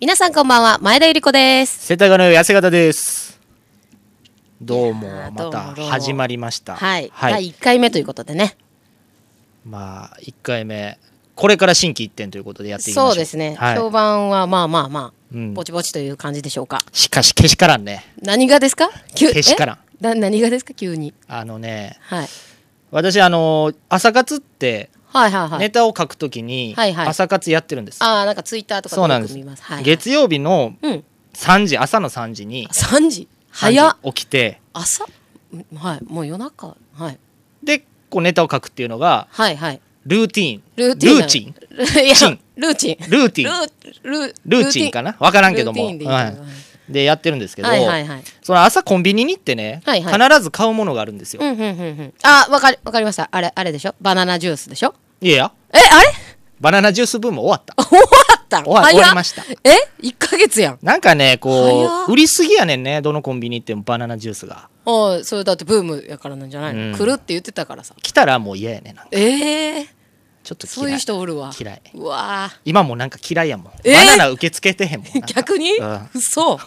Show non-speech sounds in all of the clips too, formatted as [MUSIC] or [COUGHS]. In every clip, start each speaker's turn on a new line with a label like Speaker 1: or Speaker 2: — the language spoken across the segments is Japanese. Speaker 1: 皆さんこんばんは、前田ゆり子です。
Speaker 2: 世田谷の痩せ方ですどうも
Speaker 1: いやー
Speaker 2: ま
Speaker 1: どうも
Speaker 2: た
Speaker 1: どうも
Speaker 2: 始まりました
Speaker 1: はい、第1回目ということでね。
Speaker 2: まあ1回目これから新規一点ということでやっていきましょう
Speaker 1: そうですね、
Speaker 2: はい
Speaker 1: 評判はまあまあまあ、
Speaker 2: うん
Speaker 1: ぼちぼちという感じでしょうか。
Speaker 2: しかしけしからんね
Speaker 1: 何がですか急
Speaker 2: けしからん
Speaker 1: えな何がですか急に。
Speaker 2: あのね
Speaker 1: はい。
Speaker 2: 私あの朝活って
Speaker 1: はいはいはい。
Speaker 2: ネタを書くときに
Speaker 1: はいはい
Speaker 2: 朝活やってるんです、
Speaker 1: ああ、なんかツイッターとかで
Speaker 2: そうなん
Speaker 1: よ
Speaker 2: で
Speaker 1: く
Speaker 2: す
Speaker 1: 見ます。はい、
Speaker 2: 月曜日の
Speaker 1: うん。
Speaker 2: 3時朝の3時に
Speaker 1: 3時早
Speaker 2: 3
Speaker 1: っ
Speaker 2: 時起きて
Speaker 1: 朝んはい。もう夜中。はい。
Speaker 2: でこうネタを書くっていうのが
Speaker 1: はいはい。
Speaker 2: ルーティーン
Speaker 1: ルーティンな。
Speaker 2: ルーチン
Speaker 1: いや
Speaker 2: チン
Speaker 1: ルーチン。
Speaker 2: ルーティ
Speaker 1: ル
Speaker 2: ン
Speaker 1: ール
Speaker 2: ルーチンか
Speaker 1: な
Speaker 2: なわからんけども
Speaker 1: ルーティンでいいと
Speaker 2: は
Speaker 1: 思い
Speaker 2: い
Speaker 1: ます、
Speaker 2: でやってるんですけど、
Speaker 1: はいはいはい。
Speaker 2: その朝コンビニに行ってね、
Speaker 1: はいはい
Speaker 2: 必ず買うものがあるんですよ、
Speaker 1: うんうんうんうん。あ、わかり、わかりました。あれ、あれでしょバナナジュースでしょ
Speaker 2: いやいや
Speaker 1: え、あれ
Speaker 2: バナナジュースブーム終わった
Speaker 1: 終わったの
Speaker 2: 終わ
Speaker 1: 早っ
Speaker 2: 終わりました
Speaker 1: え ?1 ヶ月やん。
Speaker 2: なんかねこ
Speaker 1: 早っ
Speaker 2: う売りすぎやねんねどのコンビニ行ってもバナナジュースが
Speaker 1: おいそれだってブームやからなんじゃないの、
Speaker 2: うん
Speaker 1: 来るって言ってたからさ。
Speaker 2: 来たらもう嫌やねんなんか
Speaker 1: ええ
Speaker 2: ちょっと嫌い
Speaker 1: そういう人おるわ。
Speaker 2: 嫌い。
Speaker 1: うわあ
Speaker 2: 今もうなんか嫌いやもん、
Speaker 1: えー
Speaker 2: バナナ受け付けてへんもんなんか
Speaker 1: [LAUGHS] 逆に、
Speaker 2: うん
Speaker 1: 嘘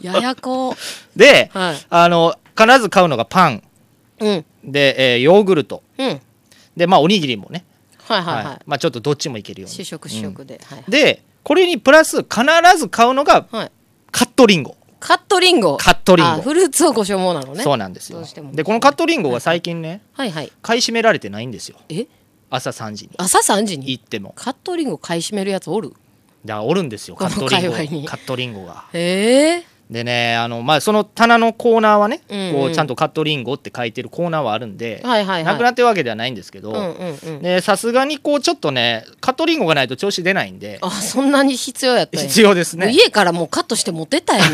Speaker 1: やや
Speaker 2: [LAUGHS]
Speaker 1: こ。
Speaker 2: で、
Speaker 1: はい
Speaker 2: あの必ず買うのがパン
Speaker 1: うん。
Speaker 2: で、えーヨーグルト
Speaker 1: うん。はい
Speaker 2: でまあおにぎりもね、
Speaker 1: はいはい。
Speaker 2: はいまあ、ちょっとどっちもいけるよう
Speaker 1: 主
Speaker 2: に
Speaker 1: 食主食で。はいはい。
Speaker 2: でこれにプラス必ず買うのが
Speaker 1: はい。
Speaker 2: カットリンゴ、
Speaker 1: カットリンゴ。
Speaker 2: カットリンゴ
Speaker 1: あフルーツをご所望なのね。
Speaker 2: そうなんですよ
Speaker 1: どうしても
Speaker 2: でこのカットリンゴが最近ね、
Speaker 1: はいはい。
Speaker 2: 買い占められてないんですよ
Speaker 1: え
Speaker 2: 朝3時に
Speaker 1: 朝3時に
Speaker 2: 行っても
Speaker 1: カットリンゴ買い占めるやつおる
Speaker 2: だからおるんですよ
Speaker 1: こ
Speaker 2: カ
Speaker 1: の
Speaker 2: ットリンゴ
Speaker 1: 界隈に
Speaker 2: カットリンゴが
Speaker 1: ええ
Speaker 2: でねあの、まあ、その棚のコーナーはね、
Speaker 1: うんうん
Speaker 2: こうちゃんとカットリンゴって書いてるコーナーはあるんで、
Speaker 1: はいはいはい
Speaker 2: なくなってるわけではないんですけ
Speaker 1: うん
Speaker 2: ど
Speaker 1: うんうん、
Speaker 2: でさすがにこうちょっとねカットリンゴがないと調子出ないんで
Speaker 1: あそんなに必要やったんや
Speaker 2: 必要です
Speaker 1: もう
Speaker 2: ね
Speaker 1: 家からもうカットして持ってったや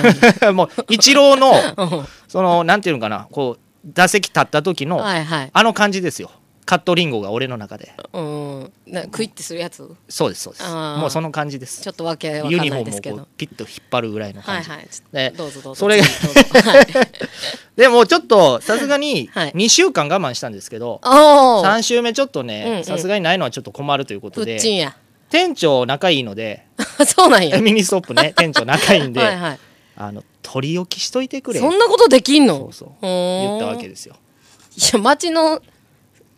Speaker 1: な
Speaker 2: [LAUGHS] もうイチローの
Speaker 1: [LAUGHS] うん
Speaker 2: そのなんていうのかなこう打席立った時の、
Speaker 1: はいはい
Speaker 2: あの感じですよカットリンゴが俺の中で
Speaker 1: うんなクイッてするやつ
Speaker 2: そうですそうです
Speaker 1: あー
Speaker 2: もうその感じです
Speaker 1: ちょっとわけわか
Speaker 2: ユ
Speaker 1: ん
Speaker 2: ニフ
Speaker 1: ない
Speaker 2: ォー
Speaker 1: で
Speaker 2: ム
Speaker 1: す
Speaker 2: を
Speaker 1: け
Speaker 2: こ
Speaker 1: ど
Speaker 2: うピッと引っ張るぐらいの
Speaker 1: は
Speaker 2: 感
Speaker 1: い
Speaker 2: じ、
Speaker 1: はい
Speaker 2: ね
Speaker 1: どうぞどうぞ
Speaker 2: それ
Speaker 1: ど
Speaker 2: が
Speaker 1: う
Speaker 2: [LAUGHS]
Speaker 1: ぞはい
Speaker 2: でもちょっとさすがに
Speaker 1: [LAUGHS] はい
Speaker 2: 2週間我慢したんですけど、
Speaker 1: おー
Speaker 2: 3週目ちょっと
Speaker 1: うんう
Speaker 2: ね
Speaker 1: ん
Speaker 2: さすがにないのはちょっと困るというこ
Speaker 1: プ
Speaker 2: とで、
Speaker 1: ッチンや [LAUGHS]
Speaker 2: 店長仲いいので
Speaker 1: そうなんや
Speaker 2: ミニストップね
Speaker 1: [LAUGHS]
Speaker 2: 店長仲いいんで
Speaker 1: はいはい
Speaker 2: あの取り置きしといてくれ
Speaker 1: そんなことできんの
Speaker 2: そうそう
Speaker 1: ほー
Speaker 2: 言ったわけですよ
Speaker 1: いや町の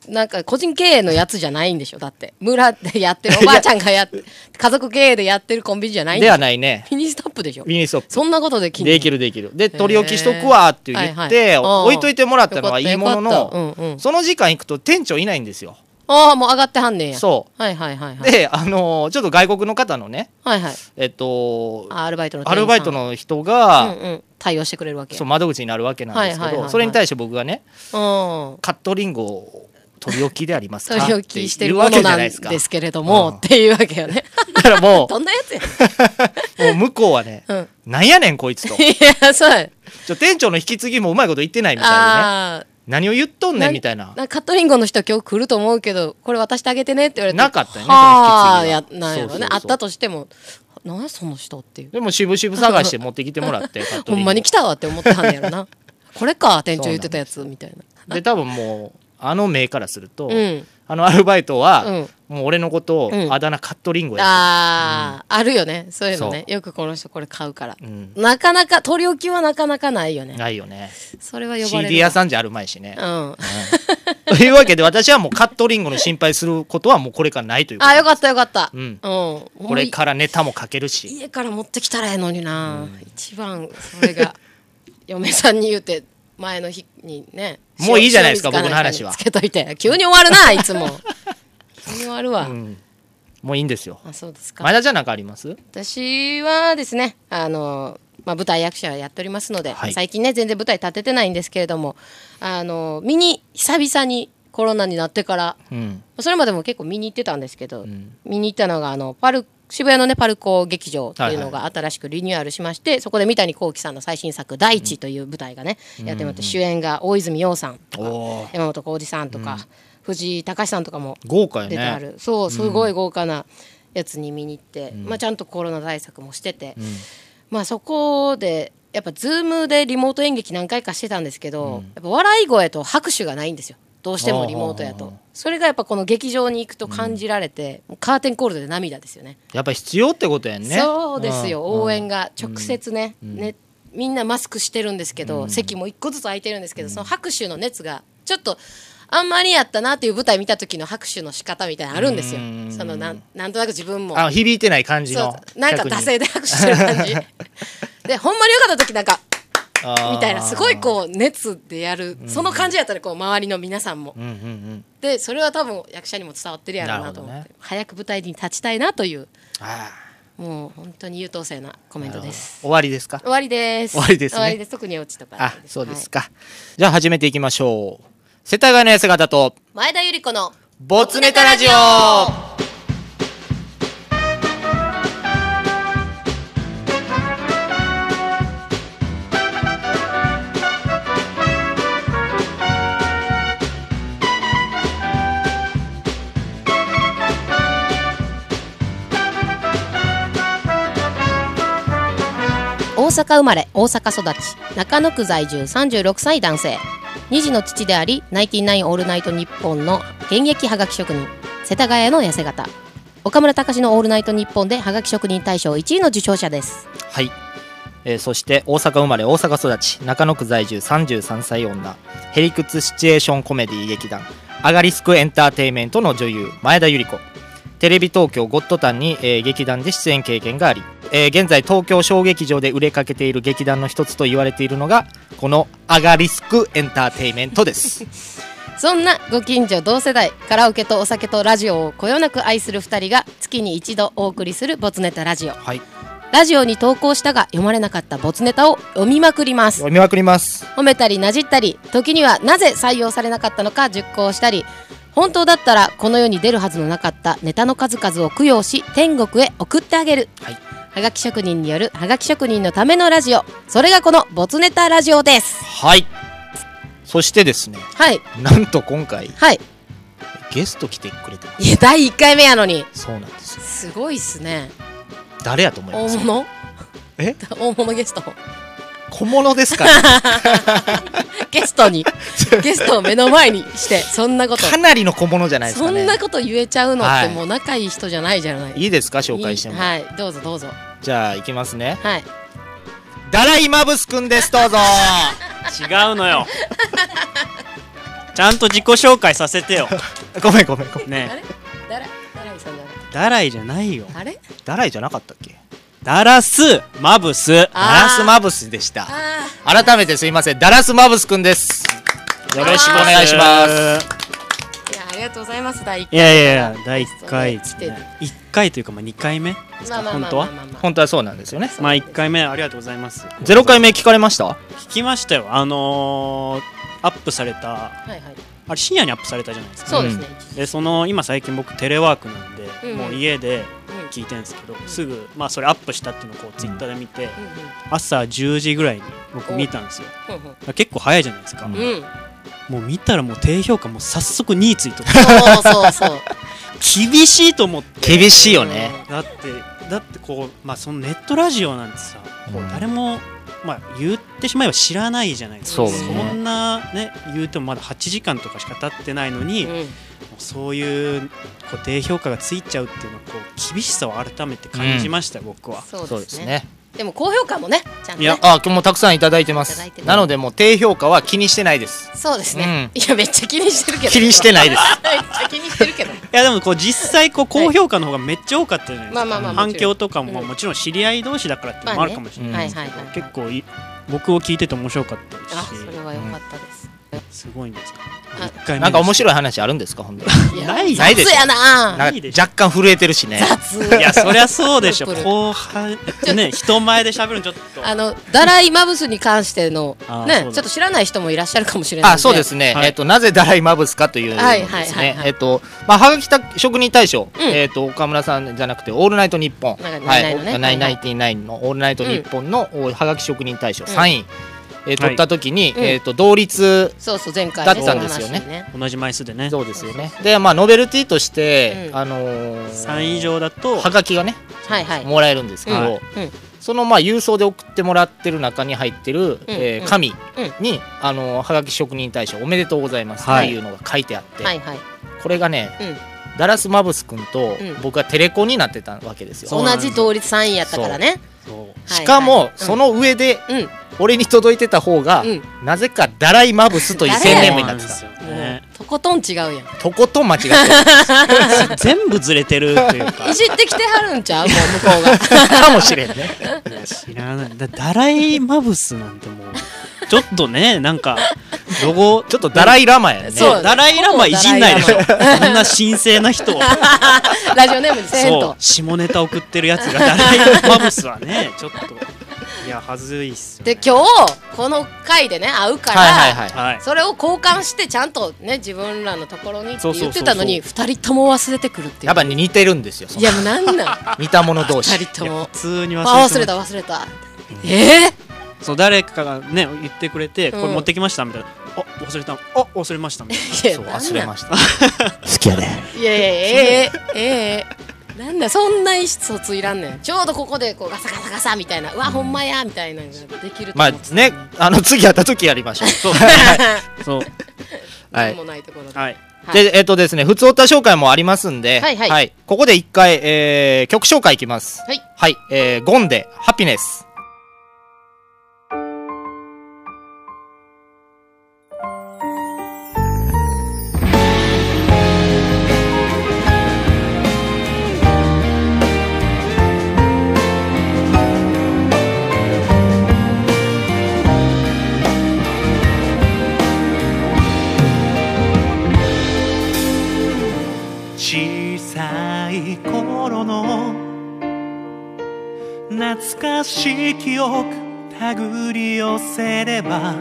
Speaker 1: なんか個人経営のやつじゃないんでしょだって村でやってるおばあちゃんがやって家族経営でやってるコンビニじゃないんでし
Speaker 2: で
Speaker 1: ょ
Speaker 2: はないね
Speaker 1: ミニストップでしょ
Speaker 2: ミニストップ
Speaker 1: そんなことできんの
Speaker 2: できるできるで取り置きしとくわって言
Speaker 1: は
Speaker 2: っ
Speaker 1: いはい
Speaker 2: て
Speaker 1: あー
Speaker 2: 置いといてもらったのはいいも
Speaker 1: よか
Speaker 2: の
Speaker 1: ったよかったうんう
Speaker 2: の
Speaker 1: ん
Speaker 2: その時間行くと店長いないんですよ
Speaker 1: ああもう上がってはんねんや
Speaker 2: そ
Speaker 1: はいはいはいは
Speaker 2: う
Speaker 1: い
Speaker 2: であのーちょっと外国の方のね
Speaker 1: はいはい
Speaker 2: えっと
Speaker 1: あアルバイトの店
Speaker 2: ア
Speaker 1: 員さん
Speaker 2: ルバイトの人
Speaker 1: うん
Speaker 2: が
Speaker 1: うん対応してくれるわけや
Speaker 2: そう窓口になるわけなんですけど、
Speaker 1: はいはいはいはい
Speaker 2: それに対して僕がね
Speaker 1: うん
Speaker 2: カットリンゴを取り置きでありますか
Speaker 1: 取り置きしてるもの
Speaker 2: っ言うわけじ
Speaker 1: な
Speaker 2: ゃ
Speaker 1: ん
Speaker 2: な
Speaker 1: で
Speaker 2: いですか [LAUGHS]
Speaker 1: すけれどもっていうわけよね
Speaker 2: だからも
Speaker 1: どんなやつやね [LAUGHS]
Speaker 2: うもう向こうはね、
Speaker 1: うん
Speaker 2: なんやねんこ
Speaker 1: [LAUGHS]
Speaker 2: いつと
Speaker 1: んいやそうや
Speaker 2: ちょ店長の引き継ぎもうまいこと言ってないみたいなね
Speaker 1: ああ
Speaker 2: 何を言っとんねんみたい
Speaker 1: ん
Speaker 2: な
Speaker 1: かカットリンゴの人今日来ると思うけどこれ渡してあげてねって言われて
Speaker 2: なかったよね
Speaker 1: はあ
Speaker 2: その引
Speaker 1: や
Speaker 2: き継ぎは
Speaker 1: なんやろ
Speaker 2: そうそう
Speaker 1: ね
Speaker 2: そ
Speaker 1: あ
Speaker 2: う
Speaker 1: ったとしてもなんやその人っていう
Speaker 2: でも渋々探して持ってきてもら
Speaker 1: [LAUGHS]
Speaker 2: ってカット
Speaker 1: ほ
Speaker 2: リンゴ
Speaker 1: んまに来たわって思ってはんねやろ
Speaker 2: [LAUGHS]
Speaker 1: なこれか店長言ってたやつみたいな
Speaker 2: で多分もうあの目からすると、
Speaker 1: うん
Speaker 2: あのアルバイトは、もう俺のことを、
Speaker 1: うん
Speaker 2: あだ名カットリンゴや
Speaker 1: あーあるよねそういうのね
Speaker 2: そ
Speaker 1: よくこの人これ買うから、
Speaker 2: ん
Speaker 1: なかなか取り置きはなかなかないよね
Speaker 2: ないよね
Speaker 1: それは呼ばれる
Speaker 2: CD 屋さんじゃあるまいしね、
Speaker 1: うん
Speaker 2: というわけで私はもうカットリンゴの心配することはもうこれからないということ
Speaker 1: あよかったよかった
Speaker 2: うん
Speaker 1: こ
Speaker 2: これからネタも書けるし
Speaker 1: 家から持ってきたらええのにな、一番それが [LAUGHS] 嫁さんに言うて前の日にね
Speaker 2: もういいじゃないですか
Speaker 1: 塩水ん
Speaker 2: 僕の話は
Speaker 1: つけといて急に終わるないつ
Speaker 2: [LAUGHS]
Speaker 1: も急に終わるわ、
Speaker 2: もういいんですよ
Speaker 1: あそうですか、
Speaker 2: 前田じゃなんかあります
Speaker 1: 私はですねあの、まあ、舞台役者やっておりますので、
Speaker 2: はい
Speaker 1: 最近ね全然舞台立ててないんですけれどもあの見に久々にコロナになってから
Speaker 2: うん
Speaker 1: それまでも結構見に行ってたんですけど、
Speaker 2: ん
Speaker 1: 見に行ったのがあのパル渋谷のねパルコ劇場っていうのが新しくリニューアルしまして、そこで三谷幸喜さんの最新作「大地」という舞台がね、やってもらって主演が大泉洋さんとか
Speaker 2: おー
Speaker 1: 山本浩二さんとか、藤井隆さんとかも
Speaker 2: 豪華よ
Speaker 1: 出てあ
Speaker 2: ね
Speaker 1: る、そうすごい豪華なやつに見に行って、まあ、ちゃんとコロナ対策もしてて、まあ、そこでやっぱズームでリモート演劇何回かしてたんですけど、やっぱ笑い声と拍手がないんですよどうしてもリモートやとそれがやっぱこの劇場に行くと感じられて、もうカーテンコールドで涙ですよね
Speaker 2: やっぱ必要ってことやんね
Speaker 1: そうですよ、
Speaker 2: ん
Speaker 1: 応援が直接ね,、ねみんなマスクしてるんですけど、席も一個ずつ空いてるんですけど、その拍手の熱がちょっとあんまりやったなっていう舞台見た時の拍手の仕方みたいなのあるんですよ、
Speaker 2: うん
Speaker 1: そのなんなんとなく自分も
Speaker 2: あ響いてない感じ
Speaker 1: そ
Speaker 2: の
Speaker 1: うなんか
Speaker 2: 逆に
Speaker 1: 惰性で拍手してる
Speaker 2: [LAUGHS]
Speaker 1: 感じでほんまによかった時なんか
Speaker 2: あー
Speaker 1: みたいなすごいこう熱でやるその感じやったらこう周りの皆さんも
Speaker 2: うんうんうん
Speaker 1: でそれは多分役者にも伝わってるやろうなと思
Speaker 2: な
Speaker 1: っ
Speaker 2: るほ
Speaker 1: て早く舞台に立ちたいなという
Speaker 2: あ
Speaker 1: もう本当に優等生なコメント
Speaker 2: ー
Speaker 1: です
Speaker 2: 終わりですか
Speaker 1: 終わりです
Speaker 2: 終わりですね
Speaker 1: 終わりです特にオチとか
Speaker 2: あそうですか、じゃあ始めていきましょう世田谷のやす方と
Speaker 1: はい前田由里子の
Speaker 2: 没ネタラジオ
Speaker 1: 大阪生まれ大阪育ち中野区在住36歳男性2児の父でありナインティナインオールナイトニッポンの現役はがき職人世田谷の痩せ方岡村隆史の「オールナイトニッポン」ではがき職人大賞1位の受賞者です
Speaker 2: はい、えーそして大阪生まれ大阪育ち中野区在住33歳女ヘリクツシチュエーションコメディ劇団アガリスクエンターテインメントの女優前田由里子テレビ東京ゴッドタンに、えー劇団で出演経験があり、えー現在東京小劇場で売れかけている劇団の一つと言われているのがこのアガリスクエンターテインメントです
Speaker 1: そんなご近所同世代カラオケとお酒とラジオをこよなく愛する2人が月に一度お送りする「ボツネタラジオ
Speaker 2: [LAUGHS] はい」
Speaker 1: ラジオに投稿したが読まれなかったボツネタを読みまくります
Speaker 2: 読みまくります
Speaker 1: 褒めたりなじったり時にはなぜ採用されなかったのか熟考したり本当だったらこの世に出るはずのなかったネタの数々を供養し天国へ送ってあげる、
Speaker 2: はい
Speaker 1: がき職人によるはがき職人のためのラジオそれがこの「ボツネタラジオ」です
Speaker 2: はいそしてですね
Speaker 1: はい
Speaker 2: なんと今回
Speaker 1: はい
Speaker 2: ゲスト来てくれてます
Speaker 1: いや第1回目やのに
Speaker 2: そうなんですよ
Speaker 1: すごいっすね
Speaker 2: 誰やと思いま
Speaker 1: 大
Speaker 2: す [LAUGHS]
Speaker 1: 物
Speaker 2: え
Speaker 1: 大物ゲスト
Speaker 2: 小物です
Speaker 1: [LAUGHS]
Speaker 2: から、
Speaker 1: ゲストに
Speaker 2: [LAUGHS]
Speaker 1: ゲストを目の前にしてそんなこと
Speaker 2: かなりの小物じゃないです
Speaker 1: そ
Speaker 2: かね
Speaker 1: んなこと言えちゃうのっ
Speaker 2: は
Speaker 1: て
Speaker 2: い
Speaker 1: もう仲いい人じゃないじゃない
Speaker 2: いいですか紹介しても、
Speaker 1: はいどうぞどうぞ
Speaker 2: じゃあいきますね
Speaker 1: はい
Speaker 2: ダライマブスくんで
Speaker 1: [LAUGHS]
Speaker 2: すどうぞ
Speaker 3: 違うのよちゃんと自己紹介させてよ
Speaker 2: ごめんごめんごめん
Speaker 1: あ
Speaker 3: ね
Speaker 1: れだらだらいさんだ
Speaker 3: ダライじゃないよ
Speaker 1: らあれ
Speaker 2: ダライじゃなかったっけ
Speaker 3: ダラスマブス
Speaker 1: あー
Speaker 2: ダラスマブスでした
Speaker 1: あ
Speaker 2: 改めてすいませんダラスマブスくんですよろしくお願いします
Speaker 1: ーいやありがとうございます第一
Speaker 3: いやいやいや第1回
Speaker 1: ゲストで来て
Speaker 3: 1回というかまあ2回目です
Speaker 1: まあ
Speaker 3: か
Speaker 1: まあ
Speaker 3: 本
Speaker 1: まあ
Speaker 3: 当
Speaker 1: まあ
Speaker 3: は
Speaker 1: まあまあ
Speaker 2: 本当はそうなんですよね
Speaker 3: まあ1回目ありがとうございます
Speaker 2: ゼロ回目聞かれました
Speaker 3: 聞きましたよあのーアップされた
Speaker 1: はいはい
Speaker 3: あれ深夜にアップされたじゃないですか
Speaker 1: そうですね
Speaker 3: でその今最近僕テレワークなんで、
Speaker 1: うん
Speaker 3: もう家で
Speaker 1: うん
Speaker 3: 聞いてるんですけど、すぐまあそれアップしたっていうのをこうツイッターで見て、
Speaker 1: うん
Speaker 3: 朝10時ぐらいに僕見たんですよ
Speaker 1: うんうん
Speaker 3: 結構早いじゃないですか、
Speaker 2: うん
Speaker 1: うん
Speaker 3: もう見たらもう低評価もう早速2位ついと
Speaker 1: そうそうそう
Speaker 3: 厳しいと思って
Speaker 2: 厳しいよね
Speaker 3: だってだってこうまあそのネットラジオなんてさ、こう
Speaker 2: うん
Speaker 3: 誰もまあ言ってしまえば知らないじゃないです
Speaker 2: そう
Speaker 3: か
Speaker 1: ね
Speaker 3: んなね言うてもまだ8時間とかしか経ってないのに、
Speaker 1: う
Speaker 3: も
Speaker 1: ん
Speaker 3: うそういうこう低評価がついちゃうっていうのはこう厳しさを改めて感じました、僕は
Speaker 1: そ
Speaker 2: そう
Speaker 1: うで
Speaker 2: ですす
Speaker 1: ね
Speaker 2: ね
Speaker 1: でも高評価もねちゃんとね
Speaker 3: いや
Speaker 2: あ今日もたくさんいただいてま
Speaker 1: いただい
Speaker 2: す
Speaker 1: てます
Speaker 2: なのでもう低評価は気にしてないです
Speaker 1: そうですねいやめっちゃ気にしてるけど
Speaker 2: 気にしてないです
Speaker 1: [LAUGHS] めっちゃ気にしてるけど
Speaker 3: いやでもこう実際こう高評価の方がめっちゃ多かったじゃないですか、
Speaker 1: まあまあまあもちろん
Speaker 3: 反響とかも
Speaker 1: うん
Speaker 3: もちろん知り合い同士だからっていうのもあるかもしれ
Speaker 1: は
Speaker 3: ないい
Speaker 1: はいはい
Speaker 3: 結構い僕を聞いてて面白かった
Speaker 1: あ
Speaker 3: し
Speaker 1: それは良かったです
Speaker 3: すごいんですか
Speaker 1: あ
Speaker 3: 一回目
Speaker 2: なんか面
Speaker 3: い
Speaker 2: 白い話あるんですかほんで
Speaker 1: や
Speaker 3: ないよ
Speaker 2: ないでし
Speaker 1: 雑やな
Speaker 2: なんか若干震えてるしね
Speaker 3: いやそりゃそうでしょ
Speaker 1: プルプル
Speaker 3: 後半ね人前で喋るのちょっ
Speaker 1: [LAUGHS]
Speaker 3: と
Speaker 1: あのダライマブスに関しての
Speaker 3: あー
Speaker 1: ね
Speaker 3: そ
Speaker 1: ちょ
Speaker 3: うだ
Speaker 1: っと知らない人もいらっしゃるかもしれないん
Speaker 2: あそうですね、
Speaker 3: はい
Speaker 2: えっとなぜダライマブスかというの
Speaker 1: は
Speaker 2: で
Speaker 1: い
Speaker 2: すね、
Speaker 1: はいはいはい
Speaker 2: えっとまあはがきた職人大賞、
Speaker 1: ん
Speaker 2: えっと岡村さんじゃなくてオールナイトニッポン
Speaker 1: なんかナ
Speaker 2: は
Speaker 1: イナイのね
Speaker 2: いナインナインティナインのオールナイトニッポンのおはがき職人大賞
Speaker 1: ん
Speaker 2: 3位、えー取った時に、
Speaker 1: うん
Speaker 2: えー、と同率
Speaker 1: そうそう前回ね
Speaker 2: だったんですよ
Speaker 1: そ
Speaker 2: ね
Speaker 1: の話ね
Speaker 3: 同じ枚数でね
Speaker 2: そうですよねでまあノベルティとして、
Speaker 1: うん
Speaker 2: あのー
Speaker 3: 3以上だと
Speaker 2: はがきがね
Speaker 1: はいはい
Speaker 2: もらえるんですけど、
Speaker 3: はい
Speaker 1: うん
Speaker 2: そのまあ郵送で送ってもらってる中に入ってる、えー
Speaker 1: うん
Speaker 2: 紙に、あのーはがき職人大賞おめでとうございますっ
Speaker 3: は
Speaker 2: て
Speaker 3: い
Speaker 2: いうのが書いてあって、
Speaker 1: はいはい
Speaker 2: これがね、
Speaker 1: うん
Speaker 2: ダラス・マブス君と
Speaker 1: うん
Speaker 2: 僕はテレコになってたわけですよ、
Speaker 3: そう
Speaker 1: 同じ同率3位やったからね
Speaker 3: そう
Speaker 1: はい
Speaker 2: しかも、
Speaker 1: はいうん
Speaker 2: その上で
Speaker 1: うんうん
Speaker 2: 俺に届いてた方が、なぜかダライ・マブスという
Speaker 1: ペ
Speaker 2: 宣
Speaker 1: ンネ
Speaker 2: 伝
Speaker 1: ー
Speaker 2: 名
Speaker 1: ム
Speaker 2: になって
Speaker 3: そ
Speaker 2: た
Speaker 3: うなんですよ
Speaker 1: もう
Speaker 3: ね
Speaker 1: とことん違うやん
Speaker 2: とことん間違ってる
Speaker 3: [LAUGHS] 全部ずれてるという
Speaker 1: [LAUGHS]
Speaker 3: か
Speaker 1: いじってきてはるんちゃうもう向こうが
Speaker 2: [LAUGHS] かもしれんね
Speaker 3: いや知らないだダライマブスなんてもうちょっとねなんかロゴ
Speaker 2: ちょっとダライ・ラマやね
Speaker 1: そう
Speaker 3: ダライラマいじんないでしょこんな神聖な
Speaker 1: [LAUGHS]
Speaker 3: 人を
Speaker 1: ラジオネームにせん
Speaker 3: そう
Speaker 1: と
Speaker 3: 下ネタ送ってるやつ
Speaker 1: [LAUGHS]
Speaker 3: がダライマブスはねちょっといやはずいっすよ、
Speaker 1: で
Speaker 3: ね、
Speaker 1: 今日この回でね会うから、
Speaker 2: はいはいはい
Speaker 3: はい
Speaker 1: それを交換してちゃんとね自分らのところにって
Speaker 3: そう
Speaker 1: 言
Speaker 3: そうそうそう
Speaker 1: ってたのに2人とも忘れてくるっていう
Speaker 2: やっぱ似てるんですよそ
Speaker 1: い
Speaker 2: の
Speaker 1: やもうなんなん
Speaker 2: 似た者同
Speaker 1: 2
Speaker 2: 士
Speaker 1: 人と
Speaker 3: いや
Speaker 1: も
Speaker 3: 普通に忘れて
Speaker 1: あ
Speaker 3: ます
Speaker 1: 忘れた忘れたえ
Speaker 3: そう誰かがね言ってくれて、
Speaker 1: うん
Speaker 3: これ持ってきましたみたいなあ忘れたあ忘れましたみたいな
Speaker 1: ー、いや
Speaker 2: そう
Speaker 1: なんなん
Speaker 2: 忘れました [LAUGHS] 好きやね
Speaker 1: いやいやええええなんだそんな意思疎通いらんねんちょうどここでこうガサガサガサみたいなうわほんまやみたいなのができると
Speaker 2: ま
Speaker 1: 思
Speaker 2: あ
Speaker 1: ってた
Speaker 2: ねあの次会った時やりましょう
Speaker 1: [LAUGHS]
Speaker 3: そうそう
Speaker 2: は
Speaker 1: 何
Speaker 2: い
Speaker 1: もないところで、
Speaker 3: はい
Speaker 1: はい
Speaker 2: でえっとですね普通歌紹介もありますんで
Speaker 1: はいはい
Speaker 2: ここで一回えー曲紹介いきます
Speaker 1: はい
Speaker 2: はいえーゴンでハピネス
Speaker 4: 小さい頃の懐かしい記憶たぐり寄せれば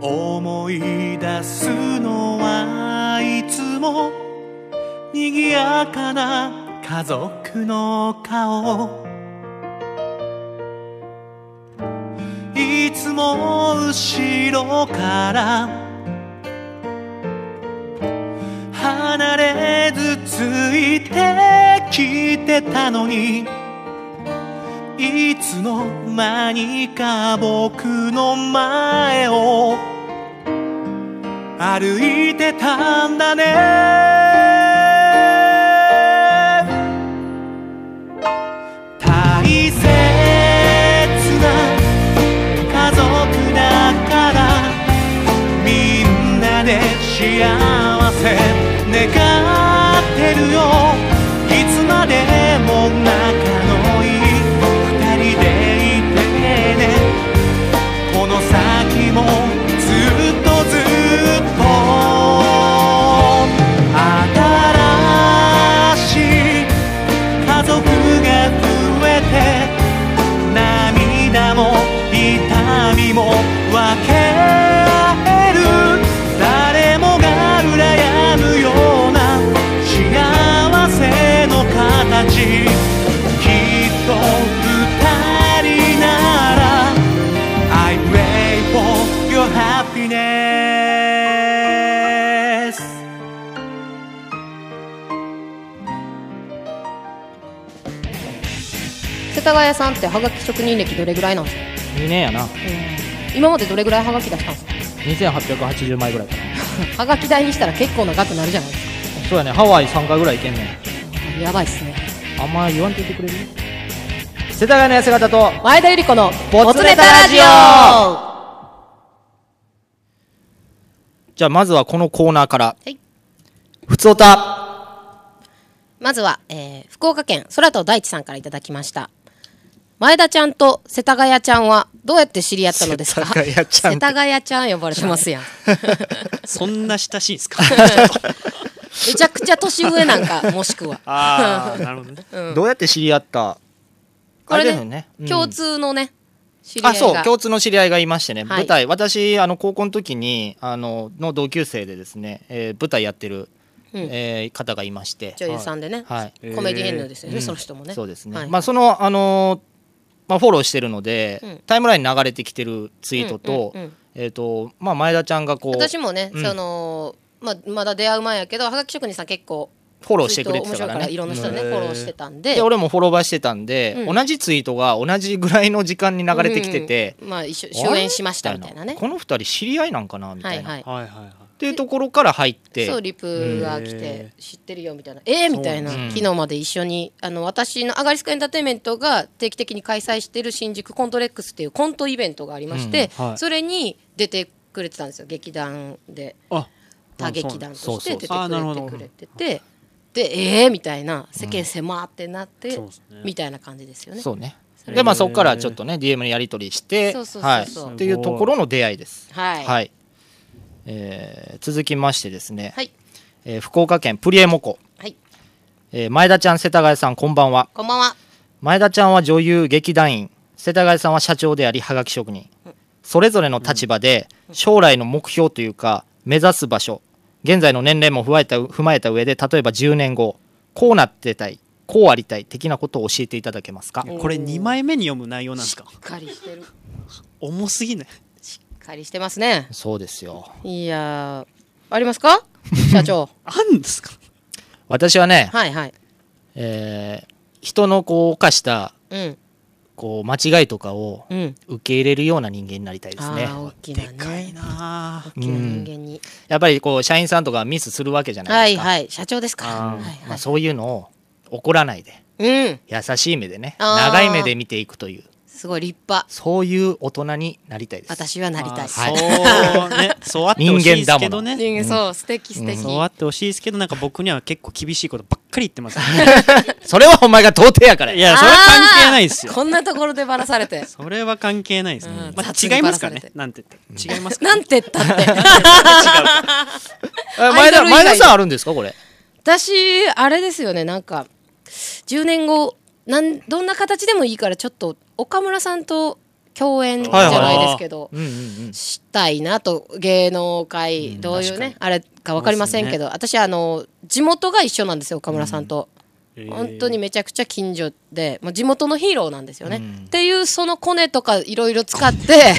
Speaker 4: 思い出すのはいつも賑やかな家族の顔いつも後ろから離れずついてきてたのにいつの間にか僕の前を歩いてたんだね大切な家族だからみんなで幸せ願ってるよいつまでも仲のいい二人でいてねこの先もずっとずっと新しい家族が増えて涙も痛みも分け合える誰もが羨むような幸せの形きっと二人なら I pray for your happiness
Speaker 1: 世田谷さんってハガキ職人歴どれぐらいなんですか
Speaker 2: 2年やな
Speaker 1: 今までどれぐらいハガキ出したんですか
Speaker 2: 2880枚ぐらいかな
Speaker 1: ハガキ代にしたら結構な額になるじゃないですか
Speaker 2: そうやねハワイ3回ぐらい行けんね
Speaker 1: やばいっすね
Speaker 2: んあんま言わんといてくれる世田谷の痩せ方と
Speaker 1: 前田ゆり子の「
Speaker 2: ボ
Speaker 1: ボ
Speaker 2: ツ
Speaker 1: ツ
Speaker 2: ネ
Speaker 1: ネ
Speaker 2: タ
Speaker 1: タ
Speaker 2: ラ
Speaker 1: ラ
Speaker 2: ジ
Speaker 1: ジ
Speaker 2: オ
Speaker 1: オ」
Speaker 2: じゃあまずはこのコーナーから
Speaker 1: はい
Speaker 2: ふつおた
Speaker 1: まずは、えー福岡県空と大地さんからいただきました前田ちゃんと世田谷ちゃんはどうやって知り合ったのですか
Speaker 2: 世田谷ちゃんって
Speaker 1: 世田谷ちゃん呼ばれてますやん
Speaker 3: そんな親しいんですか
Speaker 1: めちゃくちゃ年上なんかもしくは
Speaker 3: [LAUGHS] ああなるほどね
Speaker 2: どうやって知り合った
Speaker 1: これ
Speaker 2: あ
Speaker 1: ね
Speaker 2: だようん
Speaker 1: 共通のね知り合
Speaker 2: あ
Speaker 1: い
Speaker 2: そう
Speaker 1: が
Speaker 2: 共通の知り合いがいましてね、
Speaker 1: はい
Speaker 2: 舞台私あの高校の時にあのの同級生でですね、えー舞台やってる、
Speaker 1: うん
Speaker 2: えー方がいまして
Speaker 1: 女優さんでね、
Speaker 2: はい
Speaker 1: コメディエンヌですよね、その人もね
Speaker 2: そうですね、
Speaker 1: はい
Speaker 2: まあそのあのーまあ、フォローしてるので、
Speaker 1: うん
Speaker 2: タイムラインに流れてきてるツイートと,、
Speaker 1: うんうんうん
Speaker 2: えっとまあ、前田ちゃんがこう
Speaker 1: 私もね、
Speaker 2: うん
Speaker 1: そのまあ、まだ出会う前やけどはがき職人さん結構
Speaker 2: フォ
Speaker 1: ツ
Speaker 2: ロ
Speaker 1: イ
Speaker 2: ーして
Speaker 1: ート
Speaker 2: くれて
Speaker 1: 面
Speaker 2: た
Speaker 1: 白
Speaker 2: か
Speaker 1: いからら
Speaker 2: ね
Speaker 1: いろんな人にね
Speaker 3: へ
Speaker 1: フ
Speaker 3: ー
Speaker 1: ォローしてたんで
Speaker 2: で俺もフォローバーしてたんで、
Speaker 1: うん
Speaker 2: 同じツイートが同じぐらいの時間に流れてきてて、
Speaker 1: うんうんまあ一緒終演しましたみたいなね
Speaker 2: この二人知り合いなんかなみた
Speaker 1: はいい
Speaker 2: な、
Speaker 1: は
Speaker 2: っ
Speaker 1: い
Speaker 3: はいはいはい
Speaker 2: ていうところから入って
Speaker 1: そうリプが来て
Speaker 3: へ
Speaker 1: 知ってるよみたいなえー、みたいな、
Speaker 2: そうなんだ
Speaker 1: 昨日まで一緒にあの私のアガリスクエンターテインメントが定期的に開催してる新宿コントレックスっていうコントイベントがありまして、
Speaker 3: うんはい
Speaker 1: それに出てくれてたんですよ劇団で
Speaker 3: あ
Speaker 1: 他劇団として出て
Speaker 3: あそうなんだ
Speaker 1: くれてくれててでえー、みたいな世間狭ってなって、
Speaker 3: そうですね
Speaker 1: みたいな感じですよね。
Speaker 2: そうね
Speaker 1: それ
Speaker 2: でまあそこからちょっとね DM にやり取りして
Speaker 1: そうそうそうそう
Speaker 2: はい
Speaker 1: すごい
Speaker 2: っていうところの出会いです
Speaker 1: はい、
Speaker 2: はいえー続きましてですね
Speaker 1: はい
Speaker 2: えー福岡県プリエモコ
Speaker 1: はい
Speaker 2: えー前田ちゃん世田谷さんこんばんは
Speaker 1: こんばんは。
Speaker 2: 前田ちゃんは女優劇団員世田谷さんは社長でありはがき職人それぞれの立場で将来の目標というか目指す場所現在の年齢も踏まえた踏まえた上で例えば10年後こうなってたいこうありたい的なことを教えていただけますか
Speaker 1: おー
Speaker 3: これ2枚目に読む内容なんですか
Speaker 1: しっかりしてる。し
Speaker 3: 重すぎない
Speaker 1: っかりしてますね。
Speaker 2: そうですよ
Speaker 1: いやーありますか社
Speaker 3: [LAUGHS]
Speaker 1: 長。
Speaker 3: あんですか
Speaker 2: 私はね、
Speaker 1: はいはい。
Speaker 2: えー人のこう犯した
Speaker 1: うん
Speaker 2: こう間違いとかを
Speaker 1: うん。
Speaker 2: 受け入れるような人間になりたいです
Speaker 1: あ
Speaker 2: ね
Speaker 1: あー大き
Speaker 3: で
Speaker 1: な
Speaker 3: かい
Speaker 1: ね。
Speaker 3: なあ
Speaker 1: 大きな人間に。
Speaker 2: やっぱりこう社員さんとかミスするわけじゃな
Speaker 1: はいい
Speaker 2: ですか、
Speaker 1: はい社長ですか。は
Speaker 2: うん
Speaker 1: い
Speaker 2: ま
Speaker 1: は
Speaker 2: あ、
Speaker 1: い。
Speaker 2: そういうのを怒らないで
Speaker 1: うん
Speaker 2: 優しい目でね
Speaker 1: あー
Speaker 2: 長い目で見ていくという
Speaker 1: すごい立派。
Speaker 2: そういう大人になりたいです
Speaker 1: 私はなりたい。
Speaker 2: はい
Speaker 3: そ
Speaker 1: [LAUGHS]
Speaker 3: うねそうあってほしいですけどね
Speaker 1: 人間そう素敵素敵。
Speaker 3: そうあってほしいですけどなんか僕には結構厳しいことばっかり言っ
Speaker 1: [LAUGHS]
Speaker 3: てますね
Speaker 2: それはお前が到底やから
Speaker 3: いやそれは関係ないですよ
Speaker 1: こんなところでばらされて。
Speaker 3: それは関係ないですね
Speaker 1: うん
Speaker 3: ま
Speaker 1: 雑に
Speaker 3: あ違いますから
Speaker 1: ばらされ
Speaker 3: ね
Speaker 1: て
Speaker 3: なんて言って違いますから
Speaker 1: なんて言った
Speaker 3: [LAUGHS]
Speaker 1: って。アイドル以
Speaker 2: え前田
Speaker 1: 外
Speaker 2: 前
Speaker 1: で
Speaker 2: 田さんあるんですかこれ
Speaker 1: 私あれですよねなんか10年後なんどんな形でもいいからちょっと岡村さんと共演じゃないですけど、
Speaker 2: うんうんうん
Speaker 1: したいなと芸能界、どういうねあれか分かりませんけど、私あの地元が一緒なんですよ岡村さんと、本当にめちゃくちゃ近所でもう地元のヒーローなんですよね、っていうそのコネとかいろいろ使って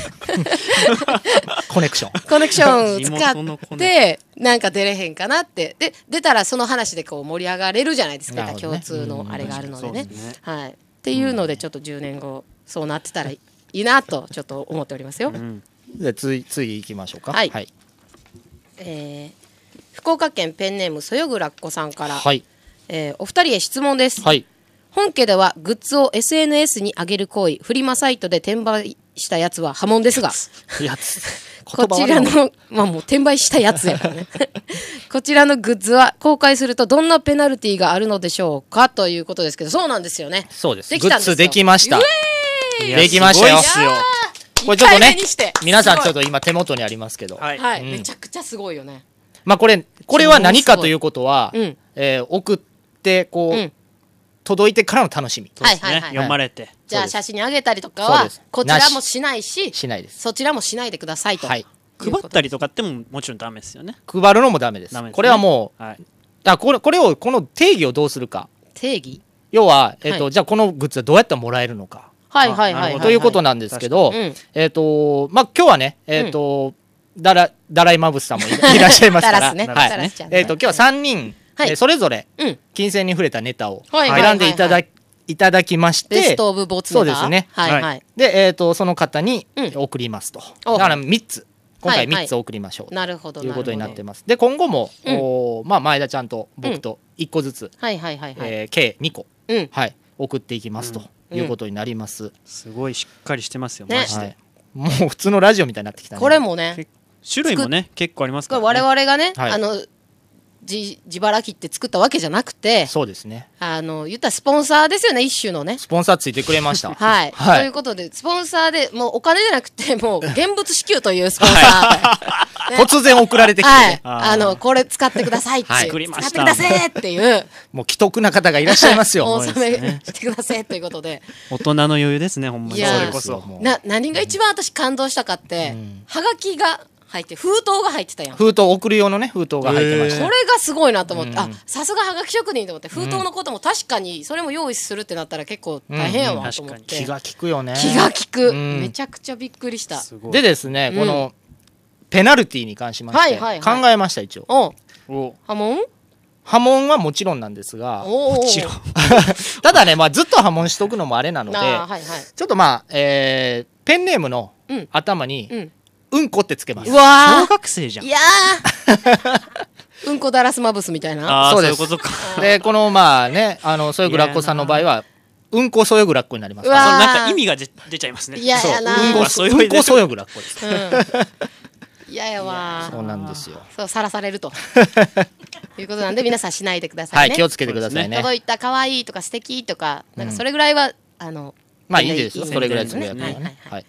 Speaker 2: コネクション
Speaker 1: コネクションを
Speaker 3: 地
Speaker 1: 使
Speaker 3: 元の
Speaker 1: っ
Speaker 3: コ
Speaker 1: てなんか出れへんかなってで出たらその話でこう盛り上がれるじゃないですか、
Speaker 2: なるほどね
Speaker 1: 共通のあれがあるのでね,、
Speaker 3: うんそうです
Speaker 1: はい、っていうのでちょっと10年後そうなってたらいいなとちょっと思っておりますよ。
Speaker 2: じゃあ次次行きましょうか
Speaker 1: はい
Speaker 2: はい、
Speaker 1: えー福岡県ペンネームそよぐらっこさんから、
Speaker 2: はい
Speaker 1: えーお二人へ質問です、
Speaker 2: はい
Speaker 1: 本家ではグッズを SNS に上げる行為フリマサイトで転売したやつは波紋
Speaker 2: [LAUGHS]
Speaker 1: ですが
Speaker 2: やつ
Speaker 1: こちらの、まあもう転売したやつや
Speaker 2: [LAUGHS]
Speaker 1: からね。こちらのグッズは公開するとどんなペナルティーがあるのでしょうかということですけど、そうなんですよね。
Speaker 2: そうです
Speaker 1: できたんです
Speaker 2: グ
Speaker 1: よ
Speaker 2: ッズできました
Speaker 1: う
Speaker 3: いや
Speaker 2: できましたよ
Speaker 3: すごいっすよ
Speaker 2: これちょっと
Speaker 1: 一回
Speaker 2: ね
Speaker 1: 目にして
Speaker 2: 皆さんちょっ
Speaker 1: と。
Speaker 2: と今手元にありますけど、
Speaker 3: はい
Speaker 1: はい、めちゃくちゃすごいよね。
Speaker 2: まあこれこれは何かということは、
Speaker 1: うん
Speaker 2: えー送ってこう、
Speaker 1: うん
Speaker 2: 届いてからの楽しみ
Speaker 1: はい
Speaker 3: ね
Speaker 1: はいはい。
Speaker 3: 読まれて
Speaker 1: じゃあ写真にあげたりとか
Speaker 2: そう
Speaker 1: は
Speaker 2: です、
Speaker 1: こちらもしないし、
Speaker 2: しないです
Speaker 1: そちらもしないでくださいと。
Speaker 2: はい
Speaker 3: 配ったりとかってももちろんダメですよね
Speaker 2: 配るのもダメです
Speaker 3: ダメですね
Speaker 2: これはもう
Speaker 3: はい
Speaker 2: あこれこれをこの定義をどうするか
Speaker 1: 定義
Speaker 2: 要は、えっと
Speaker 1: はい
Speaker 2: じゃあこのグッズはどうやったらもらえるのか
Speaker 1: はいはいはいはい、
Speaker 3: なるほど
Speaker 2: ということなんですけど、
Speaker 1: 確かにうん
Speaker 2: えっ、とまあ今日はねえっ、と、だらだらいまぶさんも
Speaker 1: [LAUGHS]
Speaker 2: いいらっしゃいますか
Speaker 1: だら
Speaker 2: ら
Speaker 1: すね
Speaker 2: はい
Speaker 1: だらしちゃうね
Speaker 2: えっ、と今日は三人、
Speaker 1: はい
Speaker 2: えーそれぞれ
Speaker 1: うん。
Speaker 2: 金銭に触れたネタを
Speaker 1: はいはいはいは
Speaker 2: 選
Speaker 1: い
Speaker 2: んでいただ,、いただきまして
Speaker 1: ベストオブボツネタ
Speaker 2: そうですね
Speaker 1: はいはい。
Speaker 3: はい
Speaker 2: で、えー、とその方に
Speaker 1: うん
Speaker 2: 送りますと、
Speaker 1: お
Speaker 2: だから3つ今
Speaker 1: は
Speaker 2: 回
Speaker 1: いはい
Speaker 2: 3つ送りましょう
Speaker 1: なるほど。
Speaker 2: ということになって
Speaker 1: る
Speaker 2: ますで今後も、
Speaker 1: うん
Speaker 2: おーまあ、前田ちゃんと僕と1個ずつ、
Speaker 1: ほど。はいはいはいはい。
Speaker 2: えー計2個、
Speaker 1: うん。
Speaker 2: はい、送っていきますと
Speaker 1: ん
Speaker 2: いうことになります、
Speaker 3: すごいしっかりしてますよ
Speaker 1: ね
Speaker 3: マジ
Speaker 2: は
Speaker 3: で
Speaker 2: い、もう普通のラジオみたいになってきたね
Speaker 1: これもね、
Speaker 3: 結種類もね結構あります
Speaker 1: こ
Speaker 3: か
Speaker 1: れ
Speaker 3: ら
Speaker 1: 我
Speaker 3: ね
Speaker 1: 々がね、
Speaker 2: はい
Speaker 1: あのじ自腹切って作ったわけじゃなくて
Speaker 2: そうですね
Speaker 1: あの言ったらスポンサーですよね一種のね。
Speaker 2: スポンサーついてくれまし
Speaker 1: [LAUGHS]
Speaker 2: た
Speaker 1: はい、
Speaker 2: は
Speaker 1: という
Speaker 2: い、
Speaker 1: ことでスポンサーでもうお金じゃなくてもう現物支給というスポンサー。
Speaker 2: 突然送られてきてね、
Speaker 1: はい、あのこれ使ってくださいって、
Speaker 2: はいいう
Speaker 3: 作りま
Speaker 1: 使っ
Speaker 3: してた
Speaker 1: くださいって
Speaker 2: [LAUGHS]
Speaker 1: いう
Speaker 2: もう既得な方がいらっしゃい
Speaker 1: [LAUGHS]
Speaker 2: ますよ
Speaker 1: お
Speaker 2: もう
Speaker 1: 納めしてくださいということで
Speaker 3: 大人の余裕ですねほんまに
Speaker 1: いやー
Speaker 3: それこそ
Speaker 2: もう
Speaker 1: な何が一番私感動したかって、はがきが入って封筒が入ってたやんこ
Speaker 2: 封筒送る用のね封筒が入ってまし
Speaker 1: れ
Speaker 2: た、
Speaker 1: がすごいなと思って、
Speaker 2: うん
Speaker 1: あさすがはがき職人と思って封筒のことも確かにそれも用意するってなったら結構大変や
Speaker 2: うん
Speaker 3: う
Speaker 1: わ
Speaker 3: ん
Speaker 1: と思って、
Speaker 2: 気が利くよね
Speaker 1: 気が利く、
Speaker 2: うん
Speaker 1: めちゃくちゃびっくりした
Speaker 3: すごい
Speaker 2: でですね、
Speaker 1: うん
Speaker 2: このペナルティに関しまして、
Speaker 1: はいはいはい
Speaker 2: 考えました一応
Speaker 1: お
Speaker 3: お
Speaker 1: 波紋
Speaker 2: 波紋はもちろんなんですが
Speaker 1: おお
Speaker 3: 白
Speaker 2: [LAUGHS] ただね、まあ、ずっと波紋しとくのもあれなので
Speaker 1: なあはいはい
Speaker 2: ちょっとまあ、えーペンネームの
Speaker 1: うん
Speaker 2: 頭に
Speaker 1: うん
Speaker 2: 「うんこ」ってつけます、
Speaker 1: うわ
Speaker 3: 小学生じゃ
Speaker 1: ー
Speaker 3: ん
Speaker 1: いやーうんこだらすまぶすみたいな
Speaker 3: ああ
Speaker 2: そ
Speaker 3: そうう
Speaker 2: で
Speaker 3: いう
Speaker 2: す
Speaker 3: ことか
Speaker 2: でこのまあねあのそよぐらっこさんの場合は「うんこそよぐらっこ」になります
Speaker 1: う
Speaker 3: そ
Speaker 1: わ
Speaker 3: うなんか意味が出出ちゃいますね
Speaker 1: いや
Speaker 2: そう
Speaker 1: やな
Speaker 2: うん
Speaker 1: ー
Speaker 2: こ
Speaker 3: そ
Speaker 2: そ
Speaker 3: よ
Speaker 2: う
Speaker 3: ぐらっこ
Speaker 2: んこそよぐらっこです
Speaker 1: うん嫌やわ
Speaker 2: そうなんですよ
Speaker 1: そうさらされ
Speaker 2: [LAUGHS]
Speaker 1: るということなんで皆さんしないでくださ
Speaker 2: はいい
Speaker 1: ね
Speaker 2: 気をつけてくださいね
Speaker 1: 届いた可愛いとか素敵とかなん
Speaker 2: う
Speaker 1: か
Speaker 2: ん
Speaker 1: それぐらいはあの
Speaker 2: まあいいですよ
Speaker 1: いい
Speaker 2: それぐらいつぶ
Speaker 1: ね
Speaker 2: やくのは
Speaker 1: はいはい
Speaker 2: ね
Speaker 1: は
Speaker 2: はいい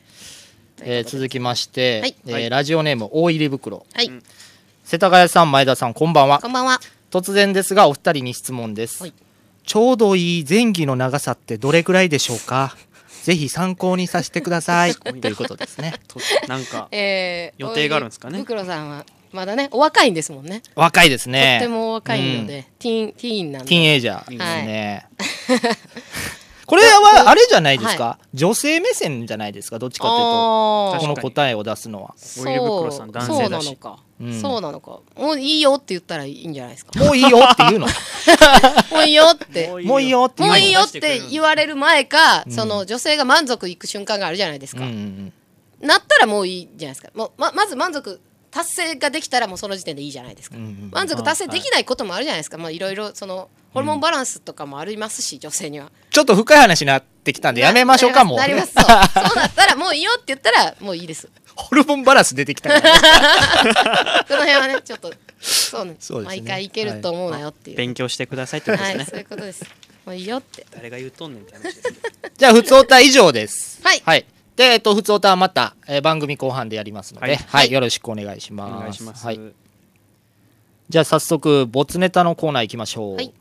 Speaker 2: えー続きまして、
Speaker 1: はい
Speaker 2: えーラジオネーム大入り袋
Speaker 1: はい
Speaker 2: 世田谷さん前田さんこんばんは
Speaker 1: こんばんは
Speaker 2: 突然ですがお二人に質問です、
Speaker 1: はい
Speaker 2: ちょうどいい前儀の長さってどれくらいでしょう
Speaker 1: [LAUGHS]
Speaker 2: かぜひ参考にさせてくださいということですね
Speaker 3: となんか
Speaker 1: えー
Speaker 3: 予定があるんですか
Speaker 1: 大
Speaker 3: ね
Speaker 1: 入り袋さんはまだねお若いんですもんね
Speaker 2: 若いです
Speaker 1: とっ
Speaker 2: ね
Speaker 1: てもお若いのでティーンティーンなん
Speaker 2: ティーン
Speaker 1: で
Speaker 2: エイジャーですね、 [LAUGHS] これはあれじゃないですか、女性目線じゃないですかどっちかというと
Speaker 1: あ
Speaker 2: こ
Speaker 1: ー
Speaker 2: の答えを出すのは
Speaker 1: そう
Speaker 3: オイル袋さん男
Speaker 1: そ
Speaker 3: 性だし
Speaker 1: うなのか、
Speaker 2: うん
Speaker 1: そうなのかもういいよって言ったらいいんじゃないですか
Speaker 2: もういいよって言うの
Speaker 1: もういいよって
Speaker 3: も
Speaker 2: [LAUGHS]
Speaker 3: う
Speaker 2: もういいよって言う
Speaker 1: も
Speaker 2: の
Speaker 1: ういいよって言われる前か、
Speaker 2: ん
Speaker 1: その女性が満足いく瞬間があるじゃないです
Speaker 2: うん
Speaker 1: か、
Speaker 2: うんうん
Speaker 1: なったらもういいじゃないですかもうままず満足達成ができたらもうその時点でいいじゃないですか、
Speaker 2: うんうん
Speaker 1: 満足達成できないこともあるじゃないですか、まあいろいろそのホルモンバランスとかもありますし、女性には
Speaker 2: ちょっと深い話になってきたんでやめましょうかもう
Speaker 1: なりますなりますそうそうなったらもういいよって言ったらもういいです
Speaker 2: [LAUGHS] ホルモンバランス出てきたからね [LAUGHS]
Speaker 1: その辺はねちょっとそうね
Speaker 2: そうですね
Speaker 1: 毎回いけると思うなよっていう、はい
Speaker 3: 勉強してくださいってことですね
Speaker 1: そういうことですもういいよって
Speaker 3: 誰が言うとんねんって話ですけど
Speaker 2: じゃあ普通歌以上です
Speaker 1: はい
Speaker 2: でえっと普通歌はまた、えー番組後半でやりますので、は
Speaker 3: はいい
Speaker 2: よろしくお願いします
Speaker 3: お願いします
Speaker 2: はい、じゃあ早速没ネタのコーナー行きましょう、
Speaker 1: はい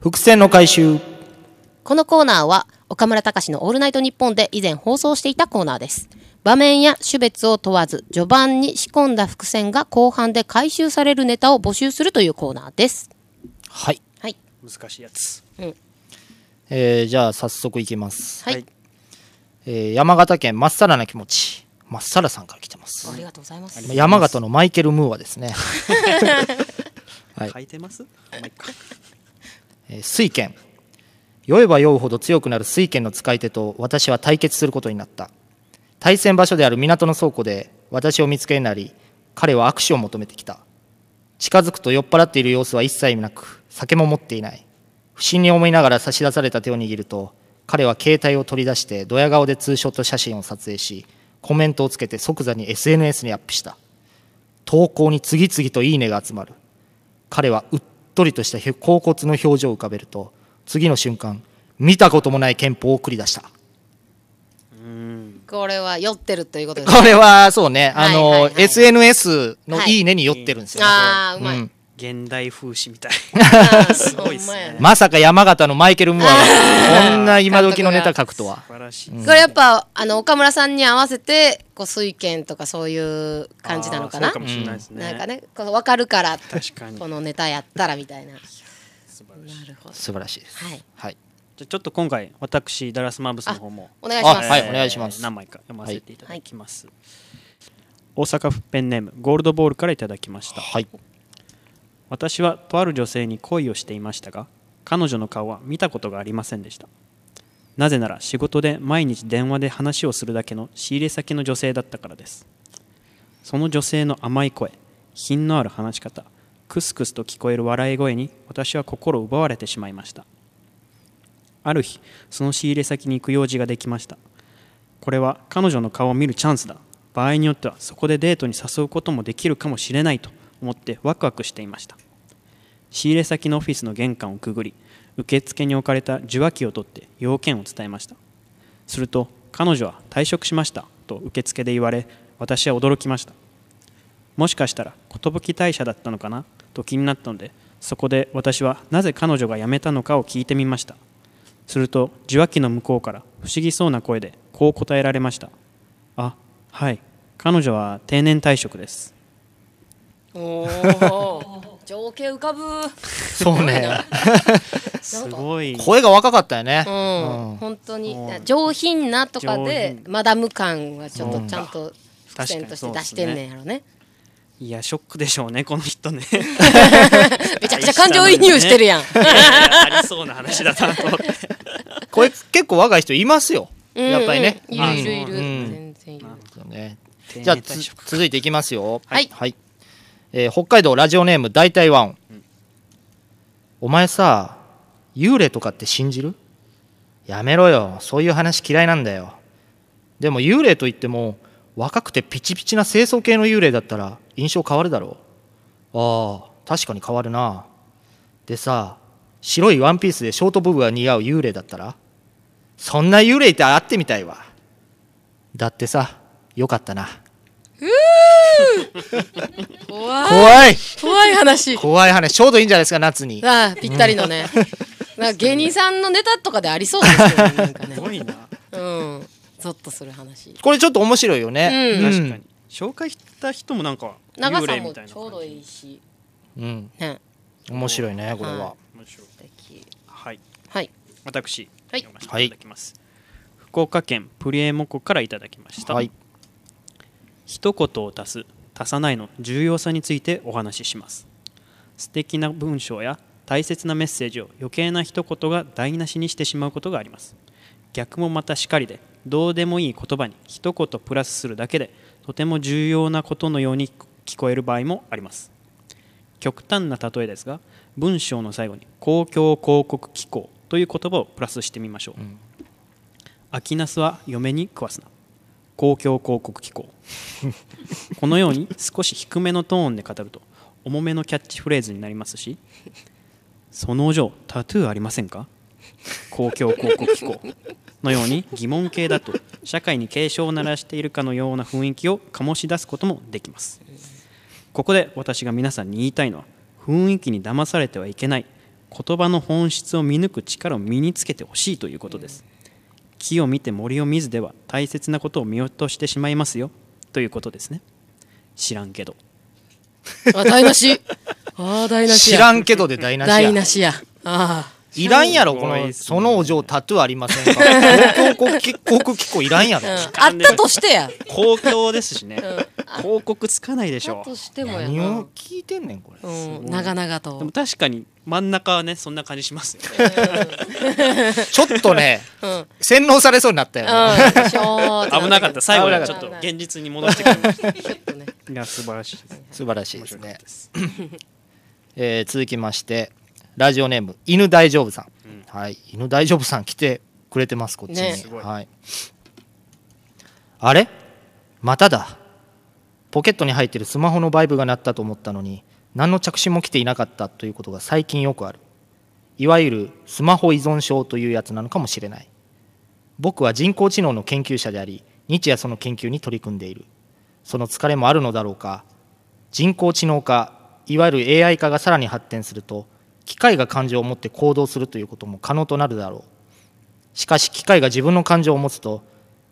Speaker 2: 伏線の回収
Speaker 1: このコーナーは岡村隆史の「オールナイトニッポン」で以前放送していたコーナーです場面や種別を問わず序盤に仕込んだ伏線が後半で回収されるネタを募集するというコーナーです
Speaker 2: はい、
Speaker 1: はい
Speaker 3: 難しいやつ
Speaker 2: えーじゃあ早速いきます、
Speaker 1: はい、
Speaker 3: はい
Speaker 2: えー山形県まっさらな気持ちまっさらさんから来てます
Speaker 1: ありがとうございます
Speaker 2: 山形のマイケル・ムーアですねはい
Speaker 3: 書いてますまあいっか
Speaker 2: えー水拳酔えば酔うほど強くなる水拳の使い手と私は対決することになった対戦場所である港の倉庫で私を見つけになり彼は握手を求めてきた近づくと酔っ払っている様子は一切なく酒も持っていない不審に思いながら差し出された手を握ると彼は携帯を取り出してドヤ顔でツーショット写真を撮影しコメントをつけて即座に SNS にアップした投稿に次々と「いいね」が集まる彼はうっとりとしたひょ恍惚の表情を浮かべると次の瞬間見たこともない憲法を繰り出した
Speaker 1: これは酔ってるということです
Speaker 2: これはそうねあの、
Speaker 1: はいはいはい
Speaker 2: SNS の「
Speaker 1: はい
Speaker 2: いいね」に寄ってるんです
Speaker 1: [LAUGHS]
Speaker 2: よ、
Speaker 1: ああうまい、[LAUGHS]
Speaker 2: う
Speaker 1: うんん、
Speaker 3: 現代風刺
Speaker 2: [LAUGHS]
Speaker 3: みたい
Speaker 1: [LAUGHS] す
Speaker 3: ごいっすね
Speaker 2: まさか山形のマイケル・ムーアがこんな今時のネタ書くとは
Speaker 3: 素晴らしい
Speaker 1: これやっぱあの岡村さんに合わせてこう水拳とかそういう感じなのかな
Speaker 3: あーそうかもしれないですね
Speaker 1: なんかねこの分かるから
Speaker 3: 確かに
Speaker 1: このネタやったらみたいななるほど
Speaker 2: 素晴らしいです
Speaker 1: はい
Speaker 2: はい、
Speaker 3: じゃあちょっと今回私ダラスマーブスの方も
Speaker 1: お願いします
Speaker 2: あはいお願いします
Speaker 3: 何枚か読ませていただきます、大阪府ペンネームゴールドボールからいただきました
Speaker 2: はい、
Speaker 3: 私はとある女性に恋をしていましたが彼女の顔は見たことがありませんでしたなぜなら仕事で毎日電話で話をするだけの仕入れ先の女性だったからですその女性の甘い声品のある話し方クスクスと聞こえる笑い声に私は心を奪われてしまいましたある日その仕入れ先に行く用事ができましたこれは彼女の顔を見るチャンスだ場合によってはそこでデートに誘うこともできるかもしれないと思ってワクワクしていました仕入れ先のオフィスの玄関をくぐり受付に置かれた受話器を取って要件を伝えましたすると彼女は退職しましたと受付で言われ私は驚きましたもしかしたら寿退社だったのかなと気になったのでそこで私はなぜ彼女が辞めたのかを聞いてみましたすると受話器の向こうから不思議そうな声でこう答えられましたあはい彼女は定年退職です
Speaker 1: おお情景浮かぶ
Speaker 2: そうね
Speaker 3: すごい
Speaker 2: 声が若かったよね
Speaker 1: う、
Speaker 2: うん
Speaker 1: ん本当に
Speaker 3: うん
Speaker 1: 上品なとかで
Speaker 3: 上
Speaker 1: マダム感はちょっとちゃんと伏
Speaker 3: 確か
Speaker 1: 線
Speaker 3: に
Speaker 1: とし
Speaker 3: そう
Speaker 1: て
Speaker 3: で
Speaker 1: 出
Speaker 3: す
Speaker 1: し
Speaker 3: ね
Speaker 1: てんねんやろね
Speaker 3: いやショックでしょうねこの人 [LAUGHS] ね
Speaker 1: めちゃくちゃ感情移入してるやん
Speaker 3: いやいやありそうな話だなと思って
Speaker 2: これ結構若い人いますよ
Speaker 1: うん
Speaker 2: やっぱりね、
Speaker 1: うんいるいるいる
Speaker 2: う
Speaker 1: 全
Speaker 2: ん
Speaker 1: 然いる
Speaker 2: そうね
Speaker 3: 定
Speaker 2: じゃあ
Speaker 3: 年
Speaker 2: つ
Speaker 3: 退職
Speaker 2: 続いていきますよ
Speaker 1: はい
Speaker 2: はいえー北海道ラジオネーム大体ワン、お前さ幽霊とかって信じるやめろよそういう話嫌いなんだよでも幽霊といっても若くてピチピチな清楚系の幽霊だったら印象変わるだろうああ確かに変わるなでさ白いワンピースでショートボブが似合う幽霊だったらそんな幽霊って会ってみたいわだってさよかったな
Speaker 1: 怖い
Speaker 2: 怖い
Speaker 1: 怖い話
Speaker 2: 怖い話ちょうどいいんじゃないですか夏に
Speaker 1: ああぴったりのねなんか芸人さんのネタとかでありそうですよねなんかね
Speaker 3: すごいな
Speaker 1: うんゾッとする話
Speaker 2: これちょっと面白いよね、
Speaker 1: う
Speaker 2: うんん、
Speaker 3: 確かに紹介した人もなんか
Speaker 1: 長さ
Speaker 3: 幽霊
Speaker 1: も
Speaker 3: みたいな
Speaker 1: ちょうどいいし
Speaker 2: うん
Speaker 1: ね
Speaker 2: 面白いねこれは、
Speaker 1: は
Speaker 3: 面白い
Speaker 1: 素敵
Speaker 3: はい
Speaker 1: はい
Speaker 3: 私、
Speaker 1: はい
Speaker 3: 読ませていただきます、福岡県プリエモコからいただきました、
Speaker 2: はい
Speaker 3: 一言を足す足さないの重要さについてお話しします素敵な文章や大切なメッセージを余計な一言が台無しにしてしまうことがあります逆もまたしかりでどうでもいい言葉に一言プラスするだけでとても重要なことのように聞こえる場合もあります極端な例えですが文章の最後に公共広告機構という言葉をプラスしてみましょう、秋ナスは嫁に食わすな公共広告機構このように少し低めのトーンで語ると重めのキャッチフレーズになりますしそのお嬢タトゥーありませんか公共広告機構のように疑問形だと社会に警鐘を鳴らしているかのような雰囲気を醸し出すこともできますここで私が皆さんに言いたいのは雰囲気に騙されてはいけない言葉の本質を見抜く力を身につけてほしいということです木を見て森を見ずでは大切なことを見落としてしまいますよということですね知らんけど
Speaker 1: あ台無しああ台無し
Speaker 2: 知
Speaker 1: や
Speaker 2: らんけどで台無し
Speaker 1: 台無
Speaker 2: や
Speaker 1: しやあ
Speaker 2: いらんやろ
Speaker 3: す
Speaker 2: こ
Speaker 3: ごいっす
Speaker 2: のそ
Speaker 3: ね
Speaker 2: のお嬢タトゥーありませんか東京国旗航空機構いらんやろ
Speaker 1: あ、うん、あったとしてや
Speaker 3: 公共ですしね
Speaker 1: う
Speaker 3: 広告つかないでし
Speaker 1: あっ
Speaker 3: ょ
Speaker 1: たとしてもや
Speaker 2: 何
Speaker 1: な
Speaker 2: を聞いてんねんこれ
Speaker 1: うん長々
Speaker 3: でも
Speaker 1: と
Speaker 3: 確かに真ん中はねそんな感じしますよ
Speaker 1: [LAUGHS]
Speaker 3: ね
Speaker 2: ちょっとね
Speaker 1: うんうん
Speaker 2: 洗脳されそうになったよね
Speaker 1: しょー
Speaker 3: 危なかった最後
Speaker 2: 危な
Speaker 3: は
Speaker 2: かっ
Speaker 3: ちょ
Speaker 2: た
Speaker 3: っと現実に戻してくれまし
Speaker 1: ちょっとね
Speaker 3: たいや素晴らしいです
Speaker 2: 素晴らしいです
Speaker 3: 面白かっ
Speaker 2: ね
Speaker 3: たです
Speaker 2: [LAUGHS] えー続きましてラジオネーム犬大丈夫さん、はい犬大丈夫さん来てくれてますこっちに、
Speaker 1: ね
Speaker 3: すごい
Speaker 2: はい、あれまただポケットに入ってるスマホのバイブが鳴ったと思ったのに何の着信も来ていなかったということが最近よくあるいわゆるスマホ依存症というやつなのかもしれない僕は人工知能の研究者であり日夜その研究に取り組んでいるその疲れもあるのだろうか人工知能化いわゆる AI 化がさらに発展すると機械が感情を持って行動するということも可能となるだろうしかし機械が自分の感情を持つと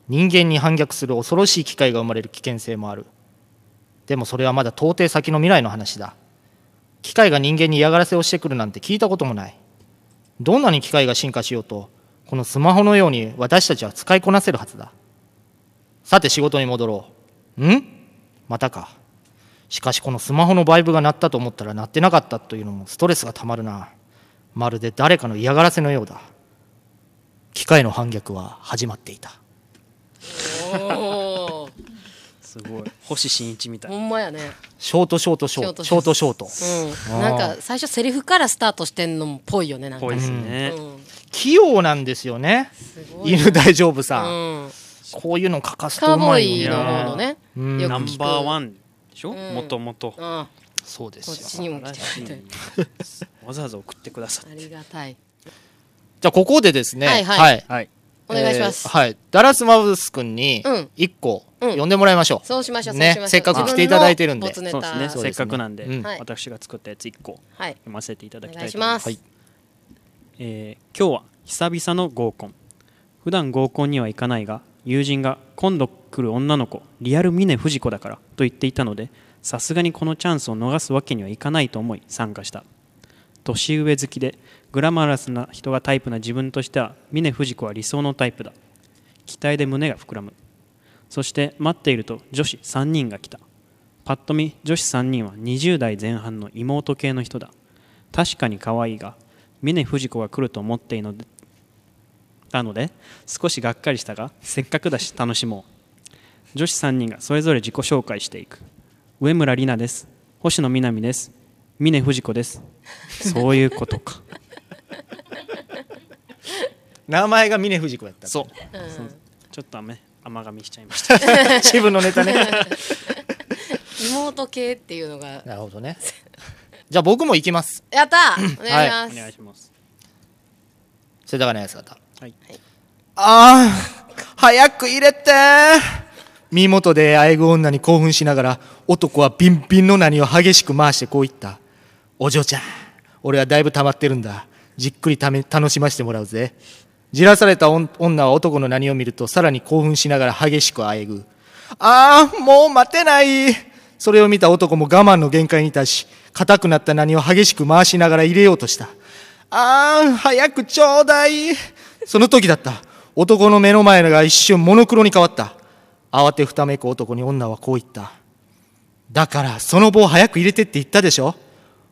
Speaker 2: 人間に反逆する恐ろしい機械が生まれる危険性もあるでもそれはまだ到底先の未来の話だ機械が人間に嫌がらせをしてくるなんて聞いたこともないどんなに機械が進化しようとこのスマホのように私たちは使いこなせるはずださて仕事に戻ろうんまたかしかしこのスマホのバイブが鳴ったと思ったら鳴ってなかったというのもストレスがたまるなまるで誰かの嫌がらせのようだ機械の反逆は始まっていた
Speaker 1: おー
Speaker 3: すごい星新一みたい
Speaker 1: ほ
Speaker 3: なん
Speaker 1: まやね
Speaker 2: ショートショートショートシ
Speaker 1: ショ
Speaker 2: ョ
Speaker 1: ー
Speaker 2: ート
Speaker 1: ト
Speaker 2: ショート
Speaker 1: うんなんか最初セリフからスタートしてんのもぽいよねなんか
Speaker 3: ぽいですね
Speaker 1: うん
Speaker 2: 器用なんですよね
Speaker 1: すごい
Speaker 2: 犬大丈夫さん、
Speaker 1: うん
Speaker 2: こういうの欠かすと
Speaker 1: カ
Speaker 2: う
Speaker 1: ーボ
Speaker 2: まい
Speaker 1: ーイ
Speaker 2: よ
Speaker 1: の
Speaker 2: ね
Speaker 1: 方のね
Speaker 2: うん
Speaker 1: よく
Speaker 3: ナン
Speaker 1: 聞く
Speaker 3: バーワンでしょ
Speaker 1: うん
Speaker 3: もともと
Speaker 1: うん
Speaker 2: そうで
Speaker 1: こっ
Speaker 2: す
Speaker 1: ち
Speaker 2: よ
Speaker 1: にも
Speaker 3: 素晴ら
Speaker 1: 来
Speaker 3: して
Speaker 1: [LAUGHS] くれて
Speaker 3: いわざわざ送ってくださ
Speaker 1: あ
Speaker 3: っ
Speaker 1: り
Speaker 3: て
Speaker 1: がたい
Speaker 2: じゃあここでですね
Speaker 1: はいはい
Speaker 3: はい
Speaker 1: お願いします
Speaker 2: えーはいダラスマブス君に
Speaker 1: うん
Speaker 2: 一個
Speaker 1: うん
Speaker 2: 呼んでもらいましょう、
Speaker 1: そうしましょうそう
Speaker 2: ね
Speaker 1: しましょう
Speaker 2: せっかく来ていただいてるんで
Speaker 1: 自分の
Speaker 3: そう
Speaker 1: ボ
Speaker 3: で
Speaker 1: ツ
Speaker 3: す
Speaker 1: ネ
Speaker 3: ね
Speaker 1: タ
Speaker 2: そう
Speaker 3: せ
Speaker 2: で
Speaker 3: っ
Speaker 2: すね
Speaker 3: かくなんで、
Speaker 2: うん
Speaker 1: はい
Speaker 3: 私が作ったやつ1個
Speaker 1: はい
Speaker 3: 読ませていただきたい
Speaker 1: お
Speaker 3: と
Speaker 1: 願いします
Speaker 3: えー今日は久々の合コン普段合コンには行かないが友人が今度来来る女の子リアル峰不二子だからと言っていたのでさすがにこのチャンスを逃すわけにはいかないと思い参加した年上好きでグラマラスな人がタイプな自分としては峰不二子は理想のタイプだ期待で胸が膨らむそして待っていると女子3人が来たパッと見女子3人は20代前半の妹系の人だ確かに可愛いが峰不二子が来ると思っているのでたので少しがっかりしたがせっかくだし楽しもう女子3人がそれぞれ自己紹介していく上村里奈です星野みなみです峰不二子ですそういうこ
Speaker 2: [LAUGHS]
Speaker 3: とか
Speaker 2: 名前が峰不二子やった
Speaker 3: そう
Speaker 2: う
Speaker 3: そうちょっと雨甘噛みしちゃいました
Speaker 2: [LAUGHS] 自分のネタね
Speaker 1: 妹系っていうのが
Speaker 2: なるほどねじゃあ僕も行きます
Speaker 1: やった
Speaker 3: [COUGHS]
Speaker 1: ーお願いしま
Speaker 3: お
Speaker 1: す、
Speaker 3: 願い
Speaker 2: [LAUGHS]
Speaker 3: します
Speaker 2: 世田谷のやつ方
Speaker 3: はい
Speaker 2: ああ、早く入れて身元であえぐ女に興奮しながら、男はビンビンの何を激しく回してこう言った。お嬢ちゃん、俺はだいぶ溜まってるんだ。じっくりため楽しませてもらうぜ。じらされた女女は男の何を見ると、さらに興奮しながら激しくあえぐ。ああ、もう待てないそれを見た男も我慢の限界に達し、硬くなった何を激しく回しながら入れようとした。あーん、早くちょうだい。その時だった。男の目の前が一瞬モノクロに変わった。慌てふためく男に女はこう言った。だから、その棒早く入れてって言ったでしょ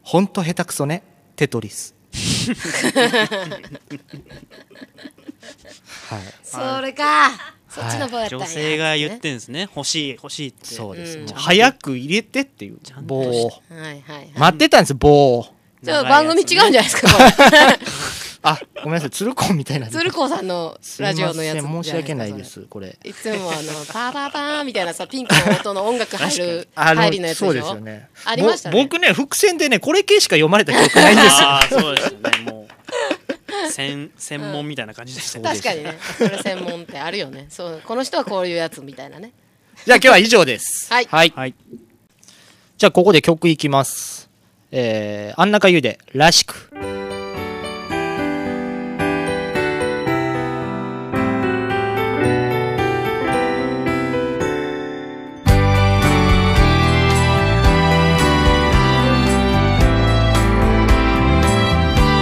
Speaker 2: ほんと下手くそね、テトリス。はい。
Speaker 1: それかそっちの方やったんや、
Speaker 3: 女性が言っ
Speaker 1: ね
Speaker 3: てんですね欲しい欲しいって
Speaker 2: そうです。
Speaker 1: うん
Speaker 2: もう早く入れてっていう
Speaker 3: ゃん
Speaker 2: 棒
Speaker 3: と
Speaker 2: を。
Speaker 1: はいはいはい
Speaker 2: 待ってたんですよ、棒を。
Speaker 1: ちょっと番組違うんじゃないですかこれ [LAUGHS]
Speaker 2: あ、ごめんなさい、鶴子みたいな。
Speaker 1: 鶴子さんのラジオのやつ
Speaker 2: すいません申し訳ないで
Speaker 1: じ
Speaker 2: す、これ。
Speaker 1: ゃないですかそれいつもあのパーパーパーみたいなさピンクの音の音楽入る
Speaker 2: あの
Speaker 1: 入りのやつでしょ
Speaker 2: そうですよね。
Speaker 1: ありましたね
Speaker 2: ぼ僕ね、伏線でね、これ系しか読まれた記憶ないんですよ。
Speaker 3: ああそうですよねもう専専門みたいな感じでしたね
Speaker 1: 確かにねそれ専門ってあるよねそうこの人はこういうやつみたいなね
Speaker 2: [LAUGHS] じゃあ今日は以上です。
Speaker 1: はい
Speaker 3: はい
Speaker 2: じゃあここで曲いきます。えー、あんなかゆで、らしく。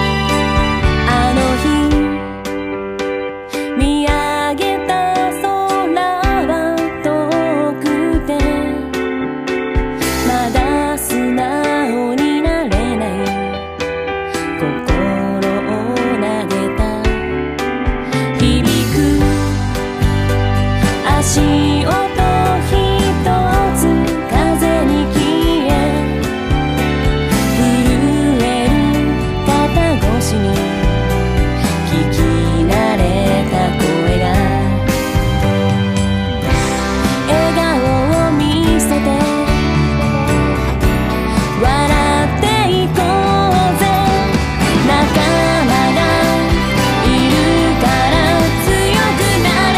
Speaker 5: あの日見上げた空は遠くてまだ素直になれない心を投げた響く足音ひとつ風に消え震える肩越しに聞き慣れた声が笑顔を見せて笑っていこうぜ仲間がいるから強くなれ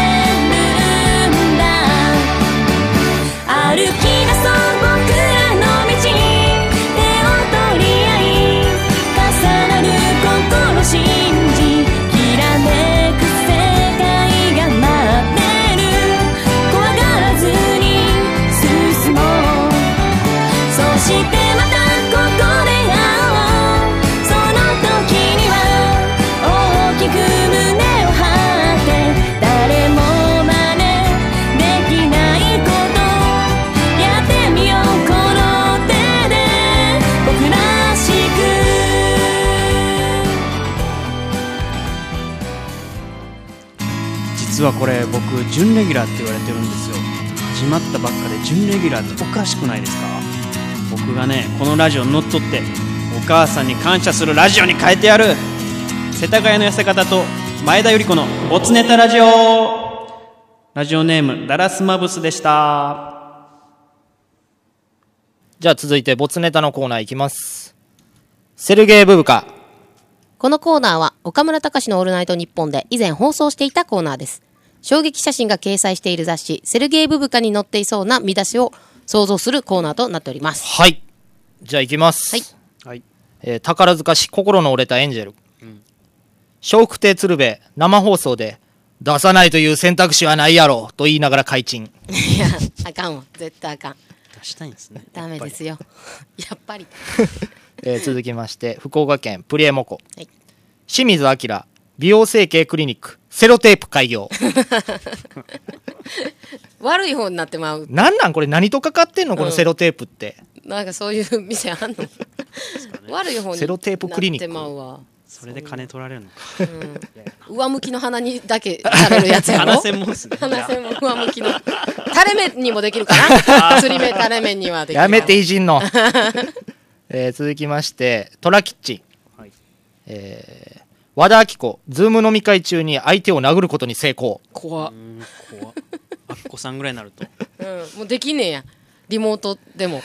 Speaker 5: るんだ「歩き出そう僕らの道」「手を取り合い」「重なる心信じ」「きらめく世界が待ってる」「怖がらずに進もう」「そしてまたここで会おう」「その時には大きく胸を張って」「誰も真似できないこと」「やってみようこの手で僕らしく」
Speaker 3: 実はこれ僕準レギュラーって言われてるんですよ決まったばっかで準レギュラーっておかしくないですか僕がねこのラジオに乗っ取ってお母さんに感謝するラジオに変えてやる世田谷の痩せ方と前田由里子のボツネタラジオラジオネームダラスマブスでした
Speaker 2: じゃあ続いて、ボツネタのコーナーいきます。セルゲイ・ブブカ。
Speaker 1: このコーナーは岡村隆史の「オールナイトニッポン」で以前放送していたコーナーです衝撃写真が掲載している雑誌「セルゲイ・ブブカ」に載っていそうな見出しを想像するコーナーとなっております
Speaker 2: はい。じゃあいきます。
Speaker 1: はい
Speaker 3: はい
Speaker 2: えー宝塚市心の折れたエンジェル笑福亭鶴瓶生放送で出さないという選択肢はないやろと言いながら開陳
Speaker 1: いやあかんわ絶対あかん
Speaker 3: 出したいんですね
Speaker 1: ダメですよやっぱり
Speaker 2: えー続きまして福岡県プリエモコ、
Speaker 1: はい
Speaker 2: 清水明美容整形クリニックセロテープ開業
Speaker 1: 悪い方になってまう
Speaker 2: なんなんこれ何とかかってんのこのセロテープって、
Speaker 1: なんかそういう店あんの、悪い方に
Speaker 2: セロテープクリニック
Speaker 1: なってまうわ
Speaker 3: それで金取られるのか
Speaker 1: 上向きの鼻にだけされるやつやろ
Speaker 3: 鼻専門っ
Speaker 1: [LAUGHS]
Speaker 3: すね
Speaker 1: 鼻専門上向きの垂れ目にもできるかな釣り目垂れ目にはできる
Speaker 2: やめていじんの、えー続きましてトラキッチン、
Speaker 3: はい
Speaker 2: えー和田アキ子ズーム飲み会中に相手を殴ることに成功
Speaker 1: 怖っ、
Speaker 3: うーん怖っあっこさんぐらいになると
Speaker 1: うん、もうできねえやリモートでも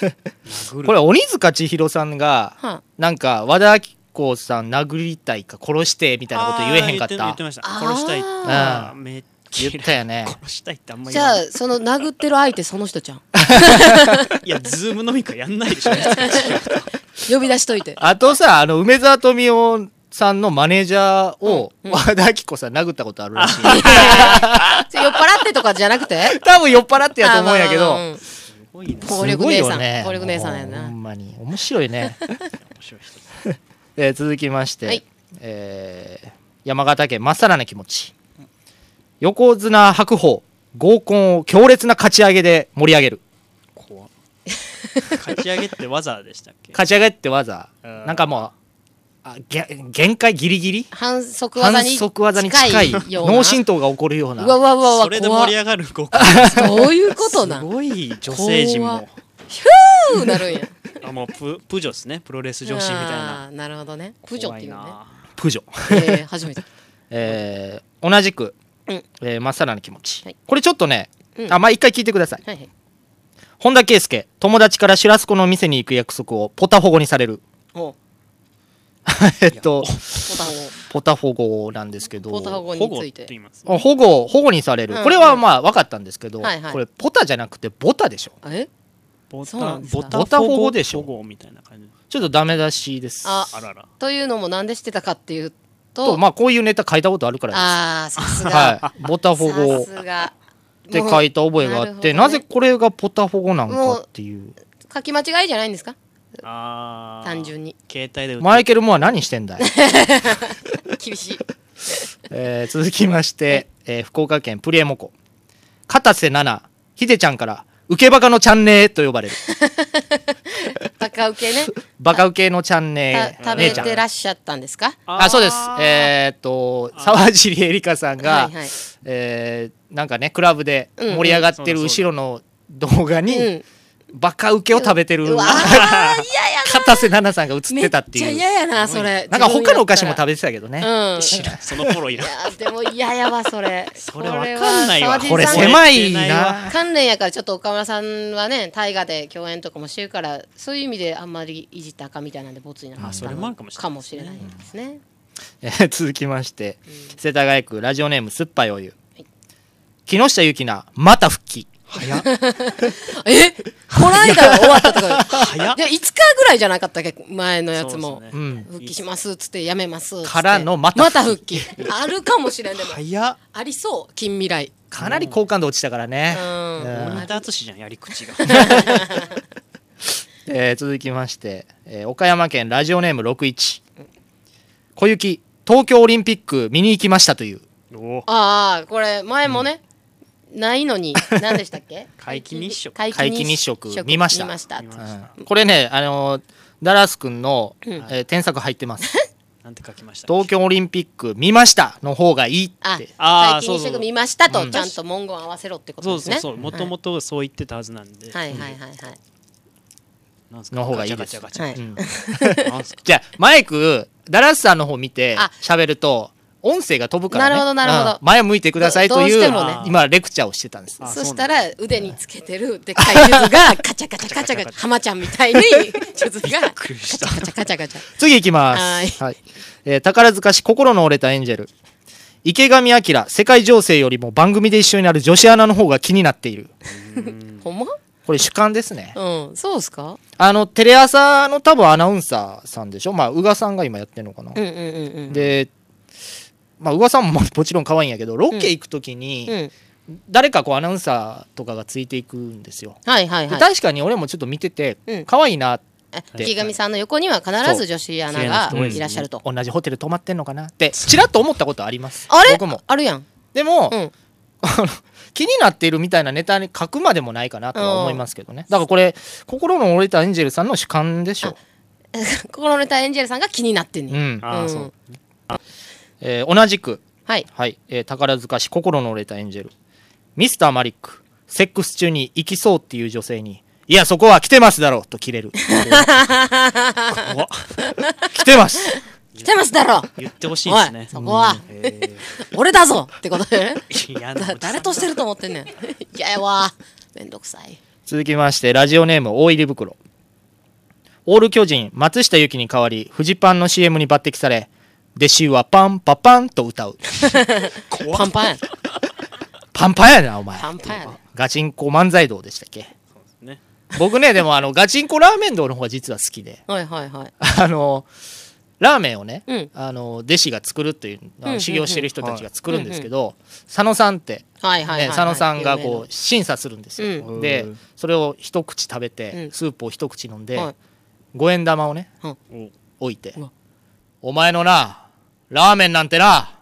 Speaker 3: 殴る
Speaker 2: これ鬼塚千尋さんが、
Speaker 1: は
Speaker 2: なんか和田アキ子さん殴りたいか殺してみたいなこと言えへんかっ
Speaker 3: あー言って
Speaker 2: た
Speaker 3: 言ってました
Speaker 1: あー
Speaker 3: 殺したいあーめっち
Speaker 2: 言
Speaker 3: ゃ
Speaker 2: ったよね
Speaker 3: 殺したいってあんま
Speaker 1: じ
Speaker 3: 言
Speaker 1: ゃ
Speaker 3: わ
Speaker 1: あ
Speaker 3: ない
Speaker 1: その殴ってる相手その人じゃん
Speaker 3: いやズーム飲み会やんないでしょ
Speaker 1: 呼び出しといて
Speaker 2: あとさあの梅沢富美男さんのマネージャーを和田アキ子さん殴ったことあるらしい、
Speaker 1: それ酔っ払ってとかじゃなくて
Speaker 2: 多分酔っ払ってやと思うんやけ
Speaker 1: あま
Speaker 2: ど、
Speaker 1: あまあうん
Speaker 3: すごいな
Speaker 1: 暴力姉さん、
Speaker 2: ね
Speaker 1: 暴力姉さんやな
Speaker 2: もうほんまに面白
Speaker 1: [LAUGHS]
Speaker 2: いね、
Speaker 3: 面白い人
Speaker 2: えー続きまして、
Speaker 1: はい
Speaker 2: えー山形県まっさらな気持ち横綱白鵬合コンを強烈な勝ち上げで盛り上げる
Speaker 1: [LAUGHS]
Speaker 3: 怖っ勝ち上げって技でしたっけ
Speaker 2: 勝ち上げって技
Speaker 3: うん
Speaker 2: なんかもうあげ限界ギリギリ
Speaker 1: 反則
Speaker 2: 反
Speaker 1: 技に
Speaker 2: 則技に近い
Speaker 1: ような
Speaker 2: 脳震盪が起こるような
Speaker 1: うわうわうわうわ
Speaker 3: それで盛り上がるごっこ
Speaker 1: 怖っどういうことな
Speaker 3: す
Speaker 1: ん
Speaker 3: ごい女性陣
Speaker 1: 怖っ
Speaker 3: も
Speaker 1: ふうなる
Speaker 3: [LAUGHS]
Speaker 1: んや
Speaker 3: あもうププジョですねプロレス女子みたいな
Speaker 1: あーなるほどねプジョっていうね
Speaker 3: 怖な
Speaker 2: プジョ
Speaker 1: えー、初
Speaker 3: [LAUGHS]
Speaker 1: めて
Speaker 2: えー同じく、
Speaker 1: うん
Speaker 2: えーまっさらな気持ち、
Speaker 1: はい
Speaker 2: これちょっとね、
Speaker 1: うん
Speaker 2: あまあ一回聞いてください
Speaker 1: はいはい
Speaker 2: 本田圭佑友達からシュラスコの店に行く約束をポタホゴにされる
Speaker 1: おポ
Speaker 2: えっと
Speaker 1: タン
Speaker 2: ポタホゴなんですけど
Speaker 1: をポタン
Speaker 2: あ
Speaker 1: 語
Speaker 3: 保
Speaker 1: に
Speaker 3: 護
Speaker 1: つ
Speaker 3: っ
Speaker 1: い
Speaker 3: て
Speaker 1: て
Speaker 3: 言います
Speaker 2: 保護保護にされる、
Speaker 1: うん
Speaker 2: これはまあ分かったんですけど、
Speaker 1: はいはい
Speaker 2: これポタじゃなくてボタでしょ
Speaker 1: え
Speaker 3: ボ
Speaker 1: そうな
Speaker 3: タ
Speaker 1: んですか
Speaker 3: ボタ
Speaker 2: ボタ
Speaker 3: 保
Speaker 2: 保護
Speaker 3: 護
Speaker 2: でしょ
Speaker 3: 保護みたいな感じ
Speaker 2: ちょっとダメ出しです
Speaker 1: あ
Speaker 3: あらら
Speaker 1: というのもなんでしてたかっていうと
Speaker 2: とまあこういうネタ書いたことあるから
Speaker 1: あーさす
Speaker 2: で
Speaker 1: が、
Speaker 2: すはいボタ
Speaker 1: さ
Speaker 2: ホゴっ
Speaker 1: すが
Speaker 2: て
Speaker 1: もう
Speaker 2: 書いた覚えが
Speaker 1: な
Speaker 2: あ
Speaker 1: る
Speaker 2: っ
Speaker 1: ほど
Speaker 2: て
Speaker 1: ね
Speaker 2: な,、ぜこれがポタホゴなのかっていう
Speaker 1: 書き間違いじゃないんですか
Speaker 3: あー
Speaker 1: 単純に
Speaker 3: 携帯で打
Speaker 2: マイケル・モア何してんだい
Speaker 1: 厳しい
Speaker 2: えー続きまして、えー福岡県プリエモコ片瀬奈々ひでちゃんから受けバカのチャンネーと呼ばれる
Speaker 1: バカ受け
Speaker 2: [LAUGHS]
Speaker 1: ね
Speaker 2: バカ受けのチャン
Speaker 1: た食
Speaker 2: ネー姉
Speaker 1: べ
Speaker 2: ちゃん
Speaker 1: てらっしゃったんですか
Speaker 2: あそうですえーっと沢尻エリカさんが、
Speaker 1: はいはい
Speaker 2: えーなんかねクラブで
Speaker 1: うんうん
Speaker 2: 盛り上がってる後ろの動画に、バカ受けを食べてる、
Speaker 1: うわー嫌や
Speaker 2: 片瀬奈々さんが映ってたっ
Speaker 1: めっ
Speaker 2: て
Speaker 1: ちゃ
Speaker 2: いう
Speaker 1: 嫌やなそれ
Speaker 2: なんか他のお菓子も食
Speaker 1: べ
Speaker 2: べてたけどね、
Speaker 1: うん
Speaker 3: 知らんそのフォローいらん
Speaker 1: いやでも嫌やわそれ
Speaker 3: [LAUGHS] それわかんないわ
Speaker 1: こ
Speaker 2: こ
Speaker 1: れ
Speaker 2: れ
Speaker 1: は沢尻さん
Speaker 2: 狭い
Speaker 3: 俺知らないわ
Speaker 2: な
Speaker 1: 関連やからちょっと岡村さんはね大河で共演とかもしてるからそういう意味であんまりいじったらあかんみたいなんでボツになったの
Speaker 3: あそれもあるかもしれない
Speaker 1: かもしれないですね
Speaker 2: えー [LAUGHS] 続きまして、世田谷区ラジオネーム酸っぱいお湯、
Speaker 1: い
Speaker 2: 木下ゆきなまた復帰
Speaker 1: え [LAUGHS] こないだ終わったとか
Speaker 3: 早っ
Speaker 1: いや5日ぐらいじゃなかったっけ前のやつ
Speaker 3: そ
Speaker 1: も
Speaker 3: う、です
Speaker 2: う
Speaker 3: ね
Speaker 2: ん
Speaker 1: 復帰しますっつってやめますっつって
Speaker 2: からのまた
Speaker 1: 復 [LAUGHS] 帰あるかもしれんでも
Speaker 3: 早っ
Speaker 1: ありそう近未来
Speaker 2: かなり好感度落ちたからね、
Speaker 1: うん
Speaker 2: うん
Speaker 3: 鬼田淳じゃんやり口が
Speaker 2: えー続きまして、えー岡山県ラジオネーム61小雪東京オリンピック見に行きましたという
Speaker 3: おお
Speaker 1: ああこれ前もね、ないのに何でしたっけ
Speaker 3: 皆既日食
Speaker 1: 皆
Speaker 2: 皆既日食見ました
Speaker 1: 見ました
Speaker 2: うんこれねあのーダラス君の、えー添削入ってます
Speaker 3: なんて書きました
Speaker 2: 東京オリンピック見ましたの方がいいっ
Speaker 1: あ
Speaker 2: て
Speaker 3: あ
Speaker 1: 皆
Speaker 3: ー
Speaker 1: 既日
Speaker 3: そうそ
Speaker 1: 食
Speaker 3: う
Speaker 1: 見ましたとちゃんと文言合わせろってこと
Speaker 3: そ
Speaker 1: で
Speaker 3: う
Speaker 1: す
Speaker 3: そ
Speaker 1: ね
Speaker 3: うそうもともとそう言ってたはずなんで、
Speaker 1: はいはいはいはい
Speaker 3: なんすか
Speaker 2: の方がいいです
Speaker 3: ガチャ
Speaker 1: はい
Speaker 3: ガチ
Speaker 2: ん
Speaker 3: ャガチャなんすか
Speaker 2: じゃあマイクダラスさんの方見て
Speaker 1: あ
Speaker 2: 喋ると音声が飛ぶから、ね、
Speaker 1: なるほどなるほど
Speaker 2: うん前向いてくださいとい
Speaker 1: ど
Speaker 2: う
Speaker 1: どうしても
Speaker 3: ね
Speaker 2: 今レクチャーをしてたんです
Speaker 3: あ
Speaker 1: そしたら腕につけてるでっかい地図がカチャカチャカチャカチャ浜ちゃんみたいに地図がカチ
Speaker 3: くりした
Speaker 1: ャカチャカチャカチャ
Speaker 2: 次行きます
Speaker 1: は
Speaker 2: はいい、えー宝塚市心の折れたエンジェル池上彰世界情勢よりも番組で一緒になる女子アナの方が気になっている
Speaker 1: ほんま
Speaker 2: これ主観ですね
Speaker 1: うんそうっすか
Speaker 2: あのテレ朝の多分アナウンサーさんでしょまあ宇賀さんが今やってるのかな、
Speaker 1: うんうんうんうん
Speaker 2: でまあ、宇賀さんももちろん可愛いんやけどロケ行く時に
Speaker 1: うん。
Speaker 2: 誰かこうアナウンサーとかがついていくんですよ、
Speaker 1: はいはい
Speaker 2: で
Speaker 1: はい。
Speaker 2: 確かに俺もちょっと見てて、
Speaker 1: うん
Speaker 2: 可愛いな
Speaker 1: あ池上さんの横には必ず女子アナがいらっしゃると。
Speaker 2: 同じホテル泊まってんのかなってちらっと思ったことあります
Speaker 1: あれ
Speaker 2: 僕も
Speaker 1: あるやん。
Speaker 2: でも、 [LAUGHS]
Speaker 1: うん。
Speaker 2: 気になっているみたいなネタに書くまでもないかなとは思いますけどねだからこれ心の折れたエンジェルさんの主観でしょ
Speaker 1: [LAUGHS] 心のネタエンジェルさんが気になってん
Speaker 2: う、
Speaker 1: ねん。
Speaker 2: ん
Speaker 3: ああ、そう。
Speaker 2: えー同じく、
Speaker 1: はい。
Speaker 2: はいえー宝塚市心の折れたエンジェルミスターマリックセックス中に行きそうっていう女性にいやそこは来てますだろうと切
Speaker 1: [LAUGHS]
Speaker 2: れる
Speaker 3: 怖っ
Speaker 2: 来てます
Speaker 1: 来てますだろ
Speaker 3: 言ってほしい
Speaker 1: お
Speaker 3: です
Speaker 1: い
Speaker 3: ね。
Speaker 1: そこは
Speaker 3: へ
Speaker 1: 俺だぞってこと
Speaker 3: [LAUGHS]
Speaker 1: でね。
Speaker 3: ー嫌なおじ
Speaker 1: だ
Speaker 3: さん
Speaker 1: 誰としてると思って
Speaker 3: [LAUGHS]
Speaker 1: んねん。いややわ。めんどくさい。
Speaker 2: 続きましてラジオネーム大入り袋オール巨人松下由紀に代わりフジパンの CM に抜擢され弟子はパンパパンと歌う
Speaker 1: パンパンや。
Speaker 2: パンパンやなお前
Speaker 1: パンパンやね。
Speaker 2: ガチンコ漫才道でしたっけ
Speaker 3: ね
Speaker 2: 僕ねでもあのガチンコラーメン道の方が実は好きで
Speaker 1: はいはいはい。
Speaker 2: あのラーメンをね、
Speaker 1: うん
Speaker 2: あの弟子が作るというあ
Speaker 1: うんうんう
Speaker 2: の
Speaker 1: ん
Speaker 2: 修行してる人たちが作るんですけど、佐野さんって、ね
Speaker 1: はいはいはいはい。
Speaker 2: 佐野さんが
Speaker 1: 有名
Speaker 2: こ
Speaker 1: な
Speaker 2: う審査するんですよ、
Speaker 3: うん
Speaker 2: で
Speaker 3: うん
Speaker 2: それを一口食べて、
Speaker 1: うん
Speaker 2: スープを一口飲んで、
Speaker 1: はい
Speaker 2: 五円玉をね
Speaker 3: お
Speaker 2: 置いて
Speaker 1: うわ
Speaker 2: 「お前のなラーメンなんてな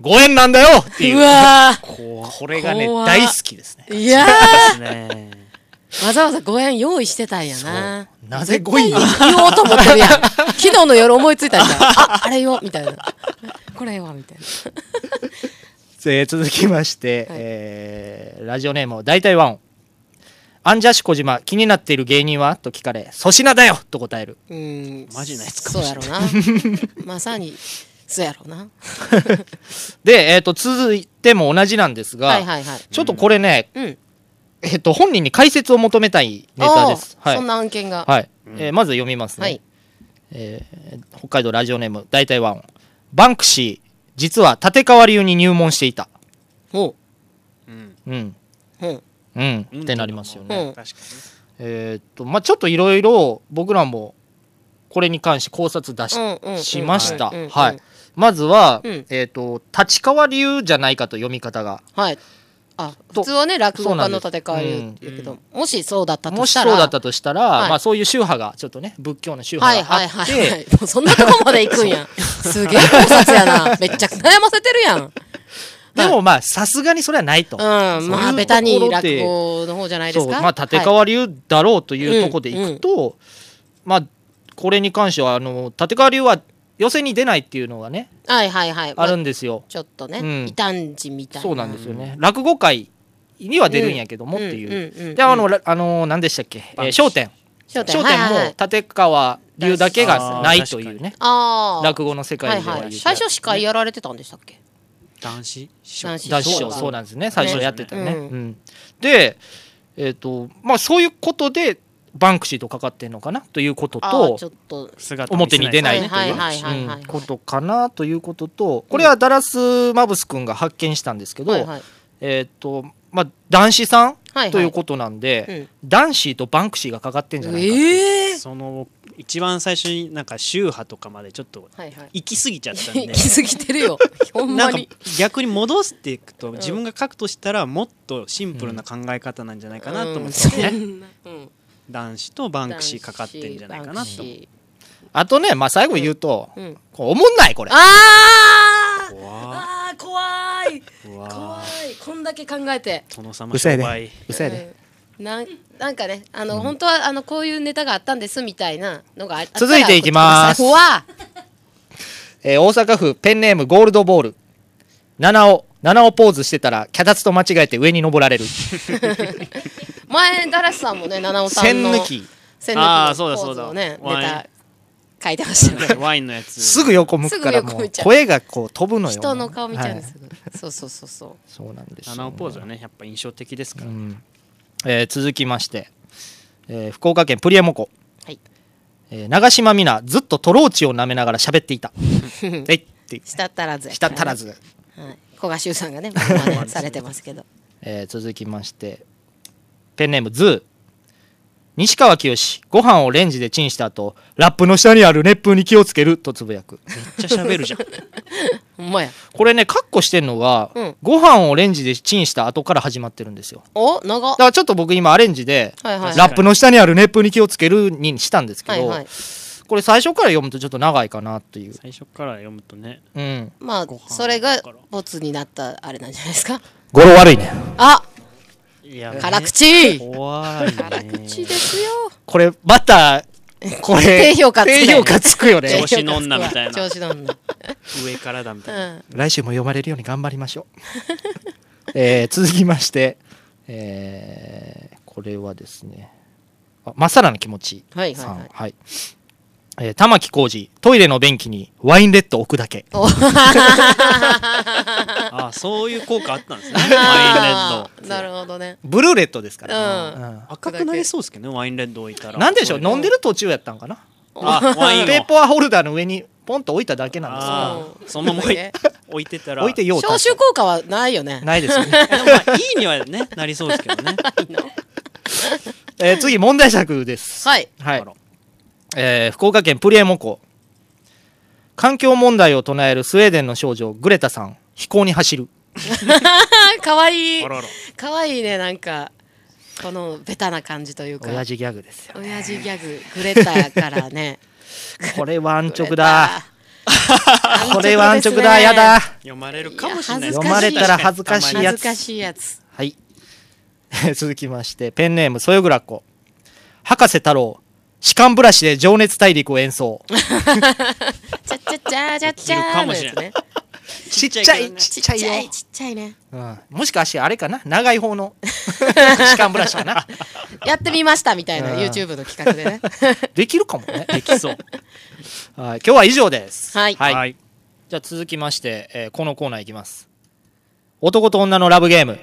Speaker 2: 5円なんだよ!」っていう
Speaker 1: うわ
Speaker 3: 怖っ
Speaker 2: これがね
Speaker 1: 怖っ
Speaker 2: 大好きですね
Speaker 1: ーいや
Speaker 3: ですね。
Speaker 1: ーわざわざ5円用意してたんやな。
Speaker 2: なぜ5位に
Speaker 1: 言おうと思ってる
Speaker 3: [LAUGHS]
Speaker 1: やん。昨日の夜思いついたんじゃん。あ、あれよ、みたいな。これは、みたいな。
Speaker 2: えー続きまして、
Speaker 1: はい
Speaker 2: えーラジオネームを大体ワンアンジャッシュ小島気になっている芸人はと聞かれ粗品だよと答える
Speaker 1: うーん。
Speaker 3: マジなやつか
Speaker 1: そう
Speaker 3: も
Speaker 1: や
Speaker 3: し
Speaker 1: ろ
Speaker 3: れ
Speaker 1: な。
Speaker 3: [LAUGHS]
Speaker 1: まさに、そうやろな。
Speaker 2: で、えー、と続いても同じなんですが、
Speaker 1: はいはいはい。
Speaker 2: ちょっとこれね、
Speaker 1: うん。
Speaker 2: えー、と本人に解説を求めたいネタです、
Speaker 1: おー
Speaker 2: はい
Speaker 1: そんな案件が。
Speaker 2: はいえーまず読みますね、
Speaker 1: はい。
Speaker 2: えー北海道ラジオネーム大体ワンバンクシー実は立川流に入門していた
Speaker 1: ほ
Speaker 3: うん。
Speaker 2: うん
Speaker 1: う。ほう。
Speaker 2: うん、ってなりますよね、
Speaker 1: うん
Speaker 3: 確か
Speaker 2: えーっとまあちょっといろいろ僕らもこれに関して考察出し,、
Speaker 1: うんうん
Speaker 2: しました、
Speaker 1: うんうん
Speaker 2: は
Speaker 1: うん
Speaker 2: いまずは、
Speaker 1: うん
Speaker 2: えーっと立川流じゃないかと読み方が
Speaker 1: はい。あ、
Speaker 2: と
Speaker 1: 普通はね、落語家の
Speaker 2: そうなん
Speaker 1: 立
Speaker 2: です
Speaker 1: て替えるけど、もしそうだったと
Speaker 2: もし
Speaker 1: した
Speaker 2: そう
Speaker 1: ら。
Speaker 2: だったとしたら、
Speaker 1: はい
Speaker 2: まあ、そういう宗派がちょっとね仏教の宗
Speaker 1: はい
Speaker 2: 派があっ
Speaker 1: は
Speaker 2: て、
Speaker 1: いはいはい。もうそんなとこまで行くんやん。すげえ考察やな。めっちゃ悩ませてるやん。
Speaker 2: でもまあさすがにそれはないと。
Speaker 1: うん、まあ、ベタに落語の方じゃないで
Speaker 2: そ
Speaker 1: す
Speaker 2: う
Speaker 1: か。
Speaker 2: まあ立
Speaker 1: はい
Speaker 2: 川流だろうというところでいくと、まあこれに関してはあの立川流は寄せに出ないっていうのがね
Speaker 1: はいはいはい。
Speaker 2: ある
Speaker 1: ま
Speaker 2: んですよ
Speaker 1: あ。ちょっとね、
Speaker 2: うん
Speaker 1: 異端児みたいな。
Speaker 2: そうなんですよね。落語界には出るんやけどもっていう。
Speaker 1: うんうんうん
Speaker 2: で、あの、らあのー、何でしたっけ、えー、商店。
Speaker 1: 商店
Speaker 2: 商
Speaker 1: はい
Speaker 2: 店
Speaker 1: はいはい
Speaker 2: も立川流だけがない
Speaker 3: あー
Speaker 2: というね。
Speaker 1: ああ。
Speaker 2: 落語の世
Speaker 1: は
Speaker 2: 界
Speaker 1: い
Speaker 2: では
Speaker 1: はい。
Speaker 2: 言う
Speaker 1: 最初司会やられてたんでしたっけ
Speaker 3: 男子師匠
Speaker 1: 男子
Speaker 2: 男子師
Speaker 1: そう
Speaker 2: 匠、
Speaker 1: だ
Speaker 2: そうなんですね。最初やってたね。
Speaker 1: ね
Speaker 2: うんで、えっ、と、まあ、そういうことで、バンクシーとかかってんのかなということ
Speaker 1: ああ、
Speaker 2: と
Speaker 1: ちょ。っと。
Speaker 3: 姿を見
Speaker 2: 表
Speaker 3: せ
Speaker 2: に出な
Speaker 1: は
Speaker 2: いね
Speaker 1: い
Speaker 2: とい
Speaker 1: は
Speaker 2: う
Speaker 1: いはいはいはい
Speaker 2: うんことかなということとこれはダラス・マブス君が発見したんですけど、
Speaker 1: はいはい。
Speaker 2: えーっとまあ男子さん、
Speaker 1: はいはい
Speaker 2: ということなんで、
Speaker 1: うん
Speaker 2: 男子とバンクシーがかかってんじゃないか、
Speaker 1: ええ。
Speaker 3: その一番最初になんか宗派とかまでちょっと
Speaker 1: はいはい。
Speaker 3: 行き過ぎちゃったんで
Speaker 1: [LAUGHS] 行き過ぎてるよ。ほん
Speaker 3: な
Speaker 1: ま
Speaker 3: んか
Speaker 1: に。
Speaker 3: 逆に戻していくと自分が書くとしたらもっとシンプルな考え方なんじゃないかなと思って、
Speaker 1: うんうん
Speaker 3: 男子とバンクシーかかってんじゃないかなと
Speaker 1: 男
Speaker 3: 思う
Speaker 1: 子
Speaker 2: あとね、まあ、最後言うと、
Speaker 1: うんうん
Speaker 2: こうおもんないこれ
Speaker 1: あー
Speaker 3: 怖っ
Speaker 1: あー怖い怖
Speaker 3: 怖っ
Speaker 1: いこんだけ考えて
Speaker 3: 殿様
Speaker 2: うそ
Speaker 3: 商
Speaker 2: やで
Speaker 3: 売
Speaker 2: うそやで、
Speaker 1: うんなんなんかねあの、本当はあのこういうネタがあったんですみたいなのがあったら
Speaker 2: 続いていきます
Speaker 1: 送ってください
Speaker 2: えー大阪府ペンネームゴールドボール七尾七尾ポーズしてたら脚立と間違えて上に登られる
Speaker 1: 怖い前ダラスさんもね七尾さん
Speaker 2: 線
Speaker 1: の
Speaker 2: 抜き
Speaker 1: 線
Speaker 3: あ
Speaker 1: 抜
Speaker 3: ー
Speaker 1: き
Speaker 3: そう
Speaker 1: のポ
Speaker 3: だそ
Speaker 1: ー
Speaker 3: う
Speaker 1: ズ
Speaker 3: だ
Speaker 1: をねネ
Speaker 3: ワイン
Speaker 1: タ書いてましたね
Speaker 3: ワインのやつ
Speaker 2: すぐ横向くから
Speaker 1: すぐ横
Speaker 2: も
Speaker 1: 向
Speaker 2: う
Speaker 1: いちゃう
Speaker 2: 声がこう飛ぶのよ
Speaker 1: 人の顔見ちゃうんです
Speaker 2: はい
Speaker 1: よ、そうそうそうそう
Speaker 2: そうなんですよ
Speaker 3: 七尾ポーズはねやっぱ印象的ですから、
Speaker 2: うんえー続きまして、えー福岡県プリエモコ、
Speaker 1: はい
Speaker 2: えー長島みなずっとトローチを舐めながら喋って
Speaker 1: [LAUGHS]
Speaker 2: いたえいって
Speaker 1: 舌足らずや
Speaker 2: した
Speaker 1: から
Speaker 2: 足らず、
Speaker 1: はい、古賀修さんがね真似されてます
Speaker 2: [LAUGHS]
Speaker 1: けど
Speaker 2: えー続きましてペンネームズー西川きよしご飯をレンジでチンした後ラップの下にある熱風に気をつけるとつぶやく
Speaker 3: めっちゃ喋るじゃん
Speaker 1: ほんまや
Speaker 2: これねカッコしてんのが、
Speaker 1: うん
Speaker 2: ご飯をレンジでチンした後から始まってるんですよ
Speaker 1: お長っ
Speaker 2: だからちょっと僕今アレンジで、
Speaker 1: はいはい
Speaker 2: ラップの下にある熱風に気をつけるにしたんですけ
Speaker 1: は
Speaker 2: ど、
Speaker 1: いはい
Speaker 2: これ最初から読むとちょっと長いかなという、
Speaker 3: 最初から読むとね
Speaker 2: うん、
Speaker 1: まあ
Speaker 3: ご飯
Speaker 1: それが
Speaker 3: だから
Speaker 1: ボツになったあれなんじゃないですか
Speaker 2: 語呂悪いね
Speaker 1: あ
Speaker 3: いや
Speaker 1: 辛口
Speaker 3: 怖い
Speaker 1: 辛口
Speaker 3: ね
Speaker 1: ですよ
Speaker 2: これまたこれ
Speaker 1: 低評価つくね
Speaker 2: 低評価つくよね
Speaker 3: 調子の女みたいな
Speaker 1: 調子の女
Speaker 3: 上からだみたいな
Speaker 1: うん
Speaker 2: 来週も読まれるように頑張りましょう、 [LAUGHS] えー続きまして、えーこれはですねあまっさらな気持ちさん
Speaker 1: はいはいはい
Speaker 2: えー玉置浩二トイレの便器にワインレッド置くだけ
Speaker 1: お
Speaker 3: あそういう効果あ
Speaker 1: [LAUGHS]
Speaker 3: ったんですねワインレ
Speaker 1: あ
Speaker 3: ッ
Speaker 1: ー
Speaker 3: ド
Speaker 1: なるほどね
Speaker 2: ブルーレッドですから、
Speaker 1: うん
Speaker 2: うん
Speaker 3: 赤くなりそうですけどねワインレッド置いたら
Speaker 2: なんでしょう
Speaker 3: そういう
Speaker 2: 飲んでる途中やったんかな
Speaker 3: あワインを
Speaker 2: ペーパーホルダーの上にポンと置いただけなんです
Speaker 3: あ
Speaker 1: そ
Speaker 3: ー
Speaker 1: う
Speaker 3: そのまま置い [LAUGHS] 置いてたら
Speaker 2: 置いてよう
Speaker 1: 消臭効果はないよね
Speaker 2: ないですよね、 [LAUGHS]
Speaker 3: でもまあいいにはね [LAUGHS] なりそうですけどね
Speaker 2: えー次問題作です
Speaker 1: はい [LAUGHS]
Speaker 2: はい、えー福岡県プリエモ湖環境問題を唱えるスウェーデンの少女グレタさん飛行に走る
Speaker 1: かわいい
Speaker 3: あらあら
Speaker 1: かわいいねなんかこのベタな感じというか
Speaker 2: 親父ギャグですよ
Speaker 1: 親父ギャググレタから [LAUGHS] ね
Speaker 2: [LAUGHS] これは安直だ
Speaker 1: グレタ
Speaker 2: これは安直だ
Speaker 1: です
Speaker 2: や
Speaker 1: ね
Speaker 2: だ
Speaker 3: 読まれるかもしれない
Speaker 1: いや
Speaker 2: 読まれたら恥ずかしい
Speaker 1: 恥
Speaker 2: や
Speaker 1: ず
Speaker 2: つ
Speaker 1: かしいやつ
Speaker 2: はい [LAUGHS] 続きましてペンネームそよぐらっこ博士太郎歯間ブラシで情熱大陸を演奏
Speaker 1: ちゃちゃちゃちゃちゃ
Speaker 3: で
Speaker 1: ー
Speaker 3: きるか
Speaker 1: の
Speaker 3: も
Speaker 1: や
Speaker 3: しれ
Speaker 1: つ
Speaker 3: ない
Speaker 1: ね
Speaker 2: [LAUGHS] ちっち
Speaker 3: ちゃ
Speaker 2: ゃ
Speaker 3: いけ
Speaker 2: い
Speaker 3: どね
Speaker 2: ちっちゃ
Speaker 1: ちっ
Speaker 2: い
Speaker 1: ちゃ
Speaker 2: よ
Speaker 1: いちっちゃいね
Speaker 2: うんもしかしてあれかな長い方 [LAUGHS] の歯間ブラシかな
Speaker 1: やってみましたみたいな
Speaker 2: うん
Speaker 1: YouTube の企画でね
Speaker 2: できるかもね
Speaker 3: できそう
Speaker 2: はい今日は以上です
Speaker 1: はい
Speaker 3: はい
Speaker 2: じゃあ続きまして、えーこのコーナーいきます男と女のラブゲーム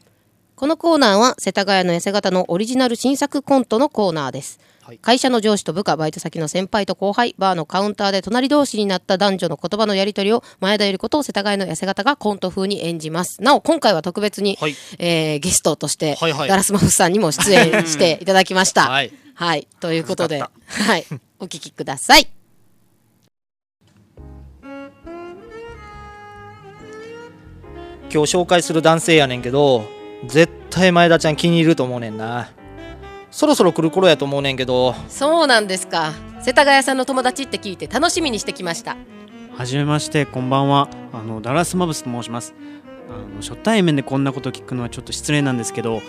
Speaker 1: [LAUGHS] このコーナーは世田谷の痩せ型のオリジナル新作コントのコーナーです、
Speaker 2: はい
Speaker 1: 会社の上司と部下バイト先の先輩と後輩バーのカウンターで隣同士になった男女の言葉のやり取りを前田由里子と世田谷の痩せ型がコント風に演じますなお今回は特別に、
Speaker 2: はい
Speaker 1: えーゲストとして、
Speaker 2: はいはい
Speaker 1: ガラスマフさんにも出演していただきました
Speaker 2: はい、
Speaker 1: はいということで
Speaker 2: 助か
Speaker 1: はいお聞きください
Speaker 2: 今日紹介する男性やねんけど絶対前田ちゃん気に入ると思うねんなそろそろ来る頃やと思うねんけど
Speaker 1: そうなんですか世田谷さんの友達って聞いて楽しみにしてきました
Speaker 3: はじめましてこんばんはあのダラスマブスと申しますあの初対面でこんなこと聞くのはちょっと失礼なんですけど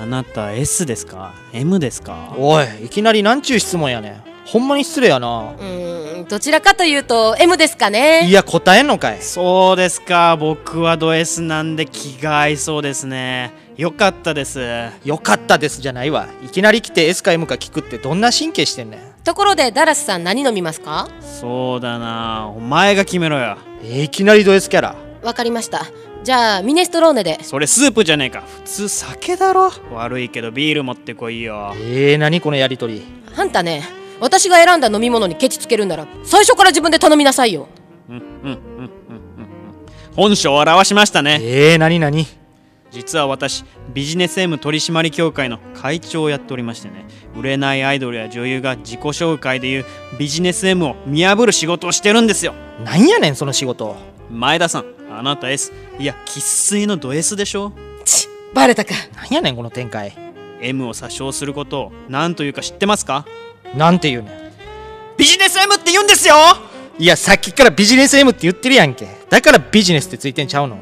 Speaker 3: あなた S ですか M ですか
Speaker 2: おいいきなりなんちゅう質問やねんほんまに失礼やな
Speaker 1: うーんどちらかというと M ですかね
Speaker 2: いや答えんのかい
Speaker 3: そうですか僕はド S なんで気が合いそうですねよかったです
Speaker 2: よかったですじゃないわいきなり来て S か M か聞くってどんな神経してんねん
Speaker 1: ところでダラスさん何飲みますか
Speaker 3: そうだなお前が決めろよ
Speaker 2: えーいきなりド S キャラ
Speaker 1: わかりましたじゃあミネストローネで
Speaker 3: それスープじゃねえか普通酒だろ悪いけどビール持ってこいよ
Speaker 2: えー、何このやりとり
Speaker 1: あんたね私が選んだ飲み物にケチつけるんなら最初から自分で頼みなさいよ
Speaker 3: うんうんうんうんうんうん本性を表しましたね
Speaker 2: えー、何何
Speaker 3: 実は私ビジネス M 取締協会の会長をやっておりましてね売れないアイドルや女優が自己紹介でいうビジネス M を見破る仕事をしてるんですよ
Speaker 2: なんやねんその仕事
Speaker 3: 前田さんあなた S いや生粋のド S でしょ
Speaker 1: チッバレたか
Speaker 2: なんやねんこの展開
Speaker 3: M を詐称することを何というか知ってますか
Speaker 2: なんて言うねん
Speaker 3: ビジネス M って言うんですよ
Speaker 2: いやさっきからビジネス M って言ってるやんけだからビジネスってついてんちゃうの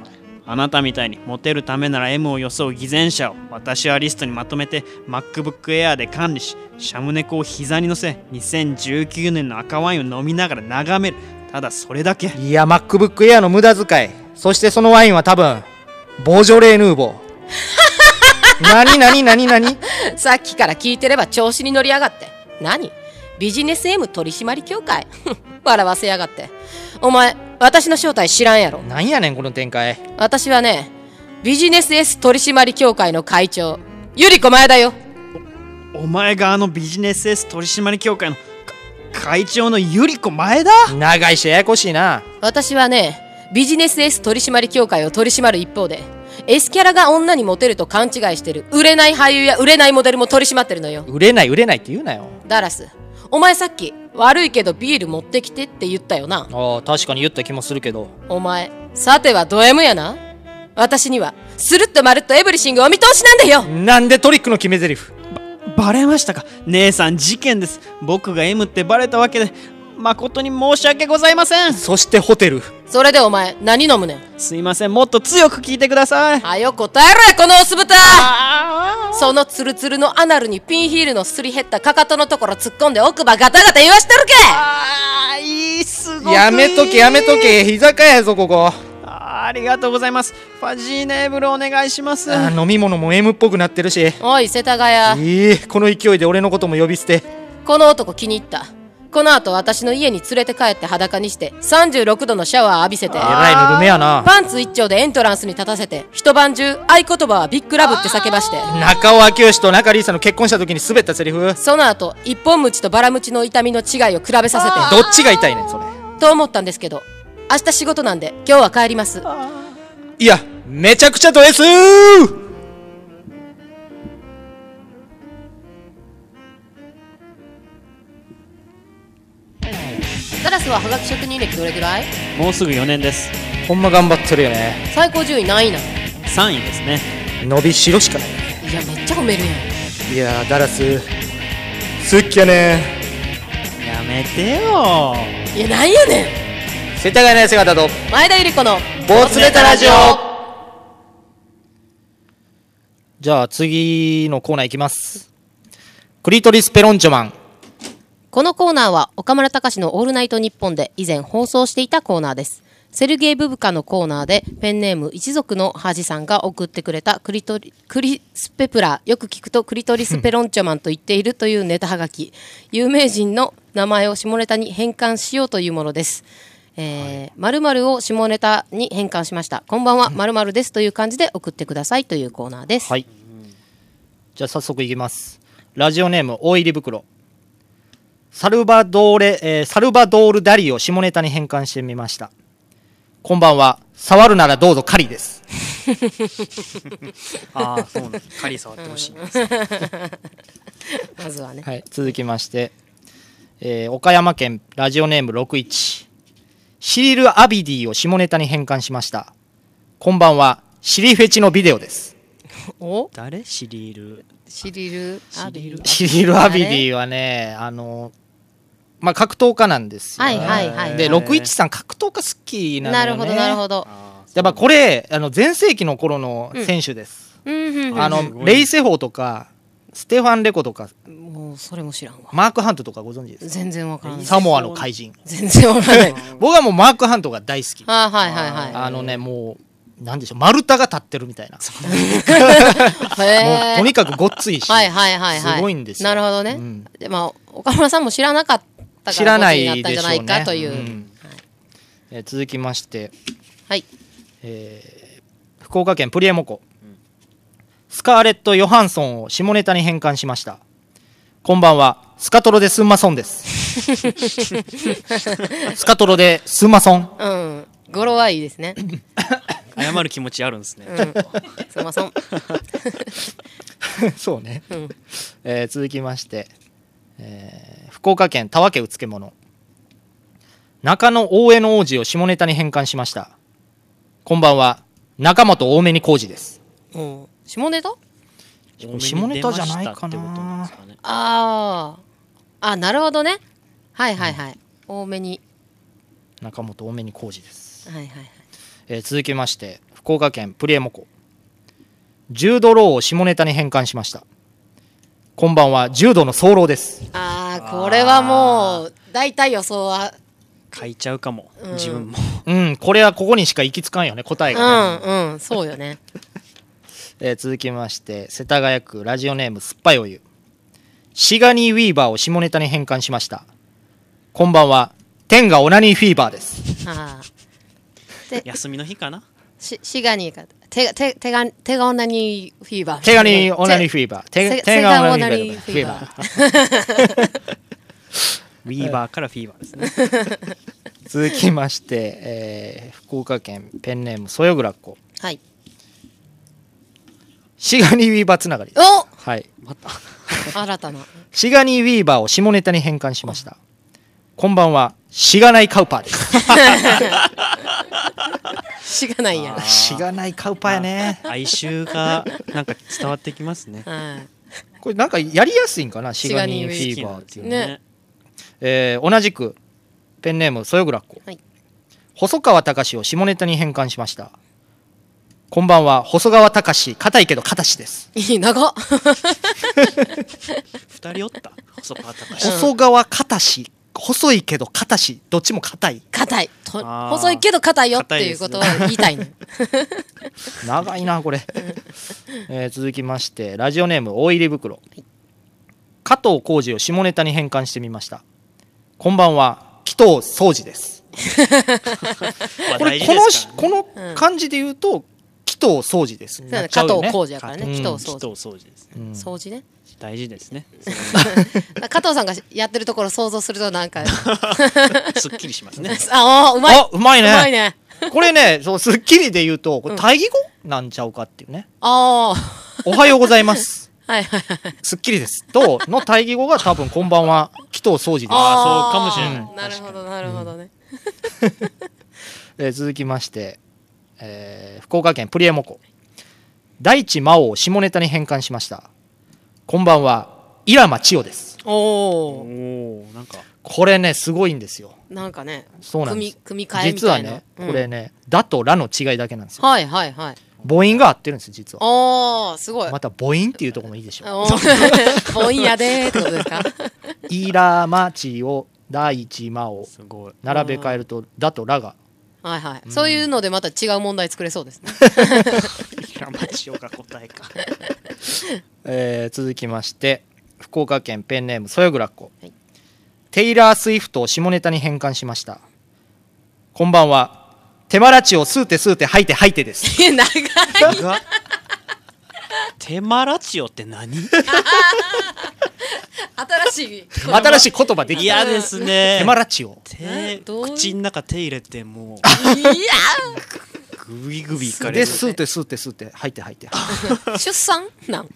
Speaker 3: あなたみたいにモテるためなら M を装う偽善者を私はリストにまとめて MacBook Air で管理しシャムネコを膝に乗せ2019年の赤ワインを飲みながら眺めるただそれだけ
Speaker 2: いや MacBook Air の無駄遣いそしてそのワインは多分ボージョレーヌー [LAUGHS] ボー何何何何
Speaker 1: さっきから聞いてれば調子に乗りやがって何ビジネス M 取締協会 [LAUGHS] ふん笑わせやがってお前私の正体知らんやろ
Speaker 2: なんやねんこの展開
Speaker 1: 私はねビジネス S 取締協会の会長ゆりこ前だよ
Speaker 3: お前があのビジネス S 取締協会のか会長のゆり子前だ
Speaker 2: 長いしややこしいな
Speaker 1: 私はねビジネス S 取締協会を取り締まる一方で S キャラが女にモテると勘違いしてる売れない俳優や売れないモデルも取り締まってるのよ
Speaker 2: 売れない売れないって言うなよ
Speaker 1: ダラスお前さっき悪いけどビール持ってきてって言ったよな。
Speaker 2: ああ確かに言った気もするけど
Speaker 1: お前、さてはド M やな。私には、スルッとまるっとエブリシングお見通しなんだよ
Speaker 2: なんでトリックの決め台詞
Speaker 3: バレましたか姉さん事件です僕が M ってバレたわけで誠に申し訳ございません
Speaker 2: そしてホテル
Speaker 1: それでお前、何飲むねん。
Speaker 3: すいませんもっと強く聞いてください
Speaker 1: はよ答えろや、このオス豚
Speaker 3: あ
Speaker 1: そのツルツルのアナルにピンヒールのすり減ったかかとのところ突っ込んで奥歯ガタガタ言わしとるけ
Speaker 3: あいいすごくいい
Speaker 2: やめとけやめとけ居酒屋やぞここ
Speaker 3: あーありがとうございますファジーネーブルお願いします
Speaker 2: あー飲み物も M っぽくなってるし
Speaker 1: おい、世田谷。
Speaker 2: ええこの勢いで俺のことも呼び捨て
Speaker 1: この男気に入った。この後私の家に連れて帰って裸にして36度のシャワー浴びせて
Speaker 2: えらいぬるめやな
Speaker 1: パンツ一丁でエントランスに立たせて一晩中合言葉はビッグラブって叫ばして
Speaker 2: 中尾明慶と中里依紗の結婚した時に滑ったセリフどっ
Speaker 1: その後一本ムチとバラムチの痛みの違いを比べさせ
Speaker 2: ちが痛いねんそれ
Speaker 1: てと思ったんですけど明日仕事なんで今日は帰ります
Speaker 2: いやめちゃくちゃド S
Speaker 1: ガラスはハガキ職人歴どれぐらい
Speaker 3: もうすぐ4年です
Speaker 2: ほんま頑張ってるよね
Speaker 1: 最高順位何位なの
Speaker 3: 3位ですね
Speaker 2: 伸びしろしかない
Speaker 1: いやめっちゃ褒めるやん
Speaker 2: いやーダラスすっきゃね
Speaker 3: やめてよ
Speaker 1: いやなんやね
Speaker 2: 世田谷の姿と
Speaker 1: ん前田ゆり子の
Speaker 2: ボツネタラジオじゃあ次のコーナーいきますクリトリスペロンチョマン
Speaker 1: このコーナーは岡村隆史の「オールナイトニッポン」で以前放送していたコーナーですセルゲイ・ブブカのコーナーでペンネーム一族のハジさんが送ってくれたクリトリクリスペプラよく聞くとクリトリスペロンチョマンと言っているというネタはがき有名人の名前を下ネタに変換しようというものですえー〇〇を下ネタに変換しましたこんばんは〇〇ですという感じで送ってくださいというコーナーです、
Speaker 2: はい。じゃあ早速いきます。ラジオネーム、大入り袋。サルバドーレ、えーサルバドールダリを下ネタに変換してみました。こんばんは。触るならどうぞ狩りです。
Speaker 3: ああそうねカリ触ってほしいんです
Speaker 1: まずはね、
Speaker 2: はい。続きまして、えー岡山県ラジオネーム61。シリル・アビディを下ネタに変換しました。こんばんは。シリフェチのビデオです。
Speaker 1: お
Speaker 3: 誰シリール
Speaker 1: シリル・アビル
Speaker 2: シリル・アビディはね、あの、まあ、格闘家なんですよ。
Speaker 1: はいはいはいはい
Speaker 2: で、61さん格闘家好きなの
Speaker 1: な
Speaker 2: よ
Speaker 1: るほ
Speaker 2: ね。
Speaker 1: どなるほど。
Speaker 2: やっぱこれ、あの前世紀の頃の選手です。
Speaker 1: うんうんうん
Speaker 2: あ
Speaker 3: すごい
Speaker 2: の
Speaker 3: ね
Speaker 2: レイセフォーとかステファンレコとか
Speaker 1: もうそれも知らんわ。
Speaker 2: マークハントとかご存知ですか？
Speaker 1: 全然わからない。
Speaker 2: サモアの怪人。
Speaker 1: 全然わからない。
Speaker 2: [LAUGHS] 僕はもうマークハントが大好き。
Speaker 1: あはいはいは
Speaker 2: あのねもうなんでしょう丸太が立ってるみたいな。
Speaker 1: い。へ
Speaker 2: もう
Speaker 1: え。
Speaker 2: とにかくごっついし。
Speaker 1: はいはいはいはい。
Speaker 2: すごいんですよ
Speaker 1: なるほどね
Speaker 2: うん。
Speaker 1: でまあ岡村さんも知らなかったから
Speaker 2: 知らない
Speaker 1: ボツになっ
Speaker 2: でした
Speaker 1: んじゃない
Speaker 2: ょうね。
Speaker 1: か。といううん
Speaker 2: えー続きまして、
Speaker 1: はい。
Speaker 2: えー福岡県プリエモコ、スカーレット・ヨハンソンを下ネタに変換しましたこんばんはスカトロでスンマソンです
Speaker 1: [LAUGHS]
Speaker 2: スカトロでスンマ
Speaker 1: [LAUGHS]
Speaker 2: ソン
Speaker 1: うん。語呂はいいですね。
Speaker 3: 謝る気持ちあるんですね、
Speaker 2: [LAUGHS]
Speaker 1: すいません。
Speaker 2: そうね、えー続きまして、えー福岡県田和家うつけ者中野大江の王子を下ネタに変換しましたこんばんは中本多めに工事です
Speaker 1: うん下ネタ？
Speaker 2: 下ネタじゃないかな
Speaker 1: ああ。あなるほどね。はいはいはい。多めに。
Speaker 2: 中本多めに工事です
Speaker 1: はいはいはい。
Speaker 2: えー続きまして福岡県プリエモコ柔道ローを下ネタに変換しましたこんばんは柔道の早漏です
Speaker 1: ああこれはもう大体予想は。
Speaker 3: 書いちゃうかも、自分も
Speaker 2: うんこれはここにしか行きつかんよね答え
Speaker 1: う
Speaker 2: がね、
Speaker 1: んうんそうよね。
Speaker 2: えー続きまして世田谷区ラジオネーム酸っぱいお湯シガニー・ウィーバーを下ネタに変換しましたこんばんは天がオナニーフィーバーです
Speaker 1: ああ。
Speaker 3: 休みの日かな
Speaker 1: し、シガニーか。手が、手、手が、手が女にフィーバー。
Speaker 2: 手がにオナニーフィーバー
Speaker 1: 手
Speaker 2: 手
Speaker 1: 手
Speaker 2: 手
Speaker 1: が
Speaker 2: が
Speaker 1: オ
Speaker 2: オ
Speaker 1: ナ
Speaker 2: ナ
Speaker 1: ニ
Speaker 2: ニ
Speaker 1: ー
Speaker 2: ー
Speaker 1: フ
Speaker 2: フ
Speaker 1: ィ
Speaker 2: ィ
Speaker 1: ー
Speaker 2: ー
Speaker 1: バー
Speaker 2: バー
Speaker 3: ウィーバーからフィーバーですね
Speaker 2: [LAUGHS] 続きまして、えー福岡県ペンネームそよぐらっこ
Speaker 1: はい。
Speaker 2: シガニー・ウィーバーつながりです
Speaker 1: お
Speaker 2: はい
Speaker 1: 新たな。
Speaker 2: シガニー・ウィーバーを下ネタに変換しました。こんばんはしがないカウパーです
Speaker 1: しがないやん。
Speaker 2: [LAUGHS] しがないカウパーやね
Speaker 3: 哀愁がなんか伝わってきますね
Speaker 1: はい
Speaker 2: これなんかやりやすいんかなしがに
Speaker 1: シガ
Speaker 2: フ
Speaker 1: ニー
Speaker 2: ィーバーっていう、
Speaker 1: ね
Speaker 2: えー同じくペンネームそよぐらっこ、
Speaker 1: はい
Speaker 2: 細川隆を下ネタに変換しましたこんばんは細川隆硬いけど硬しです
Speaker 1: いい、長っ。
Speaker 3: 二人おった細川隆
Speaker 2: 細川硬し細いけど硬しどっちも硬い
Speaker 1: 硬い。と
Speaker 3: あー
Speaker 1: 細いけど硬いよっていうことを言いたいの。
Speaker 2: 長いなこれ、 [LAUGHS] えー続きましてラジオネーム大入り袋、加藤浩二を下ネタに変換してみましたこんばんは紀藤総司です
Speaker 3: まあ
Speaker 2: これ
Speaker 3: 大
Speaker 2: この
Speaker 3: 事で
Speaker 2: し
Speaker 3: すからね
Speaker 2: この漢字で言うと、紀藤総司です
Speaker 1: そう
Speaker 2: ね
Speaker 1: だね
Speaker 3: なっち
Speaker 1: 加
Speaker 3: ゃうよね
Speaker 1: 藤浩二やからね。
Speaker 2: うん
Speaker 1: 紀藤
Speaker 3: 人
Speaker 1: 掃除。
Speaker 3: を掃除ですね
Speaker 2: うん
Speaker 1: 掃除ね。
Speaker 3: 大事ですね
Speaker 1: だから加藤さんがやってるところ想像するとなんか、
Speaker 3: [LAUGHS] すっきりしますね
Speaker 1: あ、おうまい。
Speaker 2: あうまいね
Speaker 1: うまいね。
Speaker 2: これねそう『スッキリ』で言うとこれ対義語なんちゃうかっていうね
Speaker 1: あ
Speaker 2: 「おはようございます」
Speaker 1: あ。はいはいはい。
Speaker 2: 『スッキリ』ですとの対義語が多分「こんばんは紀藤総司」です
Speaker 3: あーそうかもし
Speaker 1: ー
Speaker 3: れ
Speaker 1: な
Speaker 3: ない
Speaker 1: るほど、なるほどね。
Speaker 2: えー続きまして、えー福岡県プリエモコ大地真央を下ネタに変換しましたこんばんはイラマ千代です
Speaker 3: お
Speaker 1: おお。
Speaker 3: おなんか
Speaker 2: これねすごいんですよ
Speaker 1: なんかね、
Speaker 2: そうなんで
Speaker 1: 組み
Speaker 2: す
Speaker 1: 組み替えみ
Speaker 2: 実
Speaker 1: た
Speaker 2: はい
Speaker 1: な
Speaker 2: ね。これね「だ」と「ら」の違いだけなんです
Speaker 1: うん。
Speaker 2: よ
Speaker 1: はいはいはい。
Speaker 2: 母音が合ってるんです実は
Speaker 1: おお、すごい。
Speaker 2: また母音っていうところもいいでしょ
Speaker 1: おー [LAUGHS] もういいやでーってことですか
Speaker 2: イラマチオ大地真央
Speaker 3: すごい
Speaker 2: 並べ替えると「だ」と「ら」が
Speaker 1: はいはい、そういうのでまた違う問題作れそうです
Speaker 2: [LAUGHS]
Speaker 1: ね。
Speaker 3: 平町岡答えか
Speaker 2: えー続きまして福岡県ペンネームそよぐらっこ、
Speaker 1: はい
Speaker 2: テイラー・スウィフトを下ネタに変換しましたこんばんは手間ラチを吸うて吸うて吐いて吐いてです
Speaker 1: [LAUGHS] 長い。
Speaker 3: が手間ラチオって何
Speaker 1: 新しい。
Speaker 2: 新しい言葉できた
Speaker 3: 嫌ですね
Speaker 2: 手間ラチを
Speaker 3: 手
Speaker 1: どういう
Speaker 3: 口の中手入れても
Speaker 1: い。いや
Speaker 3: うグビグビいか
Speaker 2: で
Speaker 3: れる
Speaker 2: 吸うて吸うて吸うて吐いて吐いて
Speaker 1: ー、出産
Speaker 2: [LAUGHS]
Speaker 1: なん。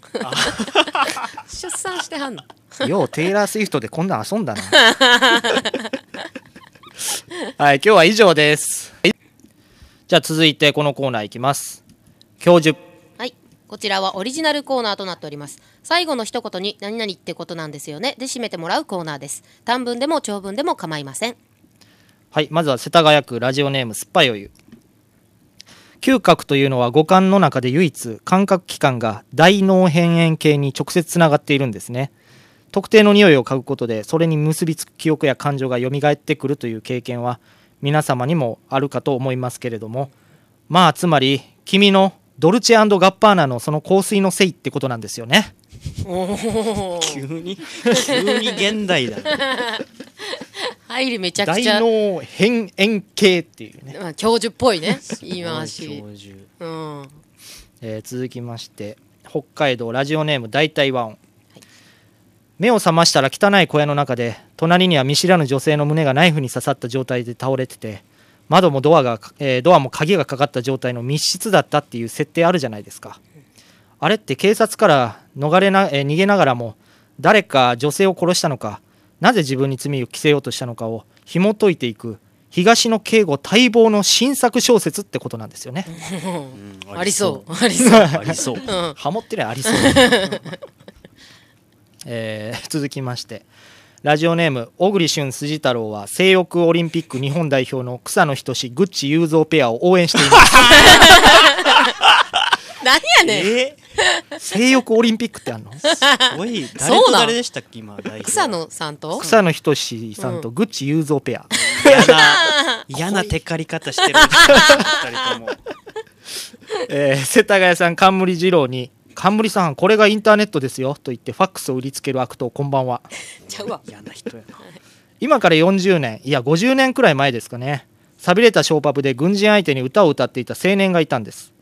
Speaker 1: 出産してはんの。
Speaker 2: ようテイラー・スウィフトでこんなん遊んだなはい今日は以上ですじゃあ続いてこのコーナーいきます教授
Speaker 1: はい。こちらはオリジナルコーナーとなっております。最後の一言に何々ってことなんですよね。で締めてもらうコーナーです。短文でも長文でも構いません。
Speaker 2: はい、まずは世田谷区ラジオネーム酸っぱいお湯。嗅覚というのは五感の中で唯一感覚器官が大脳辺縁系に直接つながっているんですね。特定の匂いを嗅ぐことでそれに結びつく記憶や感情が蘇ってくるという経験は皆様にもあるかと思いますけれどもまあつまり君のドルチェガッパーナのその香水のせいってことなんですよね。
Speaker 3: 急に急に現代だね
Speaker 1: [LAUGHS] 入りめちゃく
Speaker 2: 大
Speaker 1: ちゃ。
Speaker 2: 脳辺縁系っていうね。
Speaker 1: まあ、教授っぽ
Speaker 6: [LAUGHS]
Speaker 1: いね。言い回し
Speaker 3: 教。授
Speaker 1: うん。はい。
Speaker 2: えー続きまして北海道ラジオネーム大体和音、目を覚ましたら汚い小屋の中で隣には見知らぬ女性の胸がナイフに刺さった状態で倒れてて窓もドアが、えードアも鍵がかかった状態の密室だったっていう設定あるじゃないですかあれって警察から逃れな、えー逃げながらも誰か女性を殺したのかなぜ自分に罪を着せようとしたのかを紐解いていく東野圭吾待望の新作小説ってことなんですよね
Speaker 1: ありそ
Speaker 6: [LAUGHS]
Speaker 1: う。ありそう。
Speaker 3: ありそう
Speaker 1: うん。
Speaker 2: [LAUGHS] ハモってるやんありそう、えー続きましてラジオネーム小栗旬辻太郎は性欲オリンピック日本代表の草野仁志グッチ雄三ペアを応援しています
Speaker 1: 何やねん。
Speaker 3: え
Speaker 2: 性欲オリンピックってあんの
Speaker 3: すごい誰
Speaker 1: そう
Speaker 3: と
Speaker 1: なん
Speaker 3: 誰でしたっけ今代表
Speaker 1: 草野さんと
Speaker 2: 草野仁志さんとグッチ雄三ペア、
Speaker 1: [LAUGHS]
Speaker 3: 嫌な嫌なテカり方してる二人とも
Speaker 2: えー世田谷さん冠二郎に冠さんこれがインターネットですよと言ってファックスを売りつける悪党こんばんは
Speaker 1: ちゃうわ。
Speaker 3: 嫌な人やな
Speaker 2: 今から40年いや50年くらい前ですかね寂れたショーパブで軍人相手に歌を歌っていた青年がいたんです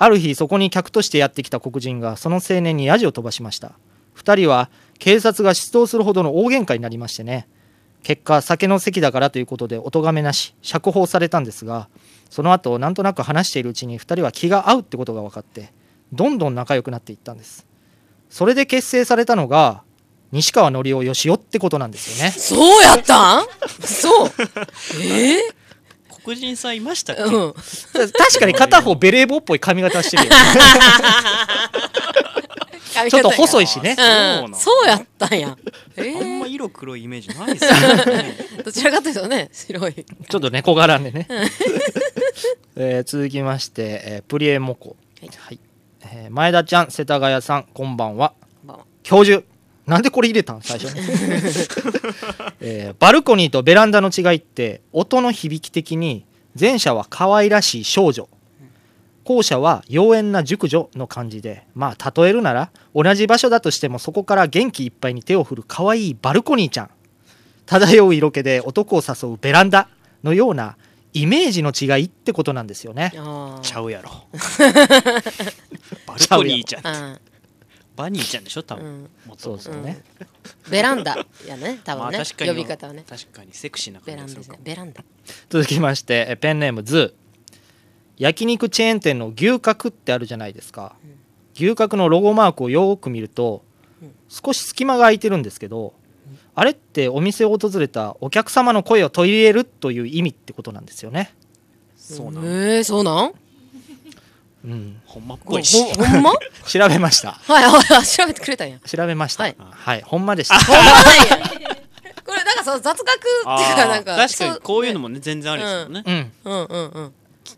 Speaker 2: ある日そこに客としてやってきた黒人がその青年にヤジを飛ばしました2人は警察が出動するほどの大喧嘩になりましてね結果酒の席だからということでお咎めなし釈放されたんですがその後なんとなく話しているうちに2人は気が合うってことが分かってどんどん仲良くなっていったんですそれで結成されたのが西川のりおよしおってことなんですよね
Speaker 1: そうやったんそう。え
Speaker 6: 黒人さんいましたっけ、
Speaker 1: ー、うん。
Speaker 2: 確かに片方ベレー帽っぽい髪型してるよね
Speaker 1: [LAUGHS]
Speaker 2: ちょっと細いしね
Speaker 1: うん、そうやったんや。え
Speaker 6: あんま
Speaker 1: ー、
Speaker 6: 色黒いイメージないですよね
Speaker 1: [LAUGHS] どちらかというとね、白い。
Speaker 2: ちょっとね小柄でね、 [LAUGHS] えー続きまして、えープリエモコ、
Speaker 1: はい
Speaker 2: はいえー前田ちゃん世田谷さんこんばんは
Speaker 1: こんばんは
Speaker 2: 教授なんでこれ入れたん最初に、 [LAUGHS] えーバルコニーとベランダの違いって音の響き的に前者は可愛らしい少女後者は妖艶な熟女の感じでまあ例えるなら同じ場所だとしてもそこから元気いっぱいに手を振る可愛いバルコニーちゃん漂う色気で男を誘うベランダのようなイメージの違いってことなんですよね
Speaker 1: あ
Speaker 6: ちゃうやろバル
Speaker 2: ち
Speaker 6: コ
Speaker 2: ゃうやろ
Speaker 6: ニーちゃん
Speaker 1: あ。
Speaker 6: バニーちゃんでしょ多分、
Speaker 1: うん
Speaker 6: もと
Speaker 2: そう
Speaker 6: も
Speaker 2: で
Speaker 6: と
Speaker 2: すよね、
Speaker 1: ベランダやね、多
Speaker 6: [LAUGHS] ま
Speaker 1: 分
Speaker 6: あ
Speaker 1: ね。
Speaker 6: 確かに
Speaker 1: 呼び方はね。
Speaker 6: 確かにセクシーな
Speaker 1: ベ
Speaker 6: 感じがす
Speaker 1: ランダで
Speaker 6: る
Speaker 1: す
Speaker 6: か
Speaker 1: ね
Speaker 6: も。
Speaker 1: ベランダ。
Speaker 2: 続きましてえペンネームズー焼肉チェーン店の牛角ってあるじゃないですか、牛角のロゴマークをよーく見ると少し隙間が空いてるんですけど、あれってお店を訪れたお客様の声を取り入れるという意味ってことなんですよね
Speaker 6: そうなん
Speaker 1: えー、そうなん
Speaker 2: うん
Speaker 6: ほんまっぽ
Speaker 1: ほ
Speaker 6: いし
Speaker 1: ほほんまはい
Speaker 2: 調べました
Speaker 1: はいはい、調べてくれたんや。
Speaker 2: 調べました
Speaker 1: はい
Speaker 2: はい、ほんま
Speaker 1: [LAUGHS]
Speaker 2: でした
Speaker 1: ほんまなんや。 [LAUGHS] これなんかその雑学っていう
Speaker 6: あ
Speaker 1: か
Speaker 6: ー
Speaker 1: なんか。
Speaker 6: 確かにこういうの
Speaker 1: も。
Speaker 6: もね全然ありですよね、
Speaker 2: うん
Speaker 1: うんうんうん。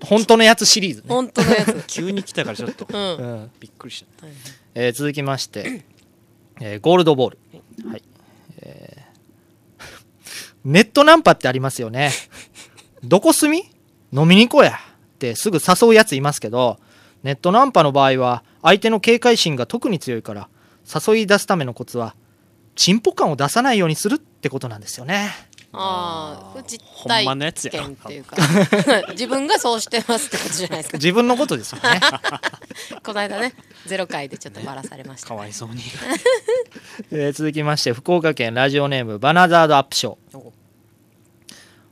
Speaker 2: 本当のやつシリーズね、
Speaker 1: 本当のや [LAUGHS] つ。
Speaker 6: 急に来たからちょっと
Speaker 1: うん。
Speaker 2: う
Speaker 1: はい
Speaker 2: ん
Speaker 6: びっくりしちゃった
Speaker 2: えー続きまして、えーゴールドボール、はいえーネットナンパってありますよねどこ住み飲みに行こうやってすぐ誘うやついますけどネットナンパの場合は相手の警戒心が特に強いから誘い出すためのコツはチンポ感を出さないようにするってことなんですよね
Speaker 1: ああ、実
Speaker 6: ほん
Speaker 1: 体
Speaker 6: まのやつや
Speaker 1: 験っていうか、 [LAUGHS] 自分がそうしてますってことじゃないですか。
Speaker 2: 自分のことですよね
Speaker 1: この間ね、ゼロ回でちょっとバラされました
Speaker 6: か。わいそうに
Speaker 2: えー続きまして福岡県ラジオネームバナザードアップショー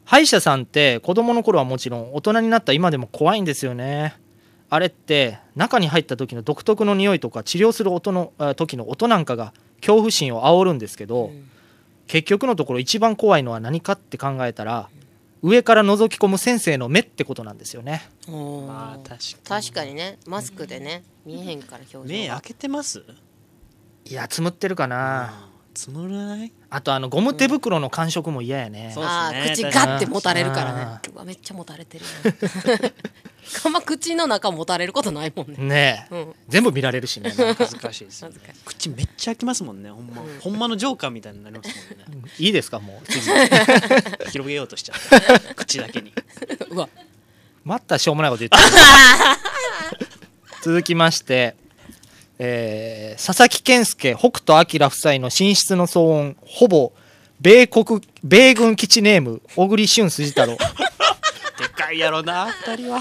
Speaker 2: 歯医者さんって子供の頃はもちろん大人になった今でも怖いんですよねあれって中に入った時の独特の匂いとか治療する音のあ時の音なんかが恐怖心を煽るんですけど、結局のところ一番怖いのは何かって考えたら上から覗き込む先生の目ってことなんですよね
Speaker 1: おー
Speaker 6: まあ確かに
Speaker 1: 確かにね、マスクでね、見えへんから表情が。
Speaker 6: 目開けてます
Speaker 2: いやつむってるかな、
Speaker 6: 募らない
Speaker 2: あとあのゴム手袋の感触も嫌やね、
Speaker 6: そう
Speaker 1: あ
Speaker 6: で
Speaker 1: ー
Speaker 6: す
Speaker 1: 口
Speaker 6: ね
Speaker 1: ガッて持たれるから
Speaker 2: あ
Speaker 1: ね。うわめっちゃ持たれてるな。あんま口の中持たれることないもんね。
Speaker 2: ねえ、
Speaker 1: うん
Speaker 2: 全部見られるしね
Speaker 6: 恥ずかしいですよね
Speaker 1: 恥ずかし
Speaker 6: 口めっちゃ開きますもんねほんまほんまのジョーカーみたいになりますもんね
Speaker 2: いいですかもう [LAUGHS] 次
Speaker 6: 広げようとしちゃった口だけに
Speaker 1: うわ、
Speaker 2: またしょうもないこと言ってる [LAUGHS] 続きまして、えー佐々木健介北斗晶夫妻の寝室の騒音ほぼ米国米軍基地ネーム小栗旬辻太郎
Speaker 6: でかいやろな二人は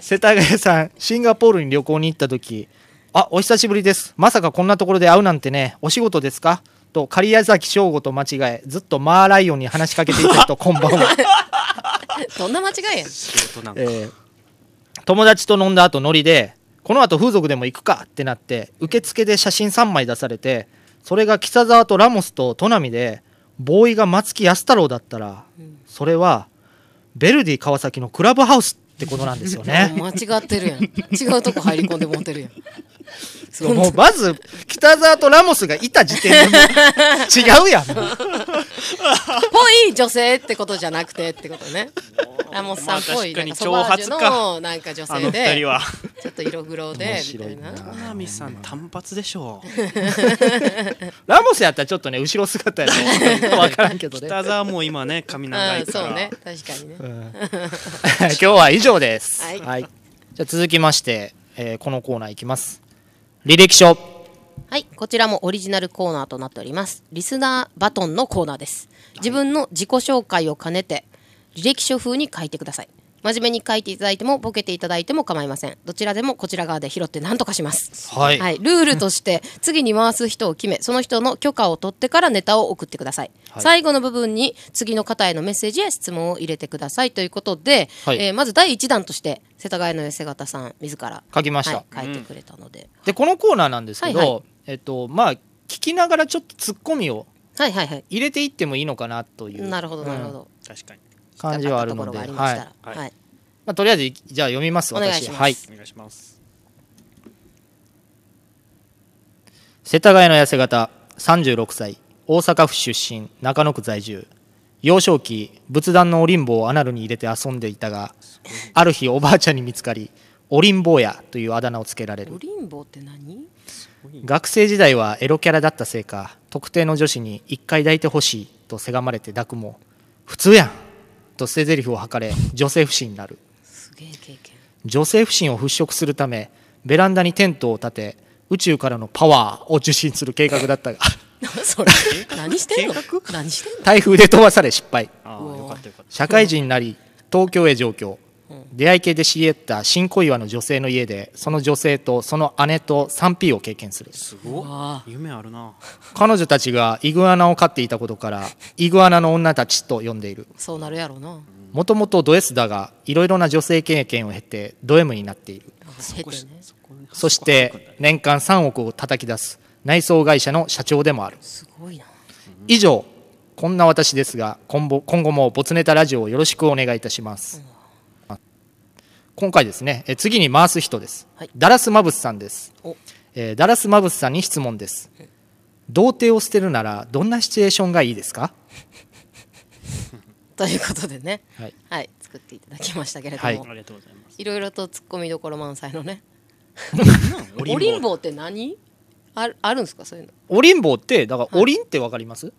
Speaker 2: 世田谷さんシンガポールに旅行に行った時あお久しぶりですまさかこんなところで会うなんてねお仕事ですかと狩矢崎翔吾と間違えずっとマーライオンに話しかけていた人こんばんは
Speaker 1: どんな間違いやん。
Speaker 6: 仕事なんか
Speaker 2: えー友達と飲んだ後ノリでこの後風俗でも行くかってなって受付で写真3枚出されてそれが木佐沢とラモスと砺波でボーイが松木安太郎だったらそれはベルディ川崎のクラブハウスってことなんですよね。
Speaker 1: 間違ってるやん。違うとこ入り込んで持ってるやん。
Speaker 2: [LAUGHS] そうもうまず北沢とラモスがいた時点でもう違う [LAUGHS] やん。
Speaker 1: ぽい女性ってことじゃなくてってこと
Speaker 6: [LAUGHS]
Speaker 1: ね。ラモスさんっぽい、
Speaker 6: まあ確か
Speaker 1: なん
Speaker 6: に
Speaker 1: かソバージュ
Speaker 6: 挑発
Speaker 1: のなんか女
Speaker 6: あ
Speaker 1: 性
Speaker 6: の二人
Speaker 1: で、
Speaker 6: は
Speaker 1: ちょっと色黒でみたいな。
Speaker 6: トナミさん単発でしょう
Speaker 3: [LAUGHS]
Speaker 2: ラモスやったらちょっとね後ろ姿やと分からんけどね。
Speaker 6: 北沢も今ね髪長
Speaker 1: う
Speaker 6: い
Speaker 1: ん、
Speaker 6: か
Speaker 1: そうね
Speaker 6: ら、
Speaker 1: 確かにね。
Speaker 2: [LAUGHS] 今日は以上です。
Speaker 1: はい
Speaker 2: じゃあ続きまして、えーこのコーナーいきます。履歴書。
Speaker 1: はい、こちらもオリジナルコーナーとなっております。リスナーバトンのコーナーです。自分の自己紹介を兼ねて、履歴書風に書いてください。真面目に書いていただいても、ボケていただいても構いません。どちらでもこちら側で拾って何とかします。
Speaker 2: はい
Speaker 1: ルールとして、次に回す人を決め、その人の許可を取ってからネタを送ってください。最後の部分に、次の方へのメッセージや質問を入れてくださいということで、
Speaker 2: はい
Speaker 1: えーまず第1弾として、世田谷の寄せ方さん、自ら
Speaker 2: 書きました
Speaker 1: はい、書いてくれたので。
Speaker 2: でこのコーナーなんですけど、
Speaker 1: はいは
Speaker 2: えっとまあ聞きながらちょっとツッコミを
Speaker 1: はいはいはい
Speaker 2: 入れていってもいいのかなという
Speaker 1: なるほどなるほど、
Speaker 3: 確かに
Speaker 2: 感じはあるので
Speaker 1: 引っかか
Speaker 2: は
Speaker 1: っ
Speaker 2: い
Speaker 1: たところがありましたら
Speaker 3: はい
Speaker 1: はい、
Speaker 2: まあ、とりあえずいじゃあ読みます
Speaker 1: お
Speaker 2: 私
Speaker 1: 願いします
Speaker 2: はい、
Speaker 3: お願いします
Speaker 2: 世田谷の痩せ型36歳大阪府出身中野区在住幼少期仏壇のおりんぼをアナルに入れて遊んでいたがある日おばあちゃんに見つかりおりんぼうやというあだ名をつけられる
Speaker 1: オリンボって何
Speaker 2: 学生時代はエロキャラだったせいか特定の女子に一回抱いてほしいとせがまれて抱くも普通やんと捨て台詞を吐かれ女性不信になる
Speaker 1: すげえ経
Speaker 2: [LAUGHS]
Speaker 1: 験
Speaker 2: 女性不信を払拭するためベランダにテントを建て宇宙からのパワーを受信する計画だったが
Speaker 1: それ何してんの何してんの
Speaker 2: 台風で飛ばされ失敗
Speaker 3: あ
Speaker 1: うお
Speaker 3: あ
Speaker 1: ー
Speaker 3: よかったよかっ
Speaker 2: 社会人になり東京へ上京出会い系で知り合った新小岩の女性の家でその女性とその姉と 3P を経験する
Speaker 3: たすごっ
Speaker 1: あ
Speaker 3: 夢あるな
Speaker 2: 彼女たちがイグアナを飼っていたことからイグアナの女たちと呼んでいる
Speaker 1: そうなるやろうな
Speaker 2: もともとド S だがいろいろな女性経験を経てド M になっている
Speaker 1: 減ってね
Speaker 2: そして年間3億を叩き出す内装会社の社長でもある
Speaker 1: すごいな
Speaker 2: 以上こんな私ですが今後今後もボツネタラジオをよろしくお願いいたします、あ今回ですねえ次に回す人です、
Speaker 1: はい
Speaker 2: ダラスマブスさんです
Speaker 1: お、
Speaker 2: えーダラスマブスさんに質問です童貞を捨てるならどんなシチュエーションがいいですか
Speaker 1: ということでね
Speaker 2: はい、
Speaker 1: はい作っていただきましたけれども、
Speaker 2: はいい、
Speaker 3: ありがとうございます
Speaker 1: ろいろと突っ込みどころ満載のねおりんぼうって何あるあるんですかそういうの
Speaker 2: おりんぼうってだからおりんってわかります、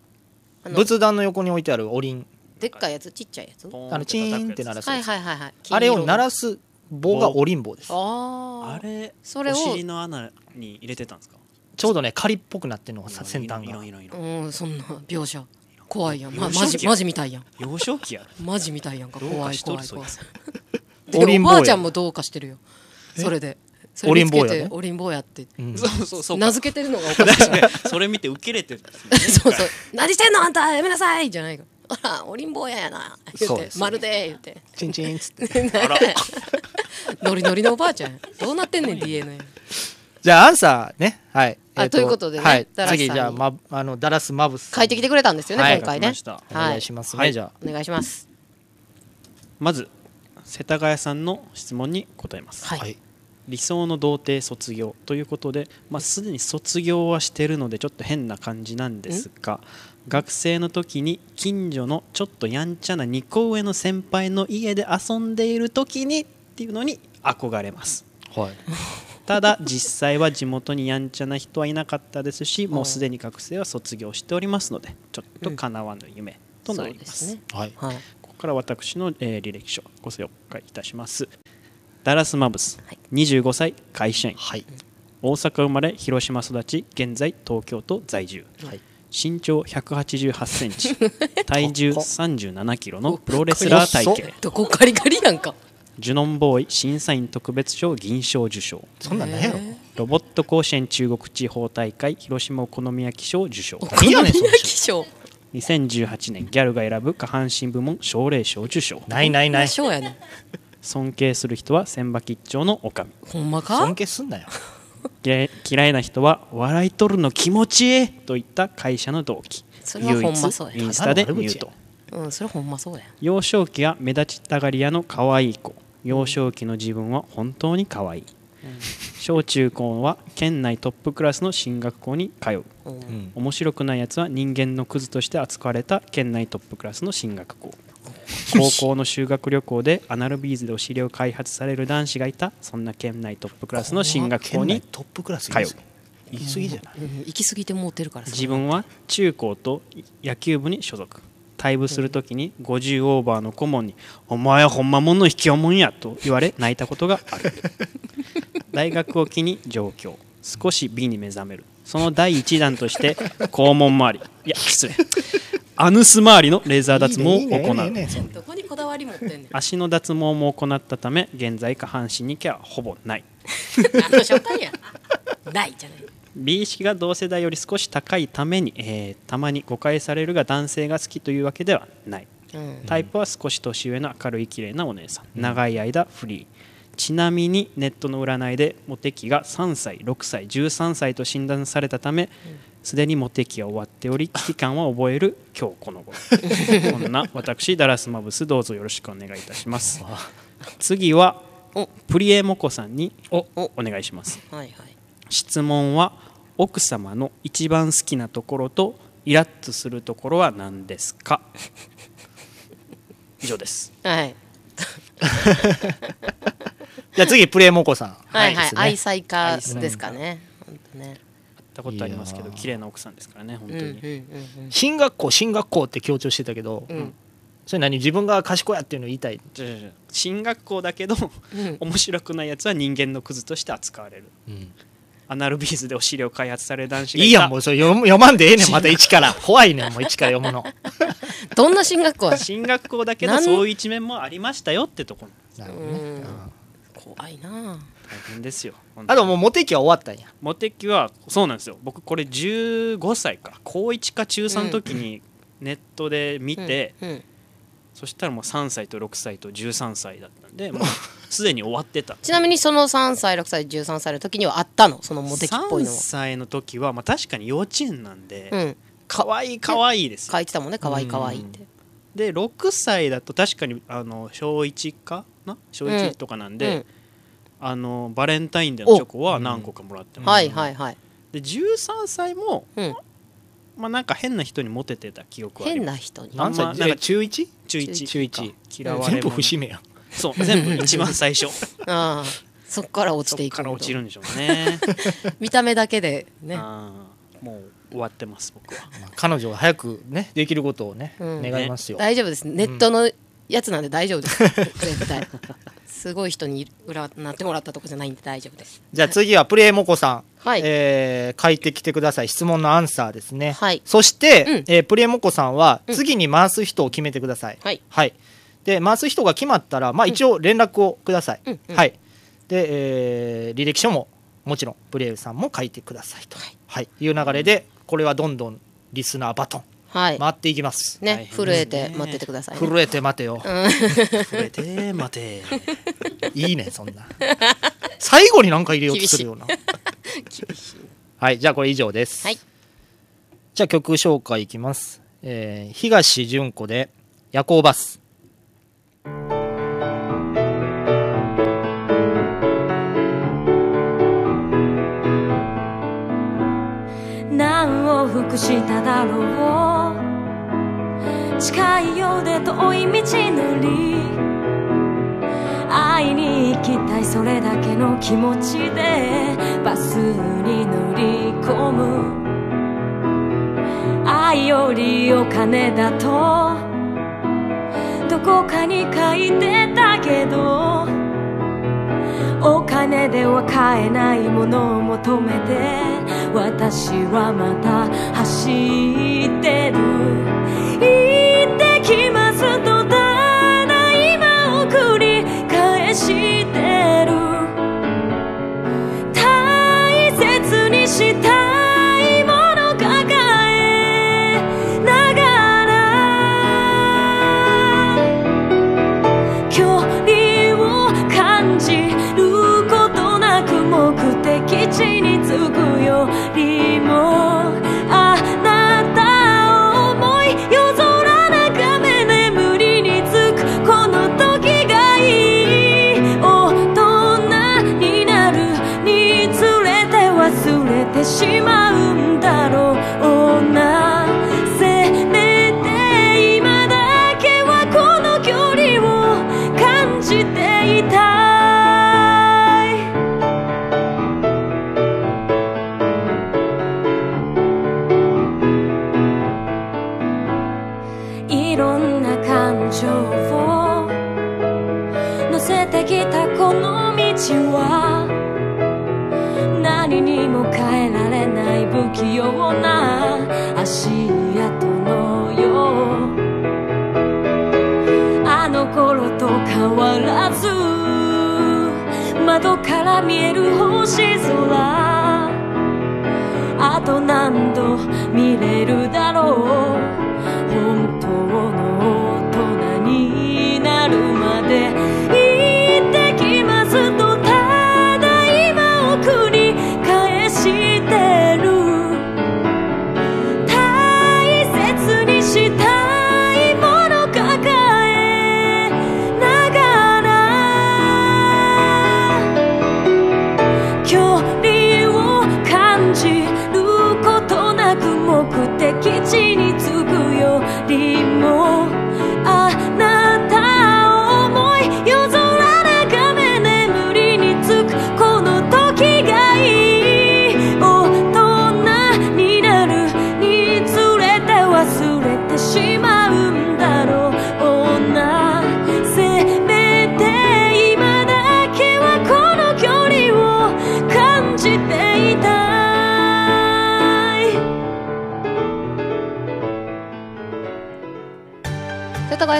Speaker 1: あの
Speaker 2: 仏壇の横に置いてあるおりん
Speaker 1: でっかいやつちっちゃいやつは
Speaker 2: あのチーンって鳴らす
Speaker 1: いはいはいはい
Speaker 2: あれを鳴
Speaker 1: す
Speaker 2: らす棒がおりんぼうです
Speaker 1: あ
Speaker 3: あ
Speaker 1: ー
Speaker 3: れ
Speaker 1: それを
Speaker 3: お尻の穴に入れてたんですか
Speaker 2: ちょうどね仮っぽくなってるのがさ先端
Speaker 3: いらんい
Speaker 2: が
Speaker 3: らんいらんい
Speaker 1: うんそんな描写怖いやん、ま、
Speaker 3: 描写
Speaker 1: マジ
Speaker 3: や
Speaker 1: マジみたいやん
Speaker 3: らん幼少期や
Speaker 1: マジみたいやんか
Speaker 3: どう
Speaker 1: 怖
Speaker 3: か
Speaker 1: い
Speaker 3: しとる
Speaker 1: 怖い怖い
Speaker 3: そ
Speaker 1: で
Speaker 2: おりん
Speaker 1: お
Speaker 2: ぼうや
Speaker 1: ばあちゃんもどうかしてるよそれでそれ見つけ
Speaker 2: おりんぼうや
Speaker 1: て
Speaker 2: ね
Speaker 1: おりんぼうやって
Speaker 2: うん
Speaker 3: そうそうそう
Speaker 1: 名付けてるのがおか
Speaker 2: [LAUGHS]
Speaker 1: しい
Speaker 3: それ見て受けれてるんです
Speaker 1: [LAUGHS]
Speaker 3: ね
Speaker 1: そうそう何してんのあんたやめなさいじゃないかあらおりんぼうややな言
Speaker 2: そう
Speaker 1: っ
Speaker 2: で
Speaker 1: て
Speaker 2: す
Speaker 1: まるで言って
Speaker 2: チンチンっつって
Speaker 1: [LAUGHS] ノリノリのおばあちゃんどうなってんねん DNA
Speaker 2: じゃあアンサーねはい
Speaker 1: あ
Speaker 2: えー
Speaker 1: ということでね
Speaker 2: はい
Speaker 1: ダラスさんに
Speaker 2: 次じゃあ,、ま、あのダラスマブス
Speaker 1: 書いてきてくれたんですよね、
Speaker 2: はい
Speaker 1: 今回ね
Speaker 3: 書きま
Speaker 2: お願いしますね、じゃあ
Speaker 1: お願いします
Speaker 3: まず世田谷さんの質問に答えます、
Speaker 1: はい、
Speaker 2: はい
Speaker 3: 理想の童貞卒業ということで、まあ、すでに卒業はしてるのでちょっと変な感じなんですが学生の時に近所のちょっとやんちゃな2個上の先輩の家で遊んでいる時にっていうのに憧れます
Speaker 2: はい
Speaker 3: た
Speaker 1: [LAUGHS]
Speaker 3: だ実際は地元にやんちゃな人はいなかったですしもうすでに学生は卒業しておりますのでちょっとかなわぬ夢となります,、
Speaker 1: そうですね
Speaker 2: はい
Speaker 1: はい
Speaker 3: ここから私の、えー履歴書ご紹介いたしますダラス・マブス、
Speaker 1: はい
Speaker 3: 25歳会社員
Speaker 2: はい
Speaker 3: 大阪生まれ広島育ち現在東京都在住、
Speaker 2: はい
Speaker 3: 身長1 8 8セン
Speaker 1: [LAUGHS]
Speaker 3: チ体重3 7キロのプロレスラー体型
Speaker 1: どこカリカリやんか
Speaker 3: ジュノンボーイ審査員特別賞銀賞受賞
Speaker 2: そんなんないやろ
Speaker 3: ロボット甲子園中国地方大会広島お好み焼き賞受賞
Speaker 1: お好み焼き賞
Speaker 3: 2018年ギャルが選ぶ下半身部門奨励賞受賞
Speaker 2: ないないない
Speaker 1: 賞やね
Speaker 3: 尊敬する人は千葉吉兆の女将
Speaker 1: ほんま
Speaker 2: 尊
Speaker 1: か
Speaker 2: 敬すんなよ
Speaker 3: 嫌い嫌いな人は笑い取るの気持ちええといった会社の同期
Speaker 1: それは
Speaker 3: 唯
Speaker 1: ほん
Speaker 3: 一
Speaker 1: まそうや
Speaker 3: インスタでミュー
Speaker 2: ただの悪口や
Speaker 3: ト
Speaker 1: うんそれほんまそうや
Speaker 3: 幼少期は目立ちたがり屋の可愛い子幼少期の自分は本当に可愛い、小中高は県内トップクラスの進学校に通う
Speaker 2: うん
Speaker 3: 面白くないやつは人間のクズとして扱われた県内トップクラスの進学校高校の修学旅行でアナルビーズでお尻を開発される男子がいたそんな県内トップクラスの進学校
Speaker 2: 県内
Speaker 3: に
Speaker 2: トップクラス言い過ぎ言い過ぎじゃない
Speaker 1: うん行き過ぎてもうてるから
Speaker 3: 自分は中高と野球部に所属退部するときに50オーバーの顧問に「お前はほんまもんの卑怯もんや」と言われ泣いたことが
Speaker 2: [LAUGHS]
Speaker 3: ある大学を機に上京少し美に目覚めるその第一弾として肛門周りいや失礼アヌス周りのレーザー脱毛を
Speaker 2: いいねいい
Speaker 3: 行
Speaker 2: ねいいうねそんな
Speaker 1: どこにこだわり持ってん
Speaker 2: [LAUGHS]
Speaker 1: ねん
Speaker 3: 足の脱毛も行ったため現在下半身に毛はほぼない
Speaker 1: 何の紹介やないじゃない
Speaker 3: 美意識が同世代より少し高いために、えーたまに誤解されるが男性が好きというわけではない
Speaker 1: うん
Speaker 3: タイプは少し年上の明るい綺麗なお姉さん長い間フリーちなみにネットの占いでモテ期が3歳6歳13歳と診断されたため、すでにモテ期は終わっており危機感は覚える今日この
Speaker 1: [LAUGHS]
Speaker 3: 頃こんな私ダラスマブスどうぞよろしくお願いいたします次は
Speaker 1: お
Speaker 3: プリエモコさんにお
Speaker 1: お
Speaker 3: 願いします
Speaker 1: はいはい
Speaker 3: 質問は奥様の一番好きなところとイラッとするところは何ですか以上です
Speaker 1: はい
Speaker 2: じゃあ次プレイモコさん
Speaker 1: はい
Speaker 2: で
Speaker 1: はい
Speaker 2: すね
Speaker 1: 愛妻家ですかね本当ね
Speaker 3: やったことありますけど綺麗な奥さんですからね本
Speaker 1: う
Speaker 3: 当
Speaker 1: んうんう
Speaker 3: に、
Speaker 1: ん
Speaker 2: 進学校進学校って強調してたけど、
Speaker 1: うん
Speaker 2: それ何自分が賢いやっていうのを言いたい
Speaker 3: じゃあじゃあじゃあ進学校だけど
Speaker 1: うん
Speaker 3: 面白くないやつは人間のクズとして扱われる、アナルビーズでお尻を開発される男子
Speaker 2: い
Speaker 3: がいた
Speaker 2: いやんもうそれ読む読まんでええねんまた一から怖いねんもう一から読むの
Speaker 1: どんな進学校だ
Speaker 3: 進学校だけ
Speaker 1: な
Speaker 3: ど
Speaker 1: ん
Speaker 3: そういう一面もありましたよってとこ
Speaker 2: [LAUGHS] なるほどね
Speaker 1: うん怖いな
Speaker 3: 大変ですよ本当
Speaker 2: あ
Speaker 3: に
Speaker 2: ともうモテ期は終わったんや
Speaker 3: モテ期はそうなんですよ僕これ15歳か高1か中3の時にネットで見て、
Speaker 1: うんうん
Speaker 3: そしたらもう3歳と6歳と13歳だった
Speaker 1: [LAUGHS]
Speaker 3: んでもうすでに終わってた
Speaker 1: ちなみにその3歳6歳13歳の時にはあったのそのモテ期っぽい
Speaker 3: 3
Speaker 1: のは
Speaker 3: 歳の時は、まあ、確かに幼稚園なんで、
Speaker 1: うん
Speaker 3: かわいいかわいいですよ
Speaker 1: 書いてたもんねかわいいかわいいって
Speaker 3: で6歳だと確かにあの小1かな小
Speaker 1: うん
Speaker 3: 1とかなんで、
Speaker 1: うん
Speaker 3: あのバレンタインデーのチョコは何個かもらってます、
Speaker 1: はいはいはい
Speaker 3: で13歳も、
Speaker 1: うん
Speaker 3: まあ、なんか変な人にモテてた記憶はあり
Speaker 1: 変
Speaker 3: ま
Speaker 1: な
Speaker 3: す
Speaker 1: 人に
Speaker 3: あん
Speaker 2: 何
Speaker 3: ま
Speaker 2: 歳、
Speaker 3: なんか
Speaker 2: 中 1?
Speaker 3: 中1
Speaker 2: 中一
Speaker 3: 嫌われ
Speaker 2: 全部
Speaker 3: 者
Speaker 2: 節目やん
Speaker 3: そう全部一番最初
Speaker 1: ああそっから [LAUGHS] 落ち
Speaker 3: そ
Speaker 1: て
Speaker 3: っ
Speaker 1: いく
Speaker 3: から落ち
Speaker 1: る
Speaker 3: るんでしょうね
Speaker 1: 見た目だけでね
Speaker 3: あーもう終わってます僕は
Speaker 2: 彼女が早くねできることをね、
Speaker 1: うん
Speaker 2: 願いますよ、
Speaker 1: 大丈夫ですネットのやつなんで大丈夫です絶対すごい人に占ってもらったとこじゃないんで大丈夫です
Speaker 2: じゃあ次はプレイモコさん、
Speaker 1: はい
Speaker 2: えー書いてきてください質問のアンサーですね、
Speaker 1: はい
Speaker 2: そして、
Speaker 1: うん
Speaker 2: えープレイモコさんは次に回す人を決めてください、
Speaker 1: はい
Speaker 2: で回す人が決まったら、まあ、一応連絡をください、
Speaker 1: うんうん
Speaker 2: はいで、えー履歴書ももちろんプレイさんも書いてくださいと、はいいう流れでこれはどんどんリスナーバトン
Speaker 1: はい
Speaker 2: 回っていきます、
Speaker 1: ね
Speaker 3: 大変
Speaker 1: 震
Speaker 3: ですね
Speaker 1: えて待っててくださいね
Speaker 2: 震えて待てよ、
Speaker 3: 触
Speaker 6: [LAUGHS]
Speaker 3: れて待て
Speaker 2: いいねそんな最後に何か入れようとするようなはいじゃあこれ以上です、
Speaker 1: はい
Speaker 2: じゃあ曲紹介いきます、えー東純子で夜行バス
Speaker 5: 難を服しただろう近いようで遠い道のり会いに行きたいそれだけの気持ちでバスに乗り込む愛よりお金だとどこかに書いてたけどお金では買えないものを求めて私はまた走ってる行ってきますとただ今を繰り返してる大切にしたいもの抱えながら距離を感じることなく目的地に着くよりもあなたを思い夜空眺め眠りにつくこの時がいい大人になるにつれて忘れてしまうんだろうなせめて今だけはこの距離を感じていたいいろんな感情を乗せてきたこの道は何にも変えられない不器用な足跡のようあの頃と変わらず窓から見える星空あと何度見れるだろう本当の大人になるまで行ってきますとただ今を繰り返してる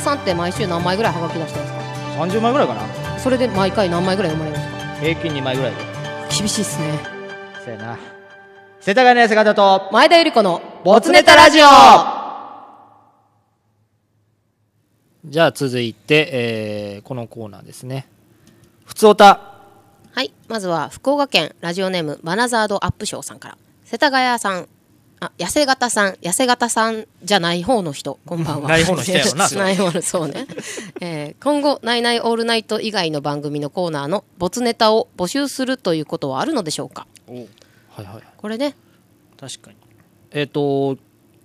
Speaker 1: さんって毎週何枚ぐらいハガキ出してるんです
Speaker 2: 30枚ぐらいかな
Speaker 1: かそれで毎回何枚ぐらい読まれるんです
Speaker 2: 平均2枚ぐらいで
Speaker 1: か厳しいっすね
Speaker 2: せやな世田谷の痩せ方と
Speaker 1: 前田ゆり子の
Speaker 2: ボツネタラジオじゃあ続いて、えーこのコーナーですねふつおた
Speaker 1: はいまずは福岡県ラジオネームバナザードアップショーさんから世田谷さんあ痩せ型さん痩せ型さんじゃない方の人こんばんは
Speaker 2: ない方の人やろな
Speaker 1: ない方のそうね、えー今後「ナイナイオールナイト」以外の番組のコーナーの没ネタを募集するということはあるのでしょうか
Speaker 2: はいはい
Speaker 1: これね
Speaker 6: 確かに
Speaker 2: えっ、と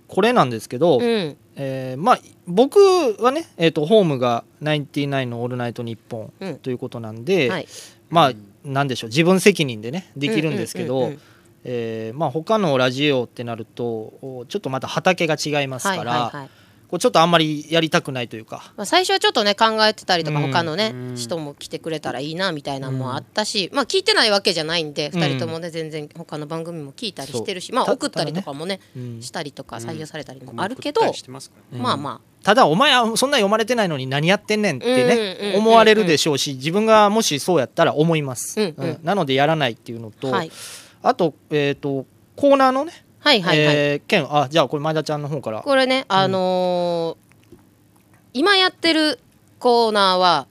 Speaker 2: これなんですけど、
Speaker 1: うん
Speaker 2: えーまあ僕はね、えー、とホームが「ナインティナインのオールナイトニッポ
Speaker 1: う
Speaker 2: ン
Speaker 1: ん」
Speaker 2: ということなんで、
Speaker 1: はい
Speaker 2: まあなんでしょう自分責任でねできるんですけ
Speaker 1: うんうんう
Speaker 2: ど
Speaker 1: んうん
Speaker 2: えーまあ他のラジオってなるとおちょっとまた畑が違います
Speaker 1: は
Speaker 2: か
Speaker 1: い
Speaker 2: ら、
Speaker 1: はいはい
Speaker 2: こうちょっとあんまりやりたくないというか
Speaker 1: まあ、最初はちょっとね考えてたりとか
Speaker 2: うん
Speaker 1: 他のね、人も来てくれたらいいなみたいなのもあったし、まあ聞いてないわけじゃないんで
Speaker 2: ん
Speaker 1: 2人ともね全然他の番組も聞いたりしてるし、
Speaker 2: そう
Speaker 1: まあ
Speaker 2: た
Speaker 1: 送ったりとかもね
Speaker 2: うん
Speaker 1: したりとか採用されたりもあるけど、
Speaker 6: してますからね
Speaker 1: まあま
Speaker 2: ただお前はそんな読まれてないのに何やってんねんって
Speaker 1: うんうんうん
Speaker 2: ね
Speaker 1: うん
Speaker 2: 思われるでしょうし自分がもしそうやったら思います、
Speaker 1: うんうん
Speaker 2: うんなのでやらないっていうの
Speaker 1: あ、
Speaker 2: と、
Speaker 1: はい、
Speaker 2: あと,、えー、とコーナーのね
Speaker 1: はいはいはい
Speaker 2: えー、県あじゃあこれ前田ちゃんの方から
Speaker 1: これねあのー今やってるコーナーは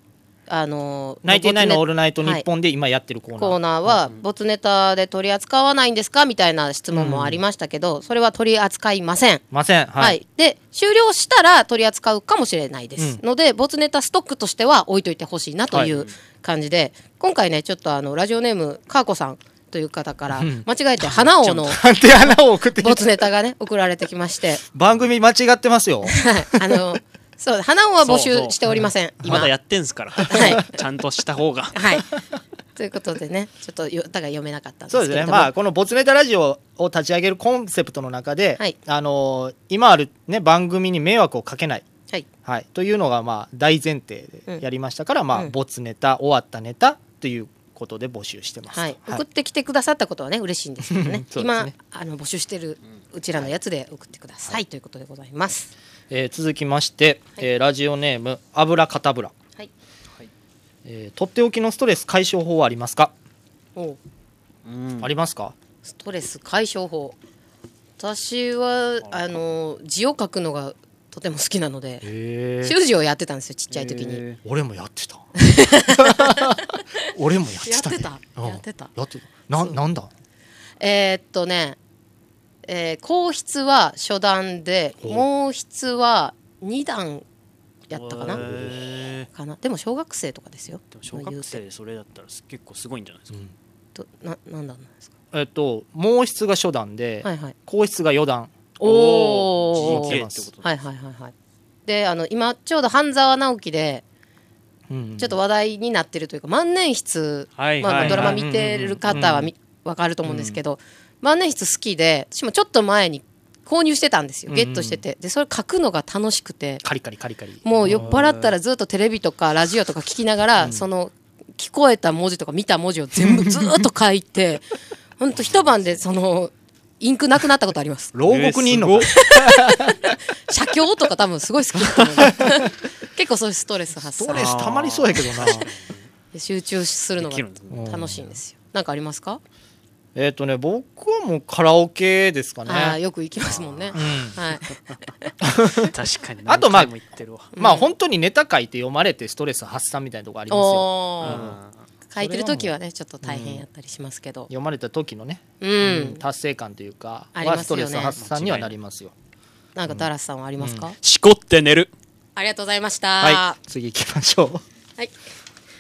Speaker 1: あの
Speaker 2: 「ナインティナインのオール
Speaker 1: ル
Speaker 2: ナイトニッポン」で今やってるコーナー、
Speaker 1: コーナーは没ネタで取り扱わないんですかみたいな質問もありましたけど、それは取り扱いません
Speaker 2: ませんはい、
Speaker 1: はい、で終了したら取り扱うかもしれないです、のでボツネタストックとしては置いといてほしいなという感じで、今回ねちょっとあのラジオネームかーこさんという方から間違えて花王の
Speaker 2: なんて穴を送って
Speaker 1: ボツネタがね送られてきまして、
Speaker 2: 番組間違ってますよ
Speaker 1: はい、あのそう花王は募
Speaker 6: そうそ
Speaker 1: 集
Speaker 6: う
Speaker 1: しておりません今
Speaker 6: まだやってんすから、
Speaker 1: は
Speaker 6: ちゃんとした方
Speaker 1: [LAUGHS]
Speaker 6: が
Speaker 1: はいということでねちょっとよだから読めなかったんです
Speaker 2: [LAUGHS] そう
Speaker 1: け
Speaker 2: です
Speaker 1: れ
Speaker 2: ね
Speaker 1: ども
Speaker 2: まあこの「ボツネタラジオ」を立ち上げるコンセプトの中で、
Speaker 1: はい
Speaker 2: あのー今ある、ね、番組に迷惑をかけない、
Speaker 1: はい
Speaker 2: はい、というのがまあ大前提でやりましたから、まあ、
Speaker 1: うん
Speaker 2: ボツネタ終わったネタということで募集してます、
Speaker 1: はい、送ってきてくださったことはね嬉しいんですけどね
Speaker 2: そうです
Speaker 1: 今
Speaker 2: ね
Speaker 1: あの募集してるうちらのやつで送ってください、ということでございます
Speaker 2: えー続きまして、えーラジオネーム油かたぶら、
Speaker 1: はい
Speaker 2: えーとっておきのストレス解消法はありますか、
Speaker 1: おう
Speaker 2: ありますか
Speaker 1: ストレス解消法私はあの字を書くのがとても好きなので習字をやってたんですよちっちゃい時に、
Speaker 2: 俺もやっ
Speaker 1: [LAUGHS]
Speaker 2: てた俺もやってた,、
Speaker 1: やっ
Speaker 2: ね、
Speaker 1: てた
Speaker 2: うん
Speaker 1: やってた
Speaker 2: やってたななんだ
Speaker 1: えーっとね、えー硬筆は初段で毛筆は2段やったかな
Speaker 6: へ
Speaker 1: かなでも小学生とかですよ
Speaker 6: ーでも小学生でそれだったらす結構すごいんじゃないですか、
Speaker 1: とな何段なんですか
Speaker 2: えっと毛筆が初段で、
Speaker 1: はいはい
Speaker 2: 硬筆が四段
Speaker 1: お
Speaker 2: ー
Speaker 1: お
Speaker 6: 自由形ってこと
Speaker 1: はいはいはいはいであの今ちょうど半沢直樹で
Speaker 2: うん
Speaker 1: ちょっと話題になってるというか万年筆、
Speaker 6: はい
Speaker 1: ま
Speaker 6: はい
Speaker 1: あま
Speaker 6: は
Speaker 1: あ、
Speaker 6: い
Speaker 1: ドラマ見てる方はみわかると思うんですけど、万年筆好きで私もちょっと前に購入してたんですよゲットしててでそれ書くのが楽しくて
Speaker 2: カリカリカリカリ
Speaker 1: もう酔っ払ったらずっとテレビとかラジオとか聞きながら、その聞こえた文字とか見た文字を全部ずーっと書いてほんと一晩でそのインクなくなったことあります
Speaker 2: 牢獄にいんのか、
Speaker 1: 写経とか多分すごい好きだと思う [LAUGHS] 結構そういうストレス発
Speaker 2: スト
Speaker 1: 散
Speaker 2: レスたまりそうやけ
Speaker 6: [LAUGHS]
Speaker 2: どな
Speaker 1: で集中するの
Speaker 6: で
Speaker 1: が
Speaker 6: きるんですね
Speaker 1: 楽しいんですよなんかありますか
Speaker 2: えっとね僕はもうカラオケですかね
Speaker 1: ああよく行きますもんね。はい。
Speaker 6: 確かに
Speaker 2: あとまあ
Speaker 6: 何回も言ってるわ
Speaker 2: まあ本当にネタ書いて読まれてストレス発散みたいなとこありますよ
Speaker 1: おー書いてる時はねちょっと大変やったりしますけど。
Speaker 2: 読まれた時のね
Speaker 1: うん。
Speaker 2: 達成感というか
Speaker 1: あります
Speaker 2: スト
Speaker 1: よね
Speaker 2: レス発散にはなりますよ
Speaker 1: なんかダラスさんはありますか？
Speaker 6: しこって寝る
Speaker 1: ありがとうございました。は
Speaker 2: はい次行きましょう
Speaker 1: い。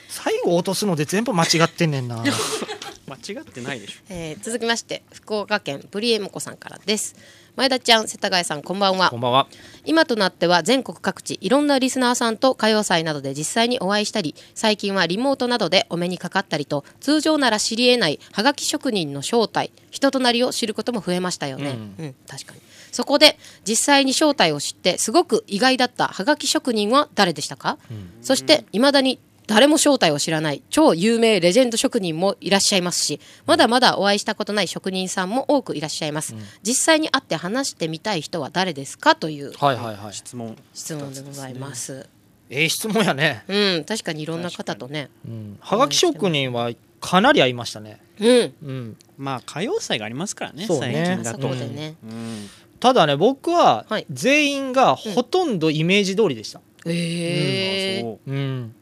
Speaker 2: 最後落とすので全部間違ってんねんな
Speaker 6: 間違ってないでしょ
Speaker 1: えー続きまして福岡県ブリエムコさんからです。前田ちゃん、世田谷さん、こんばんは
Speaker 2: [LAUGHS] こん。ばんは
Speaker 1: 今となっては全国各地いろんなリスナーさんと歌謡祭などで実際にお会いしたり最近はリモートなどでお目にかかったりと通常なら知り得ないはがき職人の正体人となりを知ることも増えましたよね、うん確かにそこで実際に正体を知ってすごく意外だったはがき職人は誰でしたか、そしていまだに誰も正体を知らない超有名レジェンド職人もいらっしゃいますしまだまだお会いしたことない職人さんも多くいらっしゃいます、実際に会って話してみたい人は誰ですかという
Speaker 2: はいはいはい
Speaker 6: 質問
Speaker 1: 質問でございます。
Speaker 2: ええ質問やね、
Speaker 1: うん確かにいろんな方とね
Speaker 2: うん、はがき職人はかなり合いましたね、
Speaker 1: うん
Speaker 2: うん、
Speaker 3: まあ歌謡祭がありますからね
Speaker 2: そうね
Speaker 3: 最近
Speaker 1: あ
Speaker 3: だ
Speaker 1: そ
Speaker 3: と
Speaker 1: こでね
Speaker 3: うん
Speaker 2: ただね僕は
Speaker 1: はい
Speaker 2: 全員がほとんどイメージ通りでした、
Speaker 1: ええ
Speaker 3: そう
Speaker 2: うん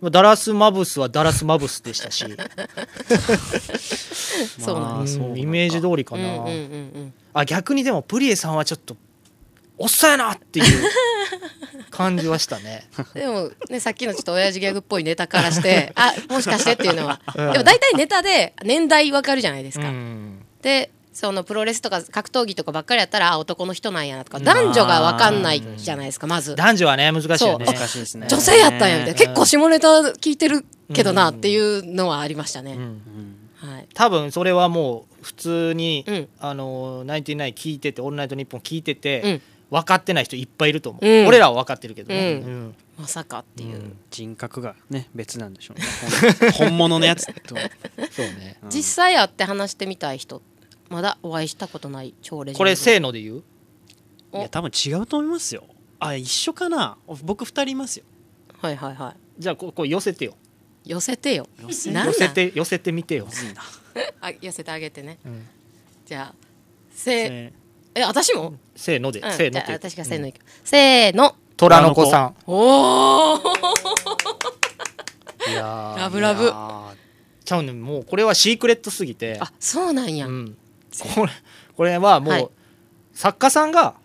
Speaker 2: まあダラスマブスはダラスマブスでしたし、
Speaker 1: そうなん
Speaker 3: まあそう
Speaker 2: う
Speaker 3: なんん
Speaker 2: イメージ
Speaker 3: だ
Speaker 2: 通りか
Speaker 1: う
Speaker 2: な、
Speaker 1: んうんうん
Speaker 2: あ逆にでもプリエさんはちょっとおっさんやなっていう感じはしたね
Speaker 1: うんでもねさっきのちょっと親父ギャグっぽいネタからしてあもしかしてっていうのはで
Speaker 2: うん
Speaker 1: も大体ネタで年代わかるじゃないです
Speaker 2: う
Speaker 1: か
Speaker 2: ん
Speaker 1: でそのプロレスとか格闘技とかばっかりやったらあ男の人なんやなとか男女がわかんないじゃないですかまず
Speaker 2: 男女はね難しいよね
Speaker 1: そう
Speaker 3: 難しいですね
Speaker 1: 女性やったんやみたいな
Speaker 2: ね
Speaker 1: 結構下ネタ聞いてるけどなっていうのはありました
Speaker 2: う
Speaker 1: ね、
Speaker 2: ん
Speaker 3: うん
Speaker 1: はい、
Speaker 2: 多分それはもう普通に、
Speaker 1: うん
Speaker 2: あのナインティナイン聞いてて「オールナイトニッポン」聞いてて、
Speaker 1: うん
Speaker 2: 分かってない人いっぱいいると思う、
Speaker 1: うん
Speaker 2: 俺らは分かってるけどね、
Speaker 1: う
Speaker 2: うん
Speaker 1: まさかっていう、
Speaker 3: 人格がね別なんでしょうね本 [LAUGHS] 物のやつと
Speaker 2: そうね
Speaker 1: 実際会って話してみたい人まだお会いしたことない超レジェンド
Speaker 2: これせーので言う
Speaker 3: いや多分違うと思いますよあ一緒かな僕二人いますよ
Speaker 1: はいはいは
Speaker 2: じゃあここう寄せてよ
Speaker 1: い寄せてよ
Speaker 3: 寄せ
Speaker 1: なんなん
Speaker 2: 寄せて寄せてみてよ
Speaker 3: む、ずいな
Speaker 1: あ寄せてあげてね
Speaker 2: うん
Speaker 1: じゃあせー
Speaker 3: ね
Speaker 1: え私も、
Speaker 2: せーので、
Speaker 1: うん、
Speaker 2: せ
Speaker 1: じ
Speaker 2: ーの
Speaker 1: ゃ
Speaker 2: っ
Speaker 1: あ
Speaker 2: て
Speaker 1: 私がせーのいく、せーの
Speaker 2: 虎の子さん
Speaker 1: おお
Speaker 2: いやー
Speaker 1: ラブラブ
Speaker 2: いやーちゃうねんもうこれはシークレットすぎて
Speaker 1: あそうなんや
Speaker 2: う
Speaker 1: うん、
Speaker 2: ん、これこれはもう、
Speaker 1: はい
Speaker 2: 作家さんが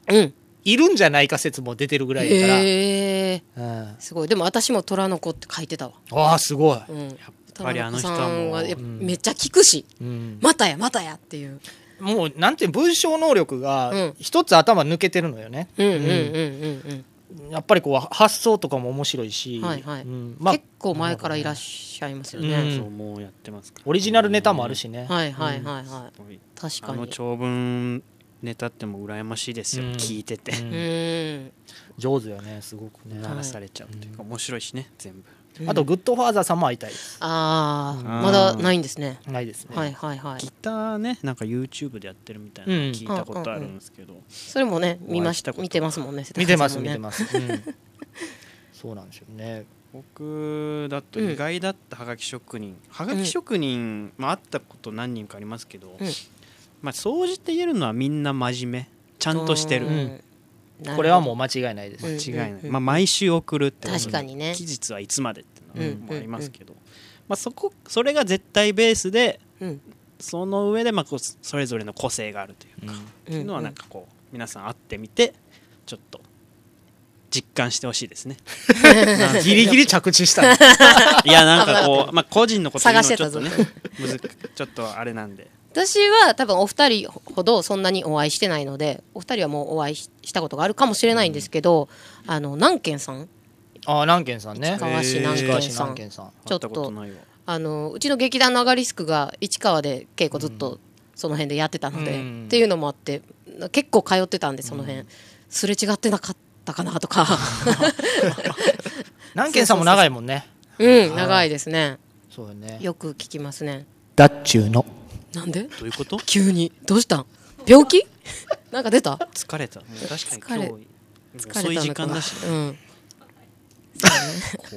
Speaker 2: いるんじゃないか説も出てるぐらいだから、
Speaker 1: へえ
Speaker 2: うん
Speaker 1: すごいでも私も虎の子って書いてたわ
Speaker 2: ああすごい、
Speaker 1: うんや
Speaker 3: っぱりあの人はもう
Speaker 1: めっちゃ聞くし
Speaker 2: うん
Speaker 1: またやまたやっていう
Speaker 2: もうなんていう文章能力
Speaker 1: う
Speaker 2: が
Speaker 1: ん
Speaker 2: 一つ頭抜けてるのよね、
Speaker 1: うんうんうんうん
Speaker 2: やっぱりこう発想とかも面白いし、
Speaker 1: はいはい
Speaker 2: うん
Speaker 1: う
Speaker 2: ま
Speaker 1: ん
Speaker 2: あ
Speaker 1: 結、構前からいらっしゃいますよ
Speaker 2: うん
Speaker 1: ね
Speaker 3: そうもうやってますから
Speaker 2: オリジナルネタもあるしね、
Speaker 1: はいはいはいはい確
Speaker 3: あ
Speaker 1: かに
Speaker 3: の長文ネタってもう羨ましいですよ
Speaker 2: うん
Speaker 3: 聞いてて
Speaker 2: うん
Speaker 1: うん
Speaker 2: 上手よねすごくね、
Speaker 1: はい
Speaker 3: 流されちゃうというか面白いしね全部
Speaker 2: あとグッドファーザーさんも会いたいです
Speaker 1: ああ
Speaker 3: うん
Speaker 1: まだないんですね
Speaker 2: ないですね、
Speaker 1: はいはいはい
Speaker 3: ギターねなんか YouTube でやってるみたいなの
Speaker 2: うん
Speaker 3: 聞いたことあるんですけど
Speaker 1: それもね見まし
Speaker 3: お会いしたこと
Speaker 1: 見てますもんね
Speaker 2: 見てます見て
Speaker 1: す
Speaker 2: ます、うんそうなんですよね
Speaker 3: 僕だと意外だったはがき職人はがき職人まあ会ったこと何人かありますけど
Speaker 1: うん
Speaker 3: まあ総じて言えるのはみんな真面目ちゃんとしてる
Speaker 2: んこれはもう間違いないです、
Speaker 1: うん
Speaker 3: 違いない、
Speaker 1: うん
Speaker 3: まあ、毎週送るってこと
Speaker 1: 確かにね
Speaker 3: 期日はいつまでっていうのもありますけど、まあ、そこそれが絶対ベースで
Speaker 1: うん
Speaker 3: その上でまあこうそれぞれの個性があるというか、
Speaker 2: うん
Speaker 3: っていうのはなんかこう皆さん会ってみてちょっと実感してほしいです
Speaker 1: [LAUGHS]
Speaker 3: ね
Speaker 2: ギリギリ着地したね
Speaker 3: いやなんか
Speaker 1: [LAUGHS]
Speaker 3: こう、まあ、個人のこと言うのはちょっとね
Speaker 1: 探
Speaker 3: むずちょっとあれなんで
Speaker 1: 私は多分お二人ほどそんなにお会いしてないのでお二人はもうお会いししたことがあるかもしれないんですけど、あの南健さん
Speaker 2: ああ南健さんね
Speaker 1: 市川市
Speaker 2: えー
Speaker 1: 南
Speaker 2: 市
Speaker 1: 健さん
Speaker 2: 川市南健さん
Speaker 1: ちょ
Speaker 3: 会
Speaker 1: っと
Speaker 3: ったことないわ
Speaker 1: あのうちの劇団のアガリスクが市川で稽古ずっとその辺でやってたので、
Speaker 2: うん
Speaker 1: っていうのもあって結構通ってたんでその辺、すれ違ってなかったかなとか
Speaker 2: 南健さんも長いもんね
Speaker 1: うん長いですね
Speaker 2: そうよね
Speaker 1: よく聞きますね
Speaker 2: だっちゅうの
Speaker 1: なんで
Speaker 3: どういうこと
Speaker 1: 急にどうしたん病気 [LAUGHS] なんか出た
Speaker 3: 疲れたもう確かに今日
Speaker 1: 疲
Speaker 3: 遅
Speaker 1: れ
Speaker 3: い
Speaker 1: た
Speaker 3: 時
Speaker 1: のか
Speaker 3: 間
Speaker 1: な
Speaker 3: だし
Speaker 1: うん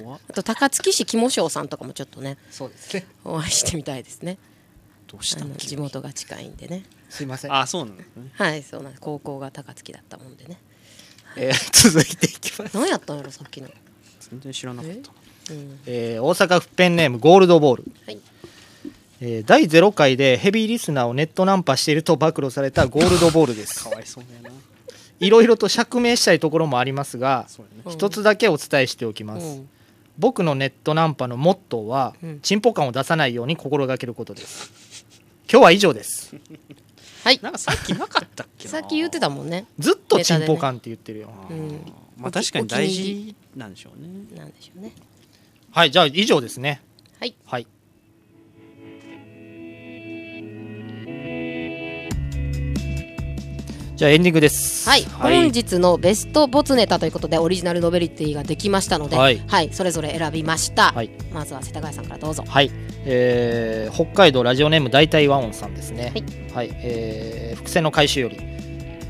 Speaker 3: 怖っ
Speaker 1: あと高槻市肝匠さんとかもちょっとね
Speaker 2: そうですね
Speaker 1: お会いしてみたいですね
Speaker 3: どうし
Speaker 1: あ
Speaker 3: た
Speaker 1: の
Speaker 3: の
Speaker 1: 地元が近いんでね
Speaker 2: [LAUGHS] すいません、
Speaker 3: あそうなんですね
Speaker 1: はいそうなんです高校が高槻だったもんでね
Speaker 2: えー [LAUGHS] 続いていきます、
Speaker 1: 何やったんやろさっきの、
Speaker 3: 全然知らなかった
Speaker 1: うん、
Speaker 2: えー大阪府ペンネームゴールドボール、
Speaker 1: はい
Speaker 2: えー第0回でヘビーリスナーをネットナンパしていると暴露されたゴールドボールで
Speaker 1: [LAUGHS]
Speaker 2: す
Speaker 3: かわいそうだな
Speaker 2: いろいろと釈明したいところもありますが
Speaker 3: そうやね
Speaker 1: うん
Speaker 2: 一つだけお伝えしておきます、
Speaker 1: うん
Speaker 2: 僕のネットナンパのモットーは、
Speaker 1: うん
Speaker 2: チンポ感を出さないように心がけることです今日は以上です
Speaker 1: はい
Speaker 3: なんかさっきなかったっけな
Speaker 1: さっき言ってたもんね
Speaker 2: ずっとチンポ感って言ってるよ、
Speaker 3: あ
Speaker 1: うん
Speaker 3: ーまあ確かに大事なんでしょうね
Speaker 1: なんでしょうね
Speaker 2: はいじゃあ以上ですね
Speaker 1: はい
Speaker 2: はいじゃあエンディングです
Speaker 1: はい、本日のベストボツネタということでオリジナルノベリティができましたので、
Speaker 2: はい
Speaker 1: それぞれ選びました、
Speaker 2: はい
Speaker 1: まずは世田谷さんからどうぞ
Speaker 2: はい、えー北海道ラジオネーム大体和音さんですね
Speaker 1: はい、
Speaker 2: はいえー伏線の回収より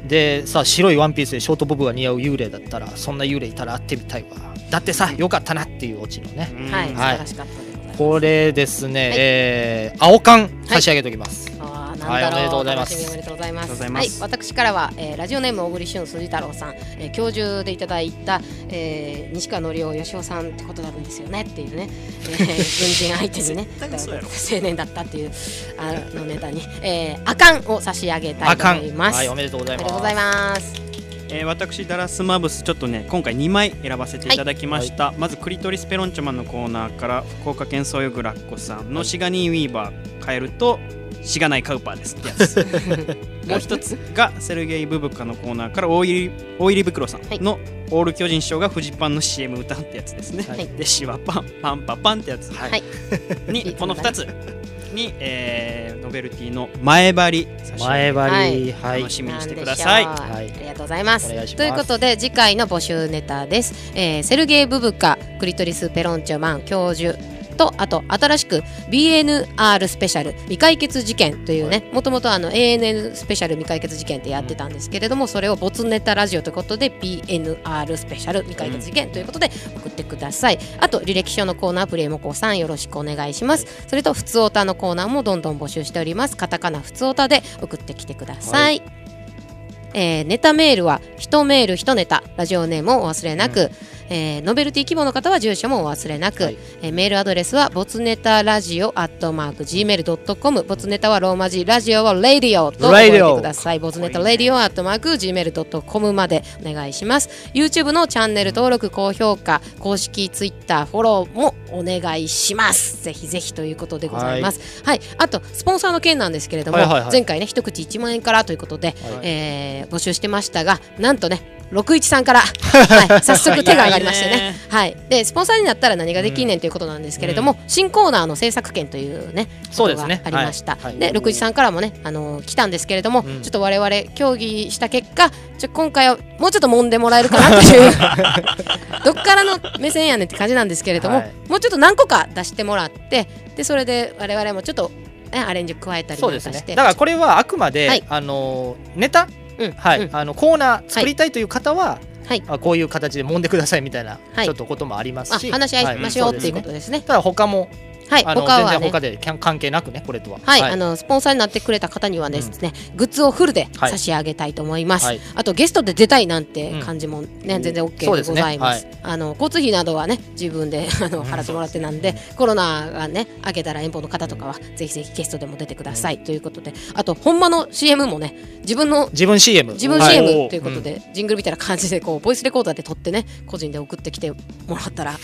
Speaker 2: でさあ白いワンピースでショートボブが似合う幽霊だったらそんな幽霊いたら会ってみたいわだってさよかったなっていうオチのね、
Speaker 1: はい、素
Speaker 2: はい
Speaker 1: 晴らしかったでございます。
Speaker 2: これですね、
Speaker 1: はい
Speaker 2: えー青缶差し上げておきます、
Speaker 1: あー
Speaker 2: はい
Speaker 1: なんだろ
Speaker 2: おめでとうございます
Speaker 1: 楽しみおめでとうございます
Speaker 6: ありがとうございます
Speaker 1: はい、私からは、えーラジオネーム小栗旬辻太郎さん、えー、教授でいただいた、えー、西川紀夫義雄さんってことなんですよねっていうね、えー、軍人相手にね
Speaker 6: 対嘘やろ
Speaker 1: 青年だったっていうあのネタに、えー、あかんを差し上げたいと思います
Speaker 2: はいおめでとうござ
Speaker 1: あ
Speaker 2: い
Speaker 1: りが
Speaker 2: ます
Speaker 1: とうございます
Speaker 6: えー私ダラスマブスちょっとね今回2枚選ばせていただきました、まずクリトリスペロンチョマンのコーナーから福岡県ソヨグラッコさんのシガニーウィーバー変えるとしがないカウパーですってや
Speaker 1: [LAUGHS]
Speaker 6: つもう一つがセルゲイ・ブブカのコーナーから大入り大入り袋さんの、オール巨人師匠がフジパンの CM 歌うってやつですね、
Speaker 1: はい
Speaker 6: でシワパンパンパパンってやつ、
Speaker 1: いはい
Speaker 6: にこの2つに、えーノベルティの前張り差し上げ
Speaker 2: 前張り
Speaker 1: は
Speaker 2: はい、
Speaker 6: 楽しみにしてください
Speaker 1: なんでしょう
Speaker 2: はい
Speaker 1: ありがとうございます
Speaker 2: お願いします
Speaker 1: ということで次回の募集ネタです、えーセルゲイ・ブブカクリトリス・ペロンチョマン教授とあと新しく BNR スペシャル未解決事件というねもともと ANN スペシャル未解決事件ってやってたんですけれども、それを没ネタラジオということで BNR スペシャル未解決事件ということで送ってください、あと履歴書のコーナープレイモコさんよろしくお願いします、それとふつおたのコーナーもどんどん募集しておりますカタカナふつおたで送ってきてくださいえーネタメールは一メール一ネタラジオネームをお忘れなく、えーノベルティ規模の方は住所もお忘れなく、
Speaker 2: はい
Speaker 1: えーメールアドレスはボツネタラジオアットマーク Gmail.com ボツネタはローマ字ラジオはレディオと覚えてくださいボツネタレディオアットマーク Gmail.com までお願いします YouTube のチャンネル登録高評価公式 Twitter フォローもお願いしますぜひぜひということでございますはい、あとスポンサーの件なんですけれども、
Speaker 2: はいはいはい
Speaker 1: 前回ね一口1万円からということで、えー募集してましたがなんとね61さんから、
Speaker 2: [LAUGHS]
Speaker 1: はい、早速手が上がりましてね
Speaker 6: いやいいね
Speaker 1: はい、でスポンサーになったら何ができんねんということなんですけれども、新コーナーの制作権というね
Speaker 2: そうですね
Speaker 1: ことがありました、
Speaker 2: はいはい
Speaker 1: で六時さんからもね、あのー来たんですけれども、
Speaker 2: ん
Speaker 1: ちょっと我々協議した結果ちょ今回はもうちょっと揉んでもらえるかなって
Speaker 2: [LAUGHS]
Speaker 1: いうどっからの目線やねんって感じなんですけれども、
Speaker 2: はい
Speaker 1: もうちょっと何個か出してもらってでそれで我々もちょっと、ね、アレンジ加えたり
Speaker 2: そ
Speaker 1: な
Speaker 2: うん
Speaker 1: か
Speaker 2: で
Speaker 1: し
Speaker 2: す
Speaker 1: て
Speaker 2: ねだからこれはあくまで、
Speaker 1: はい
Speaker 2: あのネタ
Speaker 1: うん
Speaker 2: はい、
Speaker 1: うん
Speaker 2: あのコーナー作りたいという方は、
Speaker 1: はい
Speaker 2: あこういう形で揉んでくださいみたいな、
Speaker 1: はい
Speaker 2: ちょっとこともありま
Speaker 1: あ
Speaker 2: すし
Speaker 1: 話し合いましょう
Speaker 2: は
Speaker 1: っていうこと
Speaker 2: そ
Speaker 1: ですね
Speaker 2: すね。ただ他も、
Speaker 1: はい、
Speaker 2: あの
Speaker 1: 他は
Speaker 2: 全然
Speaker 1: ね
Speaker 2: 他できゃ関係なくねこれとは
Speaker 1: はい、あのスポンサーになってくれた方にはですね、グッズをフルで
Speaker 2: はい
Speaker 1: 差し上げたいと思います、
Speaker 2: はい
Speaker 1: あとゲストで出たいなんて
Speaker 2: うん
Speaker 1: 感じもね、全然 OK で
Speaker 2: そう
Speaker 1: ご
Speaker 2: ですね
Speaker 1: ざいますあの交通費などはね自分であの払ってもらってなんでコロナがね明けたら遠方の方とかは、ぜひぜひゲストでも出てください、ということであとほんまの CM もね自分の
Speaker 2: 自分 CM
Speaker 1: 自分
Speaker 2: はい
Speaker 1: CM ということで、ジングルみたいな感じでこうボイスレコーダーで撮ってね個人で送ってきてもらったら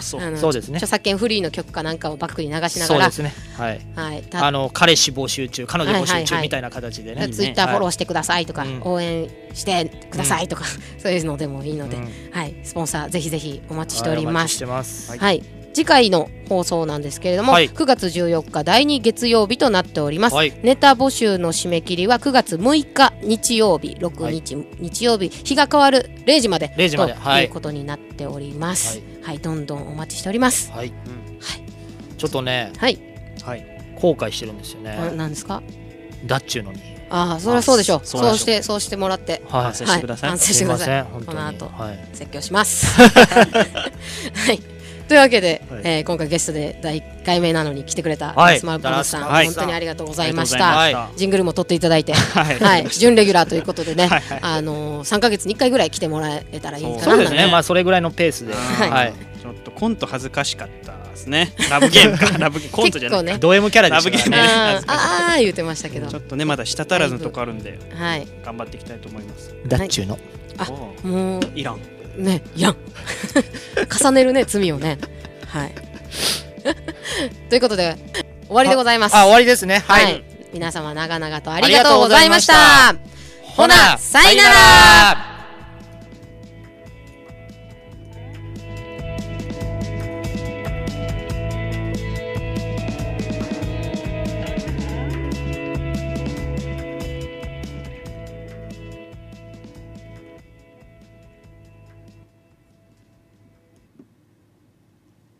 Speaker 6: そう
Speaker 1: あの
Speaker 2: そうですね
Speaker 1: 著作権フリーの曲かなんかをバックに流しなが
Speaker 2: そう
Speaker 1: ら
Speaker 2: ですねはい
Speaker 1: はい、た
Speaker 2: あの彼氏募集中彼女募
Speaker 1: はい
Speaker 2: 集
Speaker 1: はいは
Speaker 2: 中
Speaker 1: い
Speaker 2: みたいな形でね、
Speaker 1: ツイッター
Speaker 2: はい
Speaker 1: フォローしてくださいとか、
Speaker 2: うん
Speaker 1: 応援してくださいとか、そういうのでもいいので、
Speaker 2: うん
Speaker 1: はい、スポンサーぜひぜひお待ちしてお
Speaker 2: はい
Speaker 1: り
Speaker 2: お
Speaker 1: ま
Speaker 2: 待ちし
Speaker 1: す。
Speaker 2: てます、
Speaker 1: はい、次回の放送なんですけれども、
Speaker 2: はい
Speaker 1: 9月14日第2月曜日となっております、
Speaker 2: はい
Speaker 1: ネタ募集の締め切りは9月6日日曜日6日、日曜日日が変わる0時まで
Speaker 2: 0時まで
Speaker 1: と
Speaker 2: はい
Speaker 1: いうことになっております
Speaker 2: は
Speaker 1: はい、どんどんお待ちしております
Speaker 2: はいちょっとね
Speaker 1: はい、
Speaker 2: 後悔してるんですよね、
Speaker 1: あなんですか
Speaker 2: ダッチューのに
Speaker 1: ああそりゃそうでしょう
Speaker 6: あ
Speaker 1: そ
Speaker 6: そううでしょう
Speaker 1: してそうしてもらって
Speaker 2: は
Speaker 6: 反省してください
Speaker 1: はい、反省し
Speaker 2: す
Speaker 1: て
Speaker 2: い
Speaker 1: くだ
Speaker 2: ませ
Speaker 1: さ
Speaker 2: ん
Speaker 1: い
Speaker 2: 本当
Speaker 1: こ
Speaker 2: に
Speaker 1: の後
Speaker 2: はい
Speaker 1: 説教します。はい、というわけで、えー今回ゲストで第1回目なのに来てくれた
Speaker 2: はい
Speaker 1: ラスマルコロスさん、
Speaker 2: はい
Speaker 1: 本当にありがとうございまし
Speaker 6: あ
Speaker 1: た。
Speaker 2: りがとうございま
Speaker 1: ジングルも撮っていただいて、はい、準レギュラーということでね、あのー、3ヶ月に1回ぐらい来てもらえたらいいかな
Speaker 2: そうです
Speaker 1: なん
Speaker 2: ね
Speaker 1: て
Speaker 2: まあそれぐらいのペースで
Speaker 1: はい
Speaker 2: はい
Speaker 6: ちょっとコント恥ずかしかったですね。ラブゲームか。ラブゲームコントじゃな
Speaker 1: 結構
Speaker 6: い。
Speaker 1: ね、
Speaker 2: ド M キャラでしたから
Speaker 6: ラブゲーム
Speaker 2: ね
Speaker 1: あーあー言ってましたけど
Speaker 6: ちょ、っとねまだ舌足らずのとこあるんで
Speaker 1: はい、
Speaker 6: 頑張っていきたいと思います。
Speaker 2: ダッチューの
Speaker 1: あ
Speaker 6: おう
Speaker 1: もう
Speaker 6: いらん。
Speaker 1: ねいやん [LAUGHS] 重ねるね罪をねはい [LAUGHS] ということで終わりでございます
Speaker 2: あ終わりですねは
Speaker 1: はいい皆様長々とありがとうございました
Speaker 2: ありがとうございま
Speaker 1: ほなさいなら